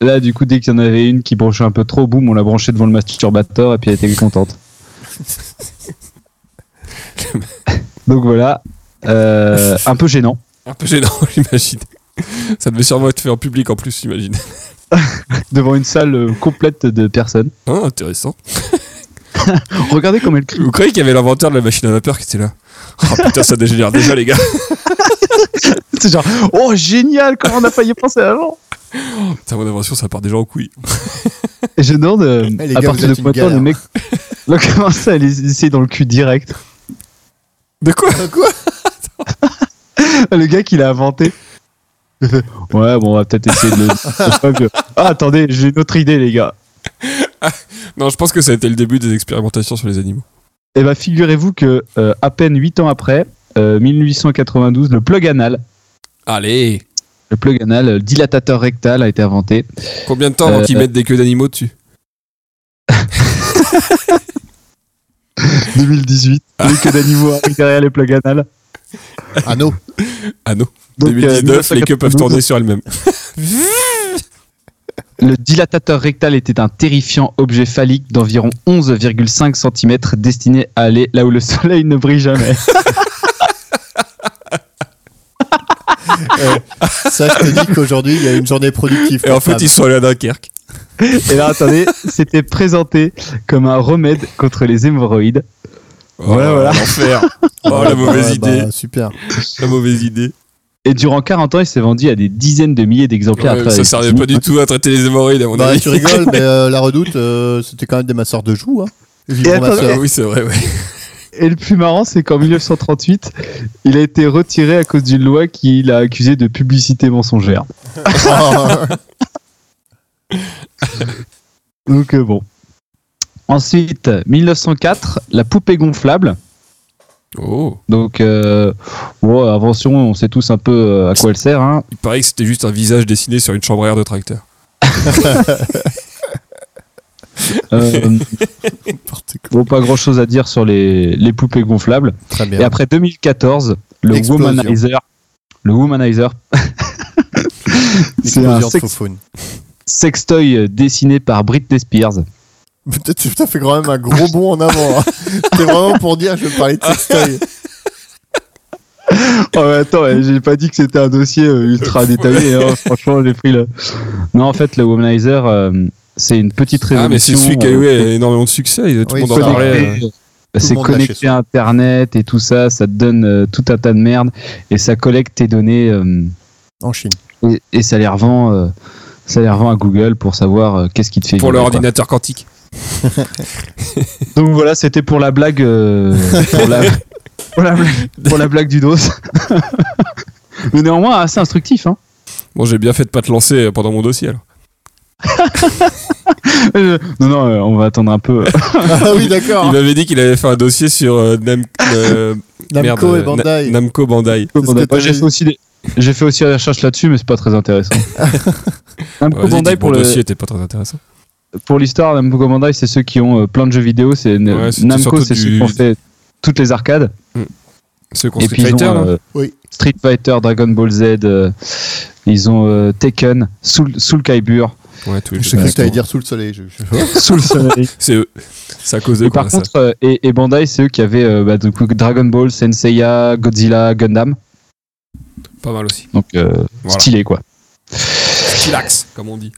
[SPEAKER 6] Là, du coup, dès qu'il y en avait une qui branchait un peu trop, boum, on l'a branchée devant le masturbateur et puis elle était contente. Donc voilà. Euh, un peu gênant.
[SPEAKER 5] Un peu gênant, j'imagine. Ça devait sûrement être fait en public en plus, j'imagine.
[SPEAKER 6] Devant une salle euh, complète de personnes.
[SPEAKER 5] Hein, intéressant.
[SPEAKER 6] Regardez comme elle crie.
[SPEAKER 5] Vous croyez qu'il y avait l'inventeur de la machine à vapeur qui était là Oh putain, ça dégénère déjà, les gars.
[SPEAKER 6] C'est genre, oh génial, comment on n'a pas y pensé avant
[SPEAKER 5] Putain, mon invention, ça part déjà en couille.
[SPEAKER 6] Et je demande euh,
[SPEAKER 4] Eh, les
[SPEAKER 6] à
[SPEAKER 4] gars,
[SPEAKER 6] partir
[SPEAKER 4] vous
[SPEAKER 6] de
[SPEAKER 4] êtes
[SPEAKER 6] combien de temps
[SPEAKER 4] une
[SPEAKER 6] le mec va commencer à les essayer dans le cul direct.
[SPEAKER 5] De quoi
[SPEAKER 6] Le gars qui l'a inventé. ouais, bon, on va peut-être essayer de le. ah, attendez, j'ai une autre idée, les gars.
[SPEAKER 5] Non, je pense que ça a été le début des expérimentations sur les animaux.
[SPEAKER 6] Eh ben, figurez-vous que euh, à peine 8 ans après, euh, 1892, le plug anal,
[SPEAKER 5] Allez
[SPEAKER 6] le plug anal, euh, dilatateur rectal, a été inventé.
[SPEAKER 5] Combien de temps avant
[SPEAKER 6] Euh,
[SPEAKER 5] qu'ils
[SPEAKER 6] euh.
[SPEAKER 5] mettent des queues d'animaux dessus
[SPEAKER 6] 2018, les queues d'animaux arrivent derrière les plug anal.
[SPEAKER 4] ah non.
[SPEAKER 5] Ah non
[SPEAKER 6] Donc, euh,
[SPEAKER 5] 2019, les queues peuvent
[SPEAKER 6] 1992,
[SPEAKER 5] tourner sur elles-mêmes.
[SPEAKER 6] Le dilatateur rectal était un terrifiant objet phallique d'environ 11,5 cm destiné à aller là où le soleil ne brille jamais.
[SPEAKER 4] ça, je te dis qu'aujourd'hui, il y a une journée productive.
[SPEAKER 5] Et en fait, ils sont allés à Dunkerque.
[SPEAKER 6] Et là, attendez, c'était présenté comme un remède contre les hémorroïdes. Voilà,
[SPEAKER 5] Oh,
[SPEAKER 6] voilà.
[SPEAKER 5] L'enfer. Oh, la mauvaise idée.
[SPEAKER 4] bah, super.
[SPEAKER 5] La mauvaise idée.
[SPEAKER 6] Et durant 40 ans, il s'est vendu à des dizaines de milliers d'exemplaires. à
[SPEAKER 5] Ouais,
[SPEAKER 6] travers
[SPEAKER 5] ça
[SPEAKER 6] les
[SPEAKER 5] servait
[SPEAKER 6] États-Unis.
[SPEAKER 5] pas du tout à traiter les hémorroïdes, à mon
[SPEAKER 4] Bah,
[SPEAKER 5] avis.
[SPEAKER 4] tu rigoles, mais euh, la redoute, euh, c'était quand même des masseurs de joues. Hein. Vivement
[SPEAKER 6] attends,
[SPEAKER 4] masseurs.
[SPEAKER 5] Ah oui, c'est vrai, ouais.
[SPEAKER 6] Et le plus marrant, c'est qu'en 1938, il a été retiré à cause d'une loi qui l'a accusé de publicité mensongère.
[SPEAKER 4] Ah,
[SPEAKER 6] Donc euh, bon. Ensuite, 1904, la poupée gonflable.
[SPEAKER 5] Oh.
[SPEAKER 6] Donc, euh, bon, invention, on sait tous un peu euh, à quoi elle sert. hein.
[SPEAKER 5] Il paraît que c'était juste un visage dessiné sur une chambre à air de tracteur.
[SPEAKER 6] Euh,
[SPEAKER 4] N'importe quoi.
[SPEAKER 6] bon, pas grand chose à dire sur les, les poupées gonflables.
[SPEAKER 4] Très bien.
[SPEAKER 6] Et après 2014, le
[SPEAKER 4] Explosion.
[SPEAKER 6] Womanizer. Le Womanizer. c'est un
[SPEAKER 4] Explosion de
[SPEAKER 6] sex-
[SPEAKER 4] faux-faune.
[SPEAKER 6] sextoy euh, dessiné par Britney Spears.
[SPEAKER 4] Peut-être tu t'as fait quand même un gros bond en avant. hein. C'était vraiment pour dire, je vais parler de sextoy.
[SPEAKER 6] Oh, mais attends, eh, j'ai pas dit que c'était un dossier euh, ultra détaillé. hein. Franchement, j'ai pris le. Non, en fait, le Womanizer, euh, c'est une petite révolution.
[SPEAKER 5] Ah, mais c'est celui qui a eu
[SPEAKER 6] euh,
[SPEAKER 5] ouais, énormément de succès. Tout
[SPEAKER 4] Oui,
[SPEAKER 5] le monde en
[SPEAKER 4] c'est
[SPEAKER 6] connecté,
[SPEAKER 5] parlait.
[SPEAKER 4] vrai.
[SPEAKER 6] euh, c'est
[SPEAKER 4] monde lâchait
[SPEAKER 6] connecté à Internet et tout ça, ça te donne euh, tout un tas de merde et ça collecte tes données euh,
[SPEAKER 4] En Chine.
[SPEAKER 6] et, et ça les revend. euh, ça les revend à Google pour savoir euh, qu'est-ce qui te fait.
[SPEAKER 5] Pour leur
[SPEAKER 6] vibrer, quoi.
[SPEAKER 5] ordinateur quantique.
[SPEAKER 6] Donc voilà, c'était pour la blague. euh, pour, la, pour, la blague pour la blague du dos. Mais néanmoins, assez instructif. Hein.
[SPEAKER 5] Bon, j'ai bien fait de pas te lancer pendant mon dossier, alors.
[SPEAKER 6] Euh, non, non, euh, on va attendre un peu.
[SPEAKER 4] Ah oui, d'accord.
[SPEAKER 5] Il m'avait dit qu'il avait fait un dossier sur euh, Nam- euh, merde,
[SPEAKER 4] Namco
[SPEAKER 5] euh,
[SPEAKER 4] et Bandai.
[SPEAKER 5] Na- Namco Bandai.
[SPEAKER 4] C'est ce que
[SPEAKER 6] Moi,
[SPEAKER 4] t'avais
[SPEAKER 6] j'ai
[SPEAKER 4] dit.
[SPEAKER 6] fait aussi des. J'ai fait aussi des recherches là-dessus, mais c'est pas très intéressant. Namco
[SPEAKER 5] Vas-y,
[SPEAKER 6] Bandai
[SPEAKER 5] dis que
[SPEAKER 6] pour
[SPEAKER 5] mon
[SPEAKER 6] le-
[SPEAKER 5] dossier était pas très intéressant.
[SPEAKER 6] pour l'histoire, Namco Bandai, c'est ceux qui ont euh, plein de jeux vidéo. C'est
[SPEAKER 5] Ouais, c'était
[SPEAKER 6] Namco,
[SPEAKER 5] surtout
[SPEAKER 6] c'est
[SPEAKER 5] du-
[SPEAKER 6] ceux qui ont fait toutes les arcades.
[SPEAKER 5] Ceux qu'on
[SPEAKER 6] Et
[SPEAKER 5] Street
[SPEAKER 6] puis ils ont
[SPEAKER 5] Fighter, là.
[SPEAKER 6] euh,
[SPEAKER 4] Oui.
[SPEAKER 6] Street Fighter, Dragon Ball Z. euh, ils ont euh, Tekken, Soul, Soul Calibur,
[SPEAKER 5] Ouais, tous les
[SPEAKER 4] Je
[SPEAKER 5] jeux
[SPEAKER 4] sais que
[SPEAKER 5] vidéo.
[SPEAKER 4] t'allais dire sous le soleil. Je, je-
[SPEAKER 6] Soul Soleil.
[SPEAKER 5] C'est eux. C'est à cause de
[SPEAKER 6] Et
[SPEAKER 5] quoi,
[SPEAKER 6] par
[SPEAKER 5] ça
[SPEAKER 6] contre, euh, et, et Bandai, c'est eux qui avaient euh, bah, du coup, Dragon Ball, Senseiya, Godzilla, Gundam.
[SPEAKER 5] Pas mal aussi.
[SPEAKER 6] Donc euh,
[SPEAKER 5] Voilà.
[SPEAKER 6] stylé quoi.
[SPEAKER 5] Chillax, comme on dit.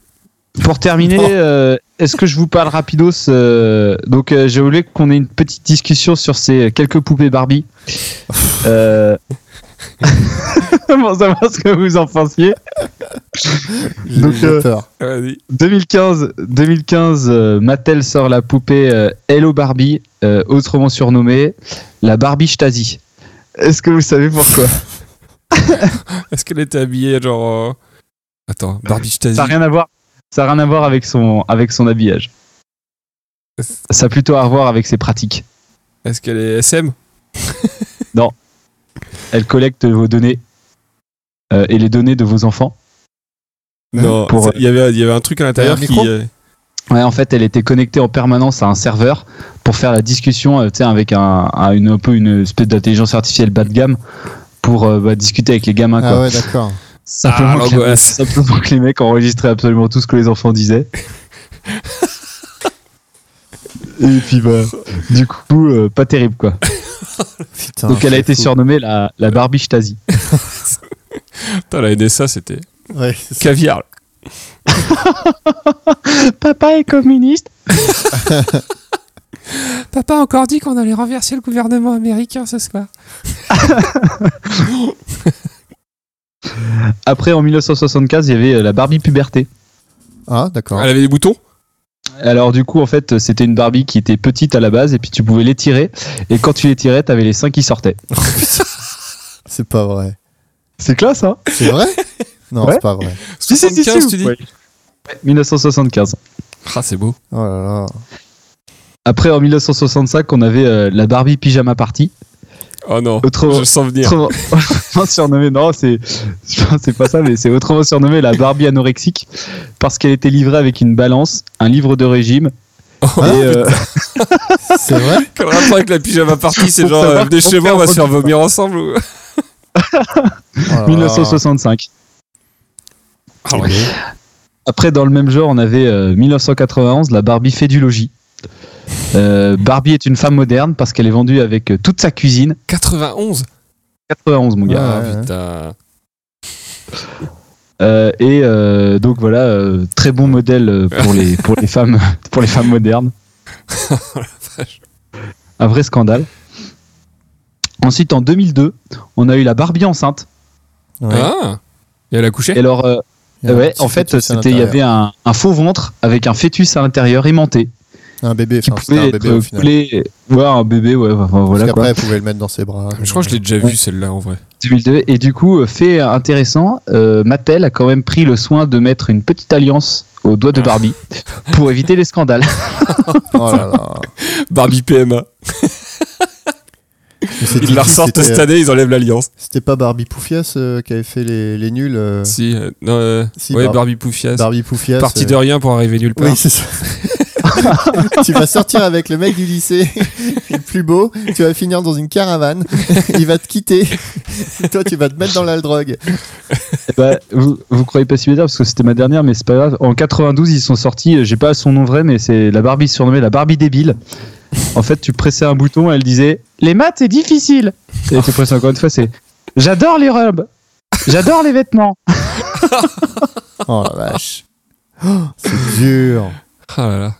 [SPEAKER 6] Pour terminer, euh, est-ce que je vous parle rapidos euh, Donc, euh, j'ai voulu qu'on ait une petite discussion sur ces quelques poupées Barbie. euh... pour savoir ce que vous en pensiez.
[SPEAKER 4] j'ai-
[SPEAKER 6] Donc,
[SPEAKER 4] j'ai
[SPEAKER 6] euh,
[SPEAKER 4] peur.
[SPEAKER 5] Vas-y.
[SPEAKER 6] 2015, 2015 euh, Mattel sort la poupée euh, Hello Barbie, euh, autrement surnommée la Barbie Stasi. Est-ce que vous savez pourquoi
[SPEAKER 5] Est-ce qu'elle était habillée, genre. euh, Attends, Barbie Stasi.
[SPEAKER 6] Ça n'a rien à voir. Ça a rien à voir avec son avec son habillage. Ça a plutôt à voir avec ses pratiques.
[SPEAKER 5] Est-ce qu'elle est SM
[SPEAKER 6] Elle collecte vos données euh, et les données de vos enfants.
[SPEAKER 5] Non,
[SPEAKER 6] Pour,
[SPEAKER 5] ça- il y avait il y avait un truc à l'intérieur
[SPEAKER 4] un
[SPEAKER 5] qui
[SPEAKER 4] micro
[SPEAKER 5] euh,
[SPEAKER 6] Ouais, en fait, elle était connectée en permanence à un serveur pour faire la discussion, euh, tu sais, avec un, un- une, un peu une espèce d'intelligence artificielle bas de gamme pour euh, bah, discuter avec les gamins.
[SPEAKER 4] Ah
[SPEAKER 6] quoi.
[SPEAKER 4] ouais, d'accord.
[SPEAKER 6] simplement,
[SPEAKER 5] Ah,
[SPEAKER 6] que les,
[SPEAKER 5] l'angoisse.
[SPEAKER 6] simplement que les mecs enregistraient absolument tout ce que les enfants disaient. et puis, bah, du coup, euh, pas terrible, quoi.
[SPEAKER 4] Putain,
[SPEAKER 6] Donc, elle a
[SPEAKER 4] c'est
[SPEAKER 6] été
[SPEAKER 4] fou.
[SPEAKER 6] surnommée la, la Barbie Stasi.
[SPEAKER 5] Putain, la NSA, c'était
[SPEAKER 4] Ouais, c'est ça.
[SPEAKER 5] caviar. là.
[SPEAKER 7] Papa est communiste.
[SPEAKER 9] Papa a encore dit qu'on allait renverser le gouvernement américain ce soir.
[SPEAKER 6] Après, en 1975, il y avait euh, la Barbie Puberté.
[SPEAKER 4] Ah, d'accord.
[SPEAKER 5] Elle avait des boutons
[SPEAKER 6] Alors du coup en fait c'était une Barbie qui était petite à la base et puis tu pouvais l'étirer et quand tu l'étirais t'avais les seins qui sortaient.
[SPEAKER 4] C'est pas vrai.
[SPEAKER 6] C'est classe hein
[SPEAKER 4] C'est vrai Non,
[SPEAKER 6] Ouais.
[SPEAKER 4] c'est pas vrai.
[SPEAKER 6] Si, si, si, si,
[SPEAKER 5] 75, tu dis
[SPEAKER 6] ouais. 1975.
[SPEAKER 5] Ah, c'est beau.
[SPEAKER 4] Oh là là.
[SPEAKER 6] Après en 1965 on avait euh, la Barbie pyjama party.
[SPEAKER 5] Oh non,
[SPEAKER 6] Autre-
[SPEAKER 5] je le sens venir.
[SPEAKER 6] Autrement autrement surnommée non c'est c'est pas ça mais c'est autrement surnommée la Barbie anorexique parce qu'elle était livrée avec une balance, un livre de régime
[SPEAKER 5] Oh,
[SPEAKER 6] et euh,
[SPEAKER 4] C'est vrai
[SPEAKER 5] Quel rapport avec la pyjama party C'est
[SPEAKER 6] Pour
[SPEAKER 5] genre,
[SPEAKER 6] savoir
[SPEAKER 5] euh, venez
[SPEAKER 6] comment
[SPEAKER 5] chez moi, on va
[SPEAKER 6] faire
[SPEAKER 5] se faire
[SPEAKER 6] redoute.
[SPEAKER 5] vomir ensemble ou-
[SPEAKER 4] Oh là là.
[SPEAKER 6] 1965.
[SPEAKER 5] Ah
[SPEAKER 6] Après, dans le même genre, on avait euh, 1991, la Barbie Fédulogie. Euh, Barbie est une femme moderne parce qu'elle est vendue avec euh, toute sa cuisine.
[SPEAKER 5] 91
[SPEAKER 6] 91, mon gars.
[SPEAKER 5] Ah
[SPEAKER 4] ouais, ouais.
[SPEAKER 5] putain.
[SPEAKER 6] Euh, et euh, donc voilà, euh, très bon modèle euh, pour les, pour les, femmes, pour les femmes modernes. Un vrai scandale. Ensuite, en 2002, on a eu la Barbie enceinte.
[SPEAKER 4] Ouais.
[SPEAKER 5] Ah Et elle a couché
[SPEAKER 6] Et alors, euh,
[SPEAKER 4] Il y a un
[SPEAKER 6] ouais,
[SPEAKER 4] petit
[SPEAKER 6] en fait,
[SPEAKER 4] fœtus à
[SPEAKER 6] c'était il y
[SPEAKER 4] l'intérieur.
[SPEAKER 6] avait un, un faux ventre avec un fœtus à l'intérieur aimanté
[SPEAKER 4] un bébé.
[SPEAKER 6] qui
[SPEAKER 4] Enfin, c'était
[SPEAKER 6] pouvait
[SPEAKER 4] un
[SPEAKER 6] être
[SPEAKER 4] bébé au final.
[SPEAKER 6] coulé- ouais, un bébé, ouais, enfin, voilà
[SPEAKER 4] Parce
[SPEAKER 6] quoi.
[SPEAKER 4] qu'après, elle pouvait le mettre dans ses bras.
[SPEAKER 5] Ah, Je crois que je l'ai déjà vu celle-là en vrai.
[SPEAKER 6] 2002. Et du coup, euh, fait intéressant, euh, Mattel a quand même pris le soin de mettre une petite alliance au doigt de Barbie pour éviter les scandales.
[SPEAKER 4] Oh là là.
[SPEAKER 5] Barbie PMA.
[SPEAKER 4] Mais c'est
[SPEAKER 5] Ils la
[SPEAKER 4] Titi,
[SPEAKER 5] ressortent
[SPEAKER 4] c'était-
[SPEAKER 5] cette année, ils enlèvent l'alliance.
[SPEAKER 4] C'était pas Barbie Poufias euh, qui avait fait les, les nuls. euh,
[SPEAKER 5] Si, euh, non, euh,
[SPEAKER 4] Si,
[SPEAKER 5] ouais,
[SPEAKER 4] Bar-
[SPEAKER 5] Barbie Poufias.
[SPEAKER 4] Barbie Poufias.
[SPEAKER 5] Parti
[SPEAKER 4] euh,
[SPEAKER 5] de rien pour arriver nulle part.
[SPEAKER 4] Oui, c'est ça. tu vas sortir avec le mec du lycée, le plus beau, tu vas finir dans une caravane, il va te quitter, toi tu vas te mettre dans la drogue.
[SPEAKER 6] Eh ben, vous, vous croyez pas si bizarre parce que c'était ma dernière, mais c'est pas grave. En 92, ils sont sortis, euh, j'ai pas son nom vrai, mais c'est la Barbie surnommée la Barbie débile. En fait, tu pressais un bouton, elle disait
[SPEAKER 7] Les maths, c'est difficile.
[SPEAKER 6] Et tu presses encore une fois, c'est
[SPEAKER 7] J'adore les robes. J'adore les vêtements.
[SPEAKER 4] Oh la vache. Oh, c'est dur.
[SPEAKER 5] Ah là là.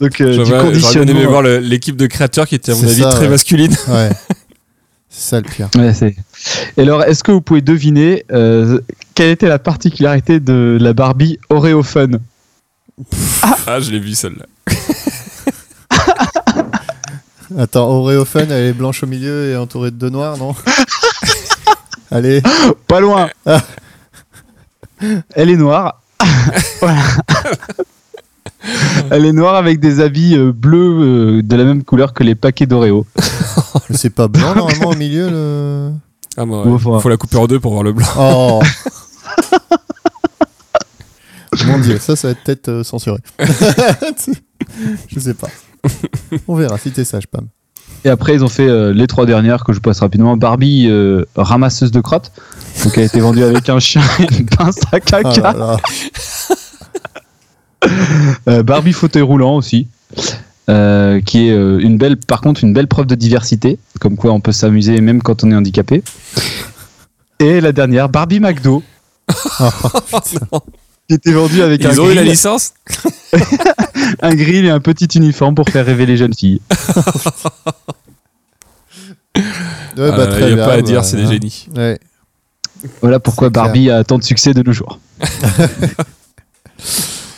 [SPEAKER 6] donc euh,
[SPEAKER 5] J'aurais
[SPEAKER 6] du
[SPEAKER 5] j'aurais bien aimé
[SPEAKER 6] conditionnement.
[SPEAKER 5] voir le- l'équipe de créateurs qui était à mon
[SPEAKER 4] C'est
[SPEAKER 5] avis
[SPEAKER 4] ça,
[SPEAKER 5] très
[SPEAKER 4] ouais.
[SPEAKER 5] masculine.
[SPEAKER 4] Ouais. C'est ça le pire.
[SPEAKER 6] Ouais, c'est- Et alors, est-ce que vous pouvez deviner euh, quelle était la particularité de la Barbie Oreo Fun
[SPEAKER 5] Ah, je l'ai vu celle-là.
[SPEAKER 4] Attends, Oreo Fun, elle est blanche au milieu et entourée de deux noirs, non Allez,
[SPEAKER 6] Pas loin.
[SPEAKER 4] Ah.
[SPEAKER 6] Elle est noire. Voilà. Elle est noire avec des habits euh, bleus euh, de la même couleur que les paquets d'Oreo.
[SPEAKER 5] Oh,
[SPEAKER 4] Mais c'est pas blanc normalement au milieu le.
[SPEAKER 5] Ah, bah,
[SPEAKER 6] Ouais, faut-
[SPEAKER 5] Faut la couper en deux pour voir le blanc.
[SPEAKER 4] Oh Mon dieu, ça, ça va être peut-être euh, censuré. je sais pas. On verra si t'es sage, Pam.
[SPEAKER 6] Et après, ils ont fait euh, les trois dernières que je passe rapidement. Barbie euh, ramasseuse de crottes. Donc, elle a été vendue avec un chien et une pince à caca.
[SPEAKER 4] Ah là là.
[SPEAKER 6] Euh, Barbie fauteuil roulant aussi, euh, qui est euh, une belle, par contre une belle preuve de diversité, comme quoi on peut s'amuser même quand on est handicapé. Et la dernière, Barbie McDo, qui était vendue avec un
[SPEAKER 5] Oh, Ils ont eu la
[SPEAKER 6] grill,
[SPEAKER 5] licence
[SPEAKER 6] un grill et un petit uniforme pour faire rêver les jeunes filles.
[SPEAKER 5] Ah
[SPEAKER 4] Ouais, bah,
[SPEAKER 5] là là,
[SPEAKER 4] très
[SPEAKER 5] y a
[SPEAKER 4] bien,
[SPEAKER 5] pas à
[SPEAKER 4] bah,
[SPEAKER 5] dire, c'est des
[SPEAKER 4] hein.
[SPEAKER 5] génies.
[SPEAKER 4] Ouais.
[SPEAKER 6] Voilà pourquoi
[SPEAKER 4] C'est clair.
[SPEAKER 6] Barbie a tant de succès de nos jours.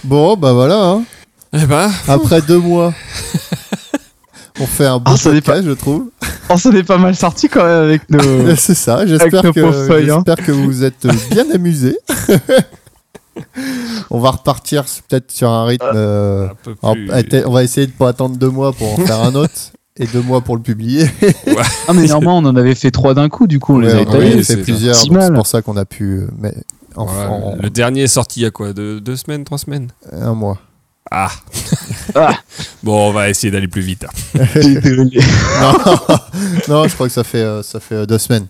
[SPEAKER 4] Bon, bah voilà. hein.
[SPEAKER 5] Eh ben,
[SPEAKER 4] Après deux mois, on fait un bon
[SPEAKER 6] Ah, ça
[SPEAKER 4] podcast, je trouve.
[SPEAKER 6] On s'en est Oh, pas mal sorti quand même avec nos.
[SPEAKER 4] C'est ça. J'espère
[SPEAKER 6] nos
[SPEAKER 4] que,
[SPEAKER 6] pauvres feuilles, hein.
[SPEAKER 4] j'espère que vous vous êtes bien amusés. on va repartir sur- peut-être sur un rythme. euh,
[SPEAKER 5] un peu
[SPEAKER 4] Alors,
[SPEAKER 5] plus-
[SPEAKER 4] atte- on va essayer de pas attendre deux mois pour en faire un autre et deux mois pour le publier.
[SPEAKER 6] Ah mais néanlement on en avait fait trois d'un coup, du coup on les
[SPEAKER 4] Ouais,
[SPEAKER 6] a
[SPEAKER 4] on
[SPEAKER 6] étalés.
[SPEAKER 4] en a
[SPEAKER 5] c'est
[SPEAKER 4] fait plusieurs,
[SPEAKER 6] si
[SPEAKER 4] donc
[SPEAKER 6] mal.
[SPEAKER 4] c'est pour ça qu'on a pu. euh, Mais enfin,
[SPEAKER 5] Voilà,
[SPEAKER 4] en-
[SPEAKER 5] Le dernier est sorti il y a quoi deux, deux semaines, trois semaines
[SPEAKER 4] un mois.
[SPEAKER 5] Ah
[SPEAKER 6] Ah.
[SPEAKER 5] Bon, on va essayer d'aller plus vite. hein.
[SPEAKER 4] non, non, je crois que ça fait euh, ça fait euh, deux semaines.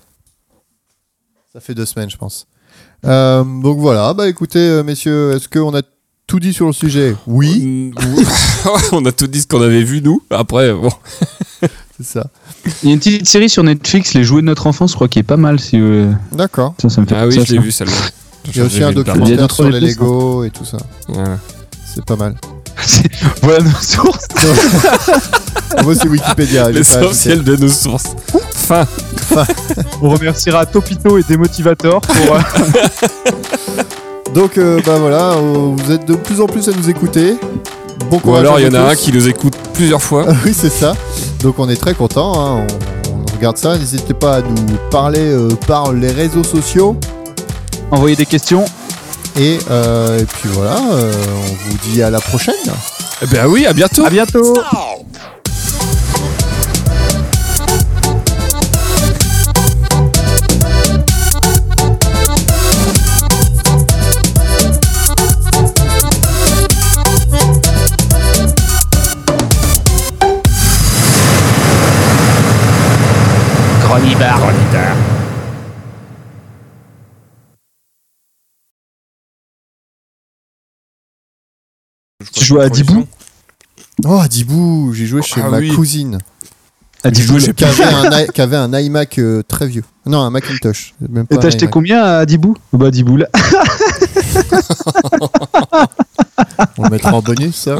[SPEAKER 4] Ça fait deux semaines, je pense. Euh, donc voilà. Bah écoutez, euh, messieurs, est-ce qu'on a tout dit sur le sujet Oui,
[SPEAKER 5] Mm, on a tout dit ce qu'on avait vu, nous. Après, bon.
[SPEAKER 4] c'est ça.
[SPEAKER 6] Il y a une petite série sur Netflix, Les Jouets de notre enfance, je crois qui est pas mal. Si euh,
[SPEAKER 4] D'accord.
[SPEAKER 6] ça, ça me fait
[SPEAKER 5] Ah oui,
[SPEAKER 6] ça,
[SPEAKER 5] je l'ai
[SPEAKER 6] ça.
[SPEAKER 5] vu celle-là.
[SPEAKER 4] Il y a aussi
[SPEAKER 5] J'ai
[SPEAKER 4] un
[SPEAKER 5] vu une part.
[SPEAKER 6] Il y a
[SPEAKER 4] documentaire
[SPEAKER 6] d'autres
[SPEAKER 4] sur les
[SPEAKER 6] réponses,
[SPEAKER 4] Lego et tout ça.
[SPEAKER 5] Voilà.
[SPEAKER 4] C'est pas mal.
[SPEAKER 6] Voilà nos sources.
[SPEAKER 4] Moi, c'est Wikipédia. j'ai pas ajouté.
[SPEAKER 5] L'essentiel de nos sources. Fin.
[SPEAKER 6] On remerciera Topito et Demotivator pour. euh,
[SPEAKER 4] Donc euh, bah voilà, euh, vous êtes de plus en plus à nous écouter. Bon
[SPEAKER 5] Ou
[SPEAKER 4] courage.
[SPEAKER 5] alors,
[SPEAKER 4] à
[SPEAKER 5] il y en
[SPEAKER 4] vous
[SPEAKER 5] a un
[SPEAKER 4] tous. Ah
[SPEAKER 5] qui nous écoute plusieurs fois.
[SPEAKER 4] Oui, c'est ça. Donc on est très content. On, on regarde ça. N'hésitez pas à nous parler euh, par les réseaux sociaux.
[SPEAKER 6] Envoyer des questions.
[SPEAKER 4] Et, euh, et puis voilà, euh, on vous dit à la prochaine.
[SPEAKER 5] Eh ben oui, à bientôt.
[SPEAKER 6] À bientôt. Tu joues à Dibou
[SPEAKER 4] Oh, Dibou, j'ai joué chez
[SPEAKER 5] Ah
[SPEAKER 4] ma
[SPEAKER 5] oui.
[SPEAKER 6] Oh,
[SPEAKER 4] cousine.
[SPEAKER 6] Ah, dis
[SPEAKER 4] Ah Qui avait un, i- qui avait un iMac euh, très vieux. Non, un Macintosh. Même
[SPEAKER 6] Et
[SPEAKER 4] pas
[SPEAKER 6] t'as
[SPEAKER 4] un
[SPEAKER 6] acheté
[SPEAKER 4] iMac.
[SPEAKER 6] combien à Dibou Bah Dibou là.
[SPEAKER 4] On le mettra en bonus, ça.